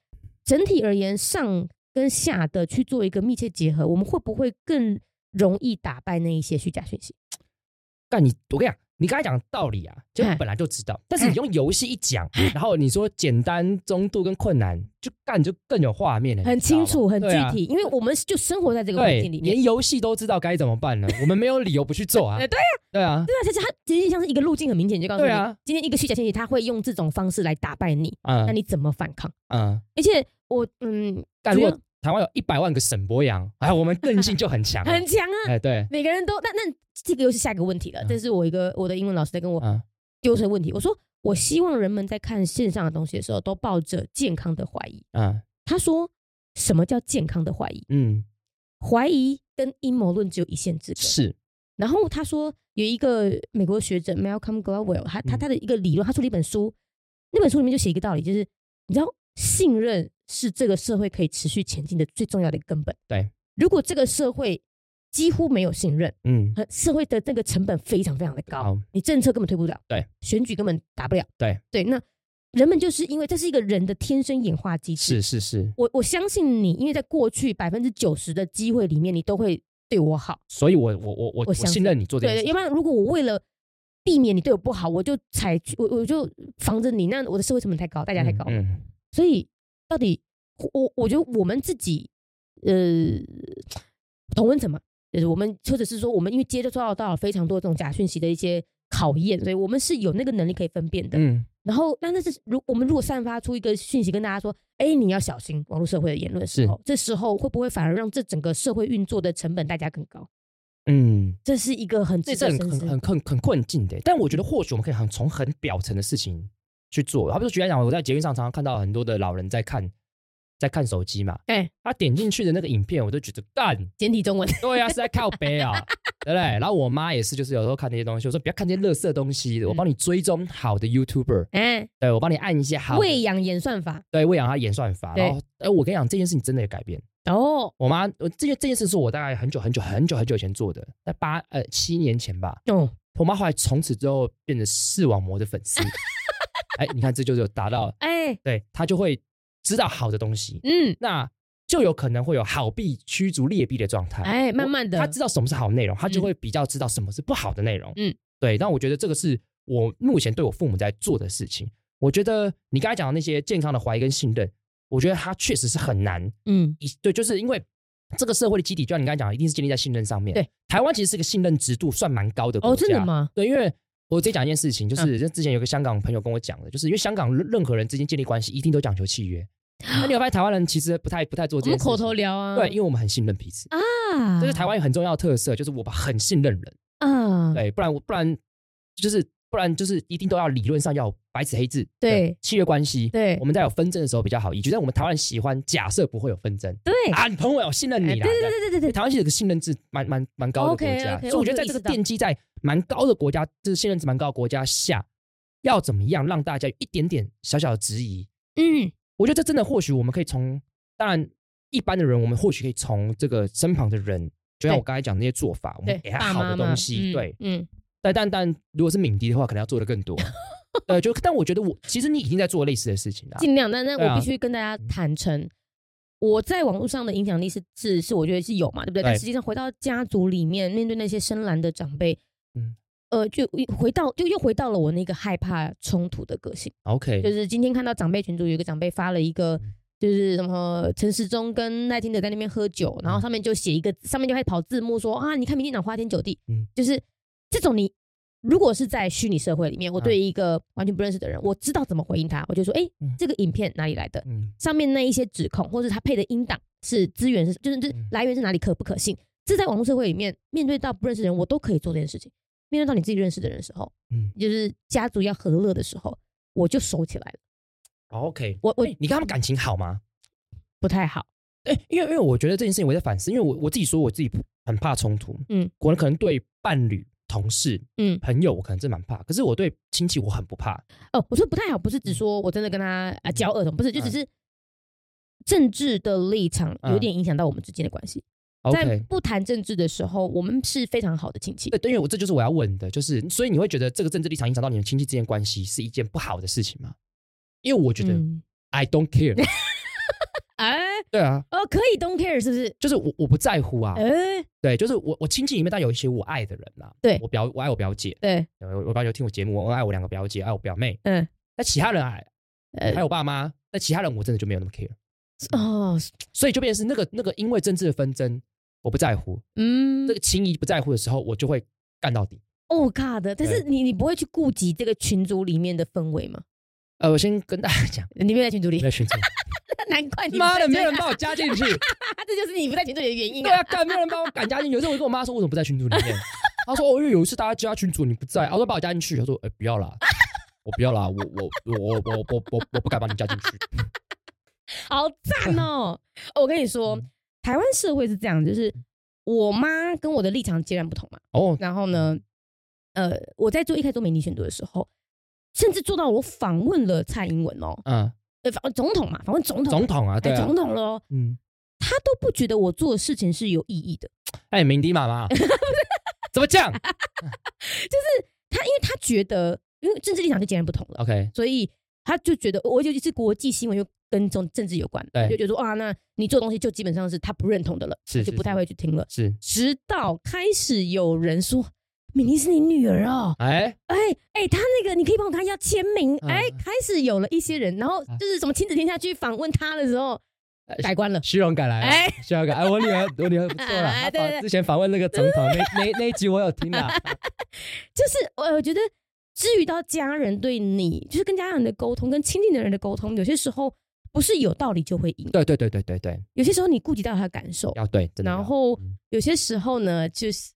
Speaker 2: 整体而言上跟下的去做一个密切结合，我们会不会更容易打败那一些虚假讯息？
Speaker 1: 但你我跟你讲，你刚才讲的道理啊，就
Speaker 2: 哎
Speaker 1: 本来就知道，但是你用游戏一讲，然后你说简单、中度跟困难，就干就更有画面了，
Speaker 2: 很
Speaker 1: 哎你知道
Speaker 2: 清
Speaker 1: 吗
Speaker 2: 楚，很具
Speaker 1: 对啊
Speaker 2: 体，因为我们就生活在这个环
Speaker 1: 对，
Speaker 2: 境里面。
Speaker 1: 连游戏都知道该怎么办了，我们没有理由不去做啊
Speaker 2: 哎。对
Speaker 1: 对啊，
Speaker 2: 对啊，其实它其实像是一个路径，很明显就告诉你，
Speaker 1: 对啊
Speaker 2: 今天一个虚假讯息，他会用这种方式来打败你，那
Speaker 1: 嗯
Speaker 2: 你怎么反抗？
Speaker 1: 嗯，
Speaker 2: 而且我嗯，
Speaker 1: 但
Speaker 2: 主
Speaker 1: 如
Speaker 2: 要。
Speaker 1: 果台湾有一百万个沈博洋，哎，我们韧性就很强
Speaker 2: 很强啊，
Speaker 1: 哎，对，
Speaker 2: 每个人都那那这个又是下一个问题了。
Speaker 1: 嗯
Speaker 2: 这是我一个我的英文老师在跟我
Speaker 1: 嗯
Speaker 2: 丢出问题。我说，我希望人们在看线上的东西的时候，都抱着健康的怀疑。
Speaker 1: 嗯
Speaker 2: 他说，什么叫健康的怀疑？
Speaker 1: 嗯，
Speaker 2: 怀疑跟阴谋论只有一线之隔。
Speaker 1: 是，
Speaker 2: 然后他说，有一个美国学者 Malcolm Gladwell，他他
Speaker 1: 嗯
Speaker 2: 他的一个理论，他出了一本书，那本书里面就写一个道理，就是你知道，信任是这个社会可以持续前进的最重要的一个根本。
Speaker 1: 对，
Speaker 2: 如果这个社会几乎没有信任，
Speaker 1: 嗯，
Speaker 2: 呃社会的那个成本非常非常的高。
Speaker 1: 好，
Speaker 2: 你政策根本推不了，
Speaker 1: 对，
Speaker 2: 选举根本打不了，
Speaker 1: 对
Speaker 2: 对。那人们就是因为这是一个人的天生演化机制，
Speaker 1: 是是是，
Speaker 2: 我我相信你，因为在过去百分之九十的机会里面，你都会对我好，
Speaker 1: 所以我我我我我
Speaker 2: 相信
Speaker 1: 信任你做这
Speaker 2: 对
Speaker 1: 件
Speaker 2: 对，
Speaker 1: 事
Speaker 2: 要。不然如果我为了避免你对我不好，我就采取我我就防着你，那我的社会成本太高，代价太高，
Speaker 1: 嗯嗯
Speaker 2: 所以到底我我我觉得我们自己呃，同温层嘛，就是我们或者是说我们因为接触到到了非常多这种假讯息的一些考验，所以我们是有那个能力可以分辨的。
Speaker 1: 嗯，
Speaker 2: 然后，但是如我们如果散发出一个讯息跟大家说，哎，你要小心网络社会的言论的时候，这时候会不会反而让这整个社会运作的成本代价更高？
Speaker 1: 嗯，
Speaker 2: 这是一个很
Speaker 1: 这
Speaker 2: 值
Speaker 1: 是很
Speaker 2: 得深
Speaker 1: 很
Speaker 2: 思。
Speaker 1: 很很很困境的。但我觉得或许我们可以很从很表层的事情去做。好比说，举例来讲，我在捷运上常常看到很多的老人在看在看手机嘛，
Speaker 2: 哎，
Speaker 1: 他点进去的那个影片，我就觉得干，
Speaker 2: 简体 中文，
Speaker 1: 对啊，是在靠背啊，对不对？然后我妈也是，就是有时候看那些东西，我说不要看这些垃圾东西，我
Speaker 2: 嗯
Speaker 1: 帮你追踪好的 YouTuber，
Speaker 2: 哎，
Speaker 1: 对我帮你按一些好的
Speaker 2: 喂养演算法
Speaker 1: 对喂养他演算法。
Speaker 2: 对
Speaker 1: 然后，哎，我跟你讲，这件事情真的有改变。
Speaker 2: 哦
Speaker 1: 我妈，我这件这件事是我大概很久很久很久很久以前做的，在八呃七年前吧。
Speaker 2: 哦，
Speaker 1: 我妈后来从此之后变成视网膜的粉 丝。哎，你看这就是有达到，
Speaker 2: 哎，
Speaker 1: 对她就会知道好的东西，
Speaker 2: 嗯，
Speaker 1: 那就有可能会有好币驱逐劣币的状态。
Speaker 2: 哎，慢慢的
Speaker 1: 她，知道什么是好内容，她就会比较知道什么是不好的内容。
Speaker 2: 嗯，
Speaker 1: 对。但我觉得这个是我目前对我父母在做的事情。我觉得你刚才讲的那些健康的怀疑跟信任，我觉得它确实是很难
Speaker 2: 嗯，
Speaker 1: 以对，就是因为这个社会的基底，就像你刚才讲的，一定是建立在信任上面。
Speaker 2: 对，
Speaker 1: 台湾其实是个信任值度算蛮高的国
Speaker 2: 哦，
Speaker 1: 家。
Speaker 2: 真的？吗？
Speaker 1: 对，因为我直接讲一件事情，
Speaker 2: 嗯
Speaker 1: 就是、就之前有个香港朋友跟我讲的，就是因为香港任任何人之间建立关系，一定都讲求契 约。那你有发现台湾人其实不太不太做
Speaker 2: 我
Speaker 1: 这件
Speaker 2: 们
Speaker 1: 事情？
Speaker 2: 口头聊啊，
Speaker 1: 对，因为我们很信任彼此，
Speaker 2: 啊，
Speaker 1: 这是台湾很重要的特色，就是我们很信任人。
Speaker 2: 啊，
Speaker 1: 对，不然我不然就是不然就是一定都要理论上要有白纸黑字的
Speaker 2: 对
Speaker 1: 契约关系。
Speaker 2: 对
Speaker 1: 我们在有纷争的时候比较好依据，但我们台湾人喜欢假设不会有纷争。
Speaker 2: 对，
Speaker 1: 啊，你朋友我信任
Speaker 2: 哎
Speaker 1: 你
Speaker 2: 对
Speaker 1: 啦。
Speaker 2: 对
Speaker 1: 这样
Speaker 2: 对对对对，
Speaker 1: 台湾是有个信任制蛮蛮蛮高的国家
Speaker 2: OK，OK，
Speaker 1: 所以我觉得在这个
Speaker 2: 我有意识到
Speaker 1: 奠基在蛮高的国家，就是信任值蛮高的国家下，要怎么样让大家有一点点小小的质疑？
Speaker 2: 嗯，
Speaker 1: 我觉得这真的或许我们可以从，当然一般的人，我们或许可以从这个身旁的人，就像我刚才讲的那些做法，我
Speaker 2: 对
Speaker 1: 们给，他
Speaker 2: 爸
Speaker 1: 好
Speaker 2: 妈
Speaker 1: 的
Speaker 2: 嘛
Speaker 1: 东西，
Speaker 2: 嗯
Speaker 1: 对。
Speaker 2: 嗯，
Speaker 1: 但但但如果是敏迪的话，可能要做的更 多。呃，就但我觉得我其实你已经在做类似的事情了。
Speaker 2: 尽量，但但
Speaker 1: 对啊
Speaker 2: 我必须跟大家坦诚，我在网络上的影响力是是是，我觉得是有嘛，对不对？但
Speaker 1: 对
Speaker 2: 实际上回到家族里面，面对那些深蓝的长辈，
Speaker 1: 嗯
Speaker 2: 嗯，呃，就回到就又回到了我那个害怕冲突的个性，就
Speaker 1: OK，
Speaker 2: 是今天看到长辈群组有一个长辈发了一个。
Speaker 1: 嗯
Speaker 2: 就是什么陈时中跟赖清德在那边喝酒，
Speaker 1: 嗯
Speaker 2: 然后上面就写一个，上面就开始跑字幕说啊，你看民进党花天酒地，
Speaker 1: 嗯
Speaker 2: 就是这种你如果是在虚拟社会里面，我
Speaker 1: 嗯
Speaker 2: 对一个完全不认识的人，我知道怎么回应他，我就说，哎、
Speaker 1: 嗯
Speaker 2: 这个影片哪里来的？
Speaker 1: 嗯，
Speaker 2: 上面那一些指控，或是他配的音档是资源是，就是这
Speaker 1: 嗯
Speaker 2: 来源是哪里可不可信？这在网络社会里面，面对到不认识的人，我都可以做这件事情。面对到你自己认识的人的时候，
Speaker 1: 嗯
Speaker 2: 嗯，就是家族要和乐的时候，我就收起来了，
Speaker 1: 好 OK。
Speaker 2: 我我
Speaker 1: 哎你跟他们感情好吗？
Speaker 2: 不太好。
Speaker 1: 哎、因为因为我觉得这件事情我在反思，因为我我自己说我自己很怕冲突，
Speaker 2: 嗯，
Speaker 1: 我可能对伴侣、同事、
Speaker 2: 嗯，
Speaker 1: 朋友我可能真蛮怕，可是我对亲戚我很不怕。
Speaker 2: 哦，我说不太好，不是
Speaker 1: 嗯
Speaker 2: 只说我真的跟他啊交恶什么，不是，就只是政治的立场有点影响到我们之间的关系。
Speaker 1: 嗯
Speaker 2: 在
Speaker 1: OK，
Speaker 2: 不谈政治的时候，我们是非常好的亲戚。
Speaker 1: 对，对，因为我这就是我要问的，就是所以你会觉得这个政治立场影响到你们亲戚之间关系是一件不好的事情吗？因为我觉得、
Speaker 2: 嗯，
Speaker 1: I don't care，
Speaker 2: 哎，
Speaker 1: 对啊，
Speaker 2: 哦，可以，don't care，是不是？
Speaker 1: 就是我我不在乎啊，
Speaker 2: 哎，
Speaker 1: 对，就是我我亲戚里面但有一些我爱的人啊，
Speaker 2: 对
Speaker 1: 我表我爱我表姐，
Speaker 2: 对，
Speaker 1: 对我我表姐听我节目，我爱我两个表姐，爱我表妹，
Speaker 2: 嗯，
Speaker 1: 那其他人还
Speaker 2: 呃
Speaker 1: 还有我爸妈，那其他人我真的就没有那么 care。
Speaker 2: 哦，
Speaker 1: 所以就变成是那个那个因为政治的纷争，我不在乎，
Speaker 2: 嗯
Speaker 1: 这，个情谊不在乎的时候，我就会干到底。
Speaker 2: 哦，尬的，但是你你不会去顾及这个群组里面的氛围吗？
Speaker 1: 呃，我先跟大家讲，
Speaker 2: 你没有在群组
Speaker 1: 没
Speaker 2: 里，
Speaker 1: 有群众，
Speaker 2: 难怪你
Speaker 1: 妈的，
Speaker 2: 不
Speaker 1: 没
Speaker 2: 在
Speaker 1: 有人把我加进去，
Speaker 2: 啊这就是 你不在群组里的原因
Speaker 1: 对
Speaker 2: 啊。
Speaker 1: 啊，干，没有人把我赶加进去。有时候我跟我妈说，为什么不在群组里 面？她说，哦，因为有一次大家加群组，你不在，啊我说把我加进去，她说，哎、不要啦，我不要啦，我我我我我我我我不敢把你加进去。
Speaker 2: 好赞 哦！哦我跟你说
Speaker 1: 嗯，
Speaker 2: 台湾社会是这样，就是我妈跟我的立场截然不同嘛。
Speaker 1: 哦，
Speaker 2: 然后呢，
Speaker 1: 嗯
Speaker 2: 呃，我在做一开始做媒体选读的时候，甚至做到我访问了蔡英文哦，
Speaker 1: 嗯，
Speaker 2: 呃，访总统嘛，访问总统，
Speaker 1: 总统啊，
Speaker 2: 哎
Speaker 1: 对啊
Speaker 2: 总，统了哦，
Speaker 1: 嗯，
Speaker 2: 他都不觉得我做的事情是有意义的。
Speaker 1: 哎、鸣笛妈 妈，怎么讲
Speaker 2: 他因为他觉得，因为政治立场就截然不同了，
Speaker 1: ？OK，
Speaker 2: 所以他就觉得，我尤其是国际新闻又跟这种政治有关，
Speaker 1: 对
Speaker 2: 就觉得说啊，那你做的东西就基本上是他不认同的了，
Speaker 1: 是是
Speaker 2: 就不太会去听了。
Speaker 1: 是，
Speaker 2: 直到开始有人说。敏妮是你女儿哦，
Speaker 1: 哎、
Speaker 2: 哎哎，她那个你可以帮我跟她要签名，
Speaker 1: 嗯啊
Speaker 2: 哎，开始有了一些人，然后就是什么亲子天下去访问她的时候，改观了。
Speaker 1: 虚荣感来了
Speaker 2: 哎，
Speaker 1: 虚荣感。哎，我女 儿，我女儿不错了。
Speaker 2: 哎
Speaker 1: 她
Speaker 2: 对
Speaker 1: 访
Speaker 2: 对
Speaker 1: 之前访问那个总统那那那一集我有听 啊。
Speaker 2: 就是我我觉得，至于到家人对你，就是跟家人的沟通，跟亲近的人的沟通，有些时候不是有道理就会赢，
Speaker 1: 对对对对对对，
Speaker 2: 有些时候你顾及到他的感受，
Speaker 1: 要对，真的要。
Speaker 2: 然后
Speaker 1: 嗯
Speaker 2: 有些时候呢，就是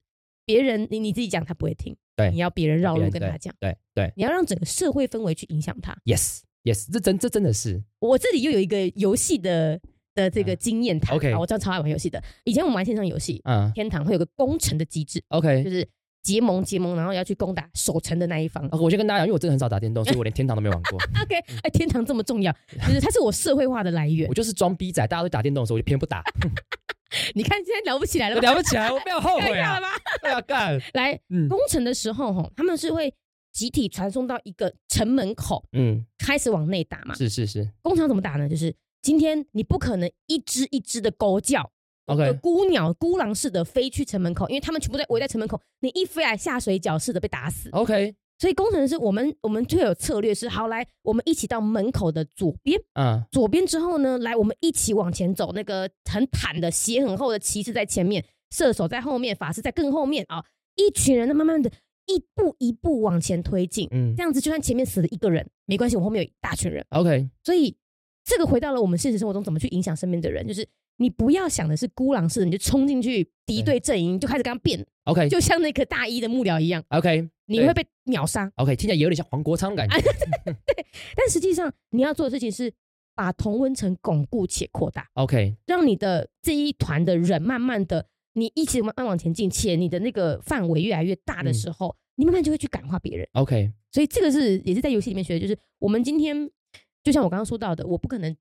Speaker 2: 别人你你自己讲他不会听，
Speaker 1: 对
Speaker 2: 你要别人绕
Speaker 1: 别
Speaker 2: 路
Speaker 1: 人
Speaker 2: 跟他讲，
Speaker 1: 对对
Speaker 2: 你要让整个社会氛围去影响他。
Speaker 1: ，yes yes，这真这真的是
Speaker 2: 我这里又有一个游戏的的这个
Speaker 1: 嗯
Speaker 2: 经验谈、
Speaker 1: OK
Speaker 2: 啊我知道超爱玩游戏的，以前我们玩线上游戏，
Speaker 1: 嗯
Speaker 2: 天堂会有个攻城的机制，就
Speaker 1: OK。
Speaker 2: 是结盟结盟，然后要去攻打守城的那一方。
Speaker 1: 我先跟大家讲，因为我真的很少打电 动，所以我连天堂都没玩过。
Speaker 2: OK，哎，天堂这么 重要，就是它是我社会化的来源
Speaker 1: 我。就是装逼仔，大家都打电动的时候，我就偏不 打，
Speaker 2: 你看现在了不起来了吧？
Speaker 1: 聊不起来，我不要 后悔
Speaker 2: 看
Speaker 1: 啊
Speaker 2: 了！吧？
Speaker 1: 对啊，干，
Speaker 2: 来
Speaker 1: 嗯
Speaker 2: 攻城的时候，吼，他们是会集体传送到一个城门口，
Speaker 1: 嗯，
Speaker 2: 开始往内打嘛。
Speaker 1: 是是是
Speaker 2: 攻城怎么打呢？就是今天你不可能一只一只的狗叫。呃
Speaker 1: ，OK，
Speaker 2: 孤鸟孤狼似的飞去城门口，因为他们全部在围在城门口，你一飞来下水饺似的被打死。
Speaker 1: OK，
Speaker 2: 所以工程师，我们我们就有策略是，好来，我们一起到门口的左边，
Speaker 1: 嗯
Speaker 2: 左边之后呢，来我们一起往前走，那个很坦的鞋很厚的骑士在前面，射手在后面，法师在更后面啊、一群人慢慢的一步一步往前推进，
Speaker 1: 嗯
Speaker 2: 这样子就算前面死了一个人没关系，我后面有一大群人。
Speaker 1: ，OK，
Speaker 2: 所以这个回到了我们现实生活中怎么去影响身边的人，就是你不要想的是孤狼式的，你就冲进去敌对阵营就开始跟他辩，
Speaker 1: OK
Speaker 2: 就像那个大一的幕僚一样，
Speaker 1: OK
Speaker 2: 你
Speaker 1: 对
Speaker 2: 会被秒杀。
Speaker 1: OK，听起来有点像黄国昌的感
Speaker 2: 哎
Speaker 1: 觉。
Speaker 2: 但实际上你要做的事情是把同温层巩固且扩大，
Speaker 1: OK，
Speaker 2: 让你的这一团的人慢慢的你一起慢慢往前进，且你的那个范围越来越大的
Speaker 1: 嗯
Speaker 2: 时候，你慢慢就会去感化别人。
Speaker 1: OK，
Speaker 2: 所以这个是也是在游戏里面学的，就是我们今天就像我刚刚说到的，我不可能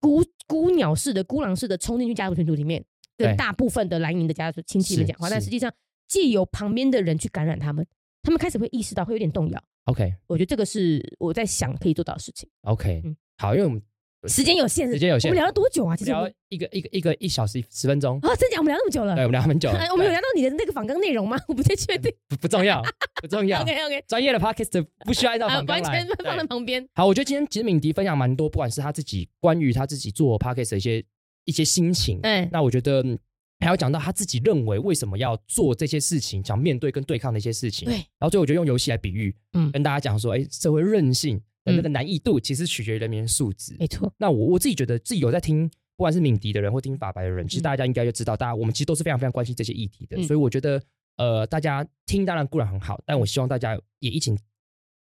Speaker 2: 孤孤鸟式的、孤狼式的冲进去家族群组里面，跟
Speaker 1: 对
Speaker 2: 大部分的蓝营的家族亲戚们
Speaker 1: 是
Speaker 2: 讲话，但
Speaker 1: 是
Speaker 2: 实际上借由旁边的人去感染他们，他们开始会意识到，会有点动摇。
Speaker 1: OK，
Speaker 2: 我觉得这个是我在想可以做到的事情。
Speaker 1: OK，
Speaker 2: 嗯
Speaker 1: 好，因为我们
Speaker 2: 时间有限，
Speaker 1: 时间有限
Speaker 2: 我们聊了多久啊？其实我
Speaker 1: 聊
Speaker 2: 们
Speaker 1: 一个一个一个一小时十分钟，
Speaker 2: 啊，真假我们聊那么久了
Speaker 1: 对，我？们聊很久了
Speaker 2: 哎，我们有聊到你的那个访纲内容吗？我不太确定。
Speaker 1: 不不重要，不重 要
Speaker 2: OK，OK，
Speaker 1: 专业的 podcast 不需要按照
Speaker 2: 啊，
Speaker 1: 反啊纲
Speaker 2: 完
Speaker 1: 来
Speaker 2: 全。放在
Speaker 1: 对
Speaker 2: 旁边。
Speaker 1: 好，我觉得今天其实敏迪分享蛮多，不管是他自己关于他自己做 podcast 的一些一些心情，
Speaker 2: 哎，
Speaker 1: 那我觉得嗯还要讲到他自己认为为什么要做这些事情，想面对跟对抗的一些事情。
Speaker 2: 对
Speaker 1: 然后最后我觉得用游戏来比喻，
Speaker 2: 嗯
Speaker 1: 跟大家讲说，哎，社会韧性的那个难易度其实取决于人民的素质。
Speaker 2: 没错，
Speaker 1: 那我我自己觉得自己有在听，不管是敏迪的人或听法白的人，其实
Speaker 2: 嗯
Speaker 1: 大家应该就知道，大家我们其实都是非常非常关心这些议题的，
Speaker 2: 嗯
Speaker 1: 所以我觉得呃，大家听当然固然很好，但我希望大家也一起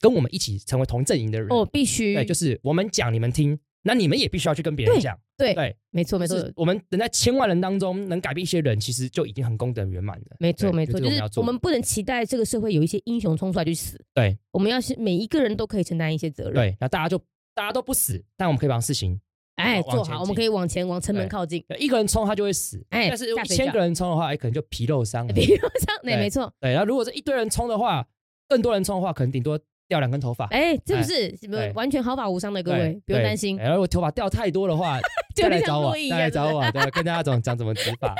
Speaker 1: 跟我们一起成为同阵营的人。
Speaker 2: 哦，必须
Speaker 1: 对，就是我们讲你们听，那你们也必须要去跟别人
Speaker 2: 对
Speaker 1: 讲。
Speaker 2: 对呃
Speaker 1: 对，
Speaker 2: 没错没错
Speaker 1: 就，是我们能在千万人当中能改变一些人，其实就已经很功德圆满了。
Speaker 2: 没错，
Speaker 1: 对
Speaker 2: 没错，
Speaker 1: 这
Speaker 2: 就
Speaker 1: 个
Speaker 2: 是
Speaker 1: 要做
Speaker 2: 我们不能期待这个社会有一些英雄冲出来去死。
Speaker 1: 对，
Speaker 2: 我们要是每一个人都可以承担一些责任。，
Speaker 1: 对，那大家就大家都不死，但我们可以把事情，
Speaker 2: 哎，
Speaker 1: 往
Speaker 2: 做
Speaker 1: 往前
Speaker 2: 好，
Speaker 1: 进
Speaker 2: 我们可以往前往城门
Speaker 1: 对
Speaker 2: 靠近。
Speaker 1: 一个人冲他就会死，
Speaker 2: 哎
Speaker 1: 但是
Speaker 2: 下
Speaker 1: 一
Speaker 2: 水
Speaker 1: 千
Speaker 2: 饺
Speaker 1: 个人冲的话，哎，可能就皮肉伤了。
Speaker 2: 比如像，对，
Speaker 1: 对
Speaker 2: 没错，
Speaker 1: 对，然后如果是一堆人冲的话，更多人冲的话，可能顶多掉两根头发。
Speaker 2: 哎，这不是什么
Speaker 1: 对
Speaker 2: 完全毫发无伤的，
Speaker 1: 对
Speaker 2: 各位不用
Speaker 1: 对
Speaker 2: 担心
Speaker 1: 哎。然后如果头发掉太多的 话，
Speaker 2: 就
Speaker 1: 再来
Speaker 2: 像
Speaker 1: 找我
Speaker 2: 洛伊一，
Speaker 1: 再
Speaker 2: 样
Speaker 1: 来找
Speaker 2: 对不
Speaker 1: 我， 对，跟大家讲讲怎么执法。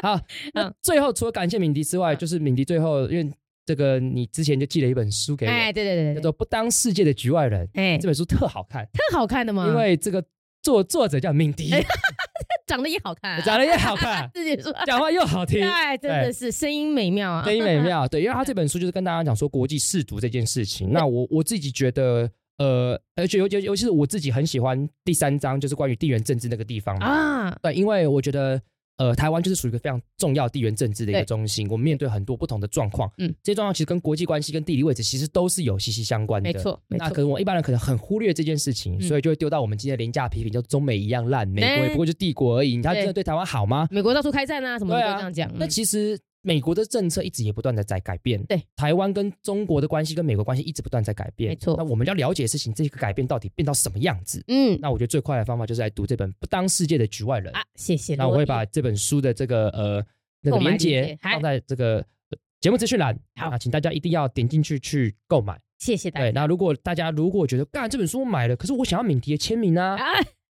Speaker 1: 好，那
Speaker 2: 嗯
Speaker 1: 最后除了感谢敏迪之外，
Speaker 2: 嗯
Speaker 1: 就是敏迪最后因为这个你之前就寄了一本书给
Speaker 2: 哎，
Speaker 1: 我，
Speaker 2: 对对
Speaker 1: 叫
Speaker 2: 对对，
Speaker 1: 做《不当世界的局外人》，
Speaker 2: 哎，嗯
Speaker 1: 这本书特好看，
Speaker 2: 特好看的嘛，
Speaker 1: 因为这个作作者叫敏
Speaker 2: 哎
Speaker 1: 迪，
Speaker 2: 长得也好看啊，，
Speaker 1: 长得也好看
Speaker 2: 自己说，
Speaker 1: 讲话又好 听，
Speaker 2: 哎，真的是声音美妙啊，
Speaker 1: 声音美妙。对，因为他这本书就是跟大家讲说国际试读这件事情。那我我自己觉得，呃，而且尤尤尤其是我自己很喜欢第三章，就是关于地缘政治那个地方嘛。
Speaker 2: 啊，
Speaker 1: 对，因为我觉得。呃，台湾就是属于一个非常重要地缘政治的一个
Speaker 2: 对
Speaker 1: 中心，我们面对很多不同的状况，
Speaker 2: 嗯
Speaker 1: 嗯，这些状况其实跟国际关系、跟地理位置其实都是有息息相关的。
Speaker 2: 没错没
Speaker 1: 那可
Speaker 2: 错，
Speaker 1: 能我一般人可能很忽略这件事情，
Speaker 2: 嗯
Speaker 1: 所以就会丢到我们今天的廉价批评，就中美一样烂，美国
Speaker 2: 哎
Speaker 1: 也不过就帝国而已。他真的对台湾好吗？
Speaker 2: 美国到处开战啊，什么的
Speaker 1: 对
Speaker 2: 都
Speaker 1: 啊
Speaker 2: 这样讲，
Speaker 1: 那
Speaker 2: 嗯
Speaker 1: 其实美国的政策一直也不断的在改变，
Speaker 2: 对
Speaker 1: 台湾跟中国的关系跟美国关系一直不断在改变，
Speaker 2: 没错
Speaker 1: 那我们要了解事情这个改变到底变到什么样子？
Speaker 2: 嗯
Speaker 1: 那我觉得最快的方法就是来读这本《不当世界的局外人》
Speaker 2: 啊，谢谢洛伊，
Speaker 1: 那我会把这本书的这个呃那个
Speaker 2: 购
Speaker 1: 连
Speaker 2: 买链接
Speaker 1: 接
Speaker 2: 嗨
Speaker 1: 放在这个呃节目资讯栏，
Speaker 2: 好
Speaker 1: 那请大家一定要点进去去购买。
Speaker 2: 谢谢大
Speaker 1: 对，
Speaker 2: 家
Speaker 1: 那如果大家如果觉得干这本书我买了，可是我想要敏迪的签名啊，
Speaker 2: 啊，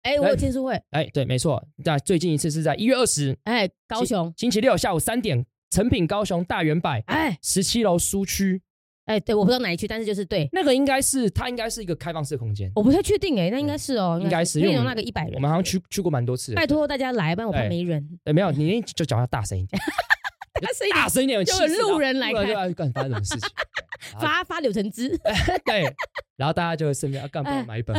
Speaker 2: 哎，我有签书会，
Speaker 1: 哎，对，没错，那最近一次是在一月二十
Speaker 2: 哎，高雄，
Speaker 1: 星期六下午三点，成品高雄大圆柏
Speaker 2: 哎。
Speaker 1: 十七楼书区
Speaker 2: 哎，对，我不知道哪一区，但是就是对，
Speaker 1: 那个应该是它应该是一个开放式的空间，
Speaker 2: 我不太确定哎、那应该是哦，
Speaker 1: 嗯应该是
Speaker 2: 因
Speaker 1: 因为
Speaker 2: 为有
Speaker 1: 我
Speaker 2: 那
Speaker 1: 们
Speaker 2: 个一百人，
Speaker 1: 我们好像去去过蛮多次的。
Speaker 2: 拜托大家来，不然我怕
Speaker 1: 对
Speaker 2: 没人。
Speaker 1: 呃，没有，你一就讲话大声一点，
Speaker 2: 大声一点
Speaker 1: 大声一点，有
Speaker 2: 哎 就
Speaker 1: 气势
Speaker 2: 有路人来
Speaker 1: 然后
Speaker 2: 看
Speaker 1: 路人就干发生什么事情？好
Speaker 2: 发发柳橙汁，
Speaker 1: 对，然后大家就会顺便啊干
Speaker 2: 哎
Speaker 1: 帮我买一本，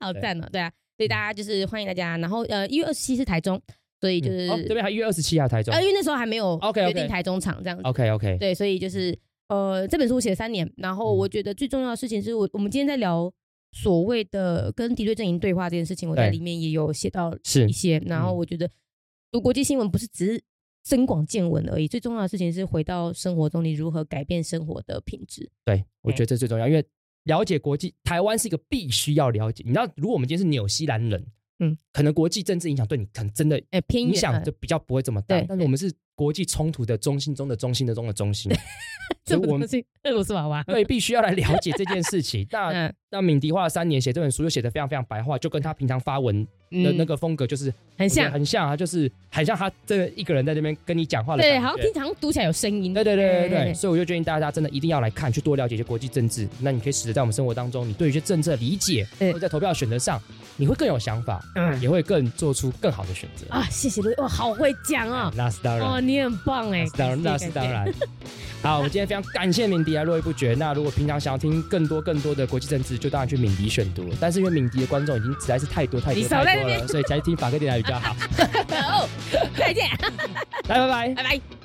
Speaker 2: 好
Speaker 1: 对嗯
Speaker 2: 赞哦！对啊，所以大家就是欢迎大家。然后呃，一月二十七是台中，所以就是
Speaker 1: 嗯哦这边还约二十七号台中
Speaker 2: 呃，因为那时候还没有
Speaker 1: OK，OK
Speaker 2: 决定台中场这样子。
Speaker 1: ，OK OK，
Speaker 2: 对，所以就是呃，这本书我写了三年，然后
Speaker 1: 嗯
Speaker 2: 我觉得最重要的事情是我我们今天在聊所谓的跟敌对阵营对话这件事情，我在
Speaker 1: 对
Speaker 2: 里面也有写到
Speaker 1: 是
Speaker 2: 一些。然后
Speaker 1: 嗯
Speaker 2: 我觉得读国际新闻不是只是增广见闻而已，最重要的事情是回到生活中，你如何改变生活的品质。
Speaker 1: 对，我觉得这最重要，因为了解国际，台湾是一个必须要了解。你知道，如果我们今天是纽西兰人，
Speaker 2: 嗯
Speaker 1: 嗯，可能国际政治影响对你可能真的
Speaker 2: 哎、偏
Speaker 1: 影
Speaker 2: 远
Speaker 1: 响
Speaker 2: 啊
Speaker 1: 就比较不会这么大
Speaker 2: 对，
Speaker 1: 但是我们是国际冲突的中心中的中心的中的中心，所
Speaker 2: 这
Speaker 1: 以
Speaker 2: 不
Speaker 1: 我们啊
Speaker 2: 是 俄罗斯娃 娃。
Speaker 1: 对必须要来了解这件事情。那
Speaker 2: 嗯，
Speaker 1: 那敏迪花了三年写这本书，又写的非常非常白话，就跟他平常发文的
Speaker 2: 嗯
Speaker 1: 那个风格就是
Speaker 2: 很
Speaker 1: 我觉得
Speaker 2: 像，
Speaker 1: 很像啊，就是很像他真的一个人在那边跟你讲话的
Speaker 2: 对，
Speaker 1: 感
Speaker 2: 好像
Speaker 1: 觉
Speaker 2: 平常读起来有声音。
Speaker 1: 对对对对
Speaker 2: 哎
Speaker 1: 对，所以我就建议大家真的一定要来看，去多了解一些国际政治。那你可以使得在我们生活当中，你对于一些政策理解，
Speaker 2: 对
Speaker 1: 或者在投票选择上，你会更有想法，
Speaker 2: 嗯
Speaker 1: 也会更做出更好的选择。
Speaker 2: 啊，谢谢陆毅，哇，好会讲
Speaker 1: 哎
Speaker 2: 哦，
Speaker 1: 那是当
Speaker 2: 哦，
Speaker 1: 然，
Speaker 2: 你很棒哎
Speaker 1: 啊那是，当然，那
Speaker 2: 感谢
Speaker 1: 是当。然。好，我们今天非常感谢敏迪来络绎不绝。那如果平常想要听更多更多的国际政治，就当然去敏迪选读了。但是因为敏迪的观众已经实在是太多太
Speaker 2: 你
Speaker 1: 多
Speaker 2: 少在
Speaker 1: 太
Speaker 2: 那
Speaker 1: 多
Speaker 2: 边
Speaker 1: 了，所以才听法克电台比较好。
Speaker 2: 感谢好，再见，
Speaker 1: 来，拜拜。
Speaker 2: 拜拜。